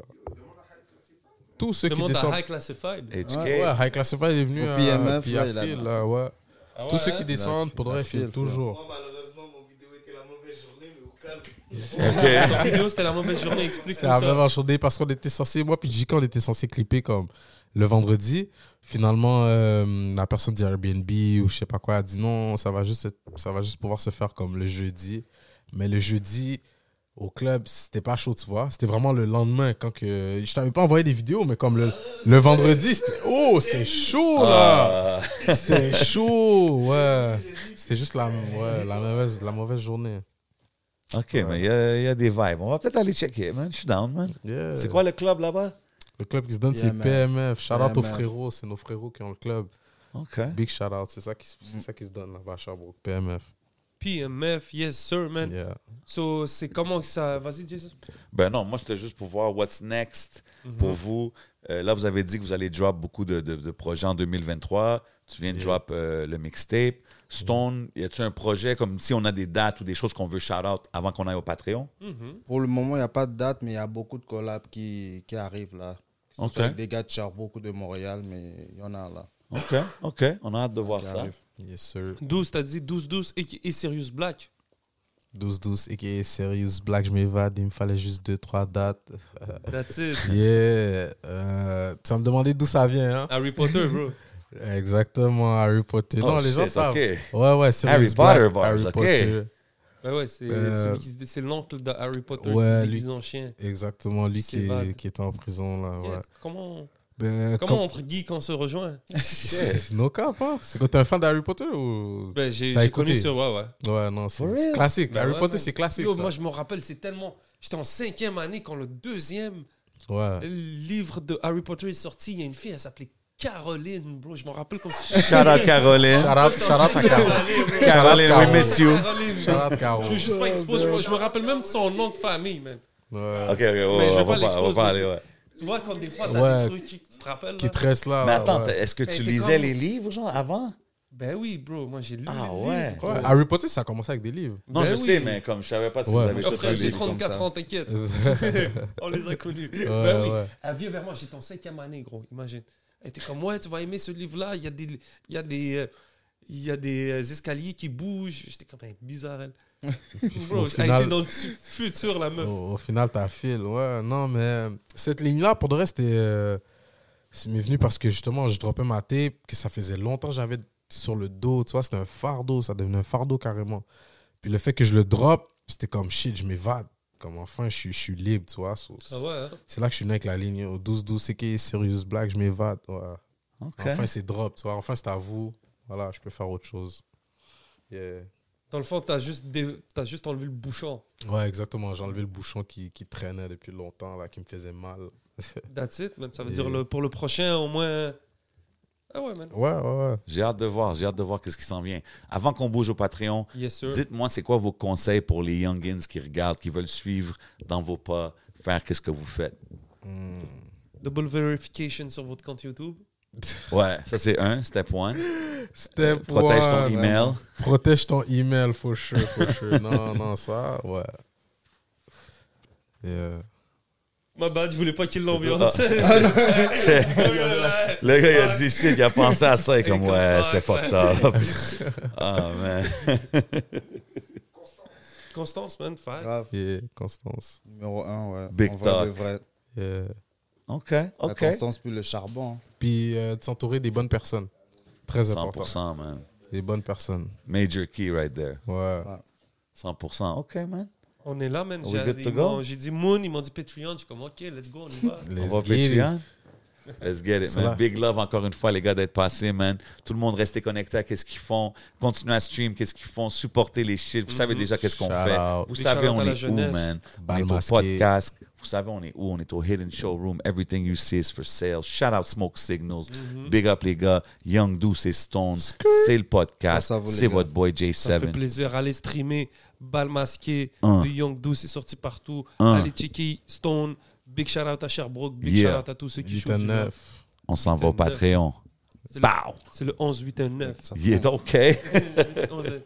[SPEAKER 5] Tous ceux qui
[SPEAKER 3] Demande
[SPEAKER 5] descendent.
[SPEAKER 3] à High Classified.
[SPEAKER 4] HK.
[SPEAKER 5] Ah Ouais, High Classified est venu
[SPEAKER 6] Au
[SPEAKER 5] à
[SPEAKER 6] PMF,
[SPEAKER 5] puis à
[SPEAKER 6] ouais, il a-
[SPEAKER 5] Phil, là, ouais.
[SPEAKER 3] Ah
[SPEAKER 5] Tous
[SPEAKER 3] ouais,
[SPEAKER 5] ceux
[SPEAKER 3] hein?
[SPEAKER 5] qui descendent, pour de vrai,
[SPEAKER 6] la
[SPEAKER 5] ils filent
[SPEAKER 6] file,
[SPEAKER 5] toujours.
[SPEAKER 7] Malheureusement, mon vidéo était la mauvaise journée, mais au calme.
[SPEAKER 4] Ok.
[SPEAKER 3] Ton vidéo, c'était la mauvaise journée, explique
[SPEAKER 5] C'est
[SPEAKER 3] nous
[SPEAKER 5] la
[SPEAKER 3] ça.
[SPEAKER 5] même enchaînée parce qu'on était censé, moi puis Jika, on était censé clipper comme le vendredi. Finalement, euh, la personne du Airbnb ou je sais pas quoi a dit non, ça va juste, être- ça va juste pouvoir se faire comme le jeudi. Mais le jeudi, au club, c'était pas chaud, tu vois. C'était vraiment le lendemain quand que. Je t'avais pas envoyé des vidéos, mais comme le, le vendredi, c'était. Oh, c'était chaud là!
[SPEAKER 4] Ah,
[SPEAKER 5] C'était chaud, ouais. C'était juste la, ouais, la, mauvaise, la mauvaise journée.
[SPEAKER 4] ok, mais il y a- il y, a des vibes. On va peut-être aller checker, man. Je suis down, man.
[SPEAKER 5] Yeah.
[SPEAKER 4] C'est quoi le club là-bas?
[SPEAKER 5] Le club qui se donne, c'est
[SPEAKER 6] PMF.
[SPEAKER 5] PMF. Shout out aux
[SPEAKER 6] PMF.
[SPEAKER 5] frérots, c'est nos frérots qui ont le club.
[SPEAKER 4] Ok.
[SPEAKER 5] Big shout out, c'est ça qui, se-
[SPEAKER 3] Mm.
[SPEAKER 5] c'est ça qui se donne là-bas à Sherbrooke. PMF.
[SPEAKER 3] PMF, yes, sir, man.
[SPEAKER 5] Yeah.
[SPEAKER 3] So, c'est comment que ça. Vas-y, Jason.
[SPEAKER 4] Ben non, moi, c'était juste pour voir what's next pour vous. Euh, là, vous avez dit que vous allez drop beaucoup de, de- de projets en 2023. Tu viens de drop euh, le mixtape. Stone, y a-tu un projet comme si on a des dates ou des choses qu'on veut shout-out avant qu'on aille au Patreon?
[SPEAKER 5] Mm-hmm.
[SPEAKER 6] Pour le moment, il n'y a pas de date, mais il y a beaucoup de collabs qui, qui arrivent là. Que ce
[SPEAKER 4] Ok.
[SPEAKER 6] soit avec des gars de Char, beaucoup de Montréal, mais il y en a là.
[SPEAKER 4] OK, OK. On a hâte de voir
[SPEAKER 6] Qui
[SPEAKER 4] ça.
[SPEAKER 6] arrivent.
[SPEAKER 5] Yes, sir.
[SPEAKER 3] 12, t'as dit 12-12 et, et Sirius Black.
[SPEAKER 5] 12-12, a.k.a. Serious Black, je m'évade. Il me fallait juste
[SPEAKER 3] [laughs]
[SPEAKER 5] 2-3 dates.
[SPEAKER 3] That's
[SPEAKER 5] [laughs]
[SPEAKER 3] it.
[SPEAKER 5] Yeah. Euh, tu vas me demander d'où ça vient, hein?
[SPEAKER 3] Harry Potter, bro.
[SPEAKER 5] Exactement, Harry Potter.
[SPEAKER 4] Oh,
[SPEAKER 5] non, les gens
[SPEAKER 4] shit,
[SPEAKER 5] savent.
[SPEAKER 4] ok.
[SPEAKER 5] Ouais, ouais, Serious
[SPEAKER 4] Harry Potter
[SPEAKER 5] Black,
[SPEAKER 4] bars, ok.
[SPEAKER 3] Ben Ouais, ouais, c'est
[SPEAKER 5] Euh,
[SPEAKER 3] celui qui se dé- c'est l'oncle de Harry Potter
[SPEAKER 5] ouais,
[SPEAKER 3] qui se
[SPEAKER 5] lui-
[SPEAKER 3] déguise en chien.
[SPEAKER 5] Exactement, lui
[SPEAKER 3] C'est
[SPEAKER 5] qui,
[SPEAKER 3] vague.
[SPEAKER 5] est, qui était en prison, là, ouais.
[SPEAKER 3] Comment,
[SPEAKER 5] Ben,
[SPEAKER 3] comment
[SPEAKER 5] comme-
[SPEAKER 3] entre geeks on se rejoint
[SPEAKER 5] C'est [laughs] No cap, hein. C'est quand t'es un fan d'Harry Potter ou...
[SPEAKER 3] ben, J'ai
[SPEAKER 5] T'as
[SPEAKER 3] j'ai
[SPEAKER 5] écouté
[SPEAKER 3] connu ça, ouais, ouais.
[SPEAKER 5] Ouais, non, c'est
[SPEAKER 6] For
[SPEAKER 5] c'est
[SPEAKER 6] real?
[SPEAKER 5] classique.
[SPEAKER 3] Ben
[SPEAKER 5] Harry
[SPEAKER 3] ouais,
[SPEAKER 5] Potter,
[SPEAKER 3] man.
[SPEAKER 5] c'est classique,
[SPEAKER 3] Yo,
[SPEAKER 5] ça.
[SPEAKER 3] moi, je me rappelle, c'est tellement. J'étais en cinquième année quand le deuxième
[SPEAKER 5] Ouais.
[SPEAKER 3] livre de Harry Potter est sorti. Il y a une fille, elle s'appelait Caroline, bro. Je m'en rappelle comme si.
[SPEAKER 4] Shout out Caroline.
[SPEAKER 5] Shout out, shout out à Caro.
[SPEAKER 4] Caroline,
[SPEAKER 5] Shout out,
[SPEAKER 4] we miss you.
[SPEAKER 5] Shout
[SPEAKER 3] Caroline.
[SPEAKER 5] out, Caro.
[SPEAKER 3] Je veux juste pas exposer. Je, je me rappelle même son nom de famille, man.
[SPEAKER 5] Ouais.
[SPEAKER 4] Ok, ok, ouais,
[SPEAKER 3] Mais je
[SPEAKER 4] on
[SPEAKER 3] vais pas
[SPEAKER 4] va pas, on va
[SPEAKER 3] l'exposer,
[SPEAKER 4] pas
[SPEAKER 3] mais
[SPEAKER 4] aller,
[SPEAKER 3] tu-
[SPEAKER 4] ouais.
[SPEAKER 3] Tu vois, quand des fois, t'as
[SPEAKER 5] Ouais.
[SPEAKER 3] des trucs qui tu te rappelles.
[SPEAKER 5] Qui
[SPEAKER 3] là.
[SPEAKER 5] tresse là.
[SPEAKER 4] Mais attends,
[SPEAKER 5] ouais.
[SPEAKER 4] t'as- est-ce que
[SPEAKER 3] Mais
[SPEAKER 4] tu
[SPEAKER 3] t'es
[SPEAKER 4] lisais
[SPEAKER 3] comme-
[SPEAKER 4] les livres, genre, avant?
[SPEAKER 3] Ben oui, bro. Moi, j'ai lu.
[SPEAKER 4] Ah
[SPEAKER 3] les
[SPEAKER 4] ouais.
[SPEAKER 3] livres, bro.
[SPEAKER 5] Ouais, Harry Potter, ça a commencé avec
[SPEAKER 3] [laughs]
[SPEAKER 5] des livres.
[SPEAKER 4] Non,
[SPEAKER 3] Ben
[SPEAKER 4] je
[SPEAKER 3] oui.
[SPEAKER 4] sais, mais comme je savais pas si
[SPEAKER 5] Ouais.
[SPEAKER 4] vous avez
[SPEAKER 3] Oh,
[SPEAKER 4] tout
[SPEAKER 3] frère,
[SPEAKER 4] lu
[SPEAKER 3] j'ai
[SPEAKER 4] des livres comme
[SPEAKER 3] 34
[SPEAKER 4] ça.
[SPEAKER 3] ans, t'inquiète. [laughs] On les a connus. ben oui.
[SPEAKER 5] ouais.
[SPEAKER 3] Elle vient vers moi, j'étais en cinquième année, gros, imagine. Elle était comme, ouais, tu vas aimer ce livre-là, il y a des, il y a des, euh, il y a des euh, escaliers qui bougent. J'étais comme, elle est bizarre, elle. Bro,
[SPEAKER 5] Au
[SPEAKER 3] elle
[SPEAKER 5] final- Oh.
[SPEAKER 3] était dans le su- futur, la meuf.
[SPEAKER 5] Au, au final, t'as fil. Ouais, non, mais euh, cette ligne-là, pour de reste, c'était, euh, ça m'est venu parce que justement, je dropais ma tape, que ça faisait longtemps que j'avais sur le dos, tu vois, c'était un fardeau, ça devenait un fardeau carrément. Puis le fait que je le drop, c'était comme shit, je m'évade. Comme enfin, je, suis- je suis libre, tu vois. so-
[SPEAKER 3] Ah ouais, hein?
[SPEAKER 5] C'est là que je suis né avec la ligne au 12-12, c'est qui Serious Black, je m'évade. ouais.
[SPEAKER 4] Ok.
[SPEAKER 5] Enfin, c'est drop, tu vois. Enfin, c'est à vous. Voilà, je peux faire autre chose. Yeah.
[SPEAKER 3] Dans le fond, t'as juste, des- t'as juste enlevé le bouchon.
[SPEAKER 5] Ouais, exactement. J'ai enlevé le bouchon qui, qui traînait depuis longtemps, là, qui me faisait mal.
[SPEAKER 3] That's it, man. Ça veut
[SPEAKER 5] Et-
[SPEAKER 3] dire le, pour le prochain, au moins. Ah ouais, man.
[SPEAKER 5] Ouais, ouais, ouais.
[SPEAKER 4] J'ai hâte de voir, j'ai hâte de voir qu'est-ce qui s'en vient. Avant qu'on bouge au Patreon,
[SPEAKER 3] Yes, sir.
[SPEAKER 4] dites-moi c'est quoi vos conseils pour les youngins qui regardent, qui veulent suivre dans vos pas, faire qu'est-ce que vous faites.
[SPEAKER 3] Double verification sur votre compte YouTube.
[SPEAKER 4] Ouais, ça c'est un, step one.
[SPEAKER 5] Step
[SPEAKER 4] Euh, Protège ton
[SPEAKER 5] one.
[SPEAKER 4] [laughs] email.
[SPEAKER 5] Protège ton email, for sure, for sure. non, [laughs] non, ça, ouais. Yeah.
[SPEAKER 3] Ma bad, je voulais pas qu'il y ait l'ambiance.
[SPEAKER 5] Ah.
[SPEAKER 4] Le gars, il a dit shit, il a pensé à ça, et comme
[SPEAKER 3] comme,
[SPEAKER 4] ouais,
[SPEAKER 3] fuck,
[SPEAKER 4] c'était fucked up.
[SPEAKER 3] [laughs]
[SPEAKER 4] Ah, man.
[SPEAKER 3] [laughs] Constance, man, fact.
[SPEAKER 6] Grave,
[SPEAKER 5] Yeah, Constance.
[SPEAKER 6] numéro 1, ouais.
[SPEAKER 4] Big
[SPEAKER 6] En vrai de
[SPEAKER 4] talk.
[SPEAKER 6] vrai.
[SPEAKER 5] Yeah.
[SPEAKER 4] OK,
[SPEAKER 6] La
[SPEAKER 4] OK.
[SPEAKER 6] constance plus le charbon. hein.
[SPEAKER 5] Puis, euh, de s'entourer des bonnes personnes. Très important.
[SPEAKER 4] 100%, man.
[SPEAKER 5] Des bonnes personnes.
[SPEAKER 4] Major key right there.
[SPEAKER 5] Ouais.
[SPEAKER 4] 100%. OK, man.
[SPEAKER 3] On est là, man.
[SPEAKER 4] Are we
[SPEAKER 3] J'ai
[SPEAKER 4] good to
[SPEAKER 3] ils
[SPEAKER 4] go?
[SPEAKER 3] m'ont- j'ai dit Moon, ils m'ont dit Patreon. Je suis comme, OK, let's go, on y va.
[SPEAKER 5] Les
[SPEAKER 4] On va
[SPEAKER 5] hein?
[SPEAKER 4] Patreon. Let's get it,
[SPEAKER 5] C'est
[SPEAKER 4] man.
[SPEAKER 5] là.
[SPEAKER 4] Big love encore une fois, les gars, d'être passés, man. Tout le monde restez connecté à qu'est-ce qu'ils font. Continuez à stream, qu'est-ce qu'ils font. Supportez les shit. Vous savez déjà qu'est-ce qu'on
[SPEAKER 5] Shout
[SPEAKER 4] fait.
[SPEAKER 5] out.
[SPEAKER 4] Vous
[SPEAKER 3] Mhm. Big shout
[SPEAKER 4] savez,
[SPEAKER 3] out
[SPEAKER 4] on
[SPEAKER 3] à la
[SPEAKER 4] est où,
[SPEAKER 3] jeunesse.
[SPEAKER 4] man. On
[SPEAKER 5] Bal
[SPEAKER 4] est au
[SPEAKER 5] masqué.
[SPEAKER 4] podcast. Vous savez, on est où? On est au Hidden Showroom. Everything you see is for sale. Shout out Smoke Signals.
[SPEAKER 3] Mhm.
[SPEAKER 4] Big up, les gars. Young Deuce et Stone. C'est le podcast.
[SPEAKER 6] Ça, ça vaut, les
[SPEAKER 4] C'est
[SPEAKER 6] gars.
[SPEAKER 4] votre boy
[SPEAKER 3] Ça fait
[SPEAKER 4] J7.
[SPEAKER 3] plaisir. Allez streamer Bal Masqué
[SPEAKER 4] Un.
[SPEAKER 3] de Young Doo, c'est sorti partout.
[SPEAKER 4] Un.
[SPEAKER 3] Allez checker Stone. Big shout out à Sherbrooke. Big
[SPEAKER 4] Yeah.
[SPEAKER 3] shout out à tous ceux qui
[SPEAKER 5] Huit
[SPEAKER 3] jouent.
[SPEAKER 5] à
[SPEAKER 3] du monde.
[SPEAKER 5] neuf.
[SPEAKER 4] On s'en va au Patreon.
[SPEAKER 3] C'est le-
[SPEAKER 4] Pow! [laughs]
[SPEAKER 3] C'est le 11, 8 et 9.
[SPEAKER 6] Ça
[SPEAKER 4] Il est
[SPEAKER 6] prend.
[SPEAKER 4] OK.
[SPEAKER 3] On sait.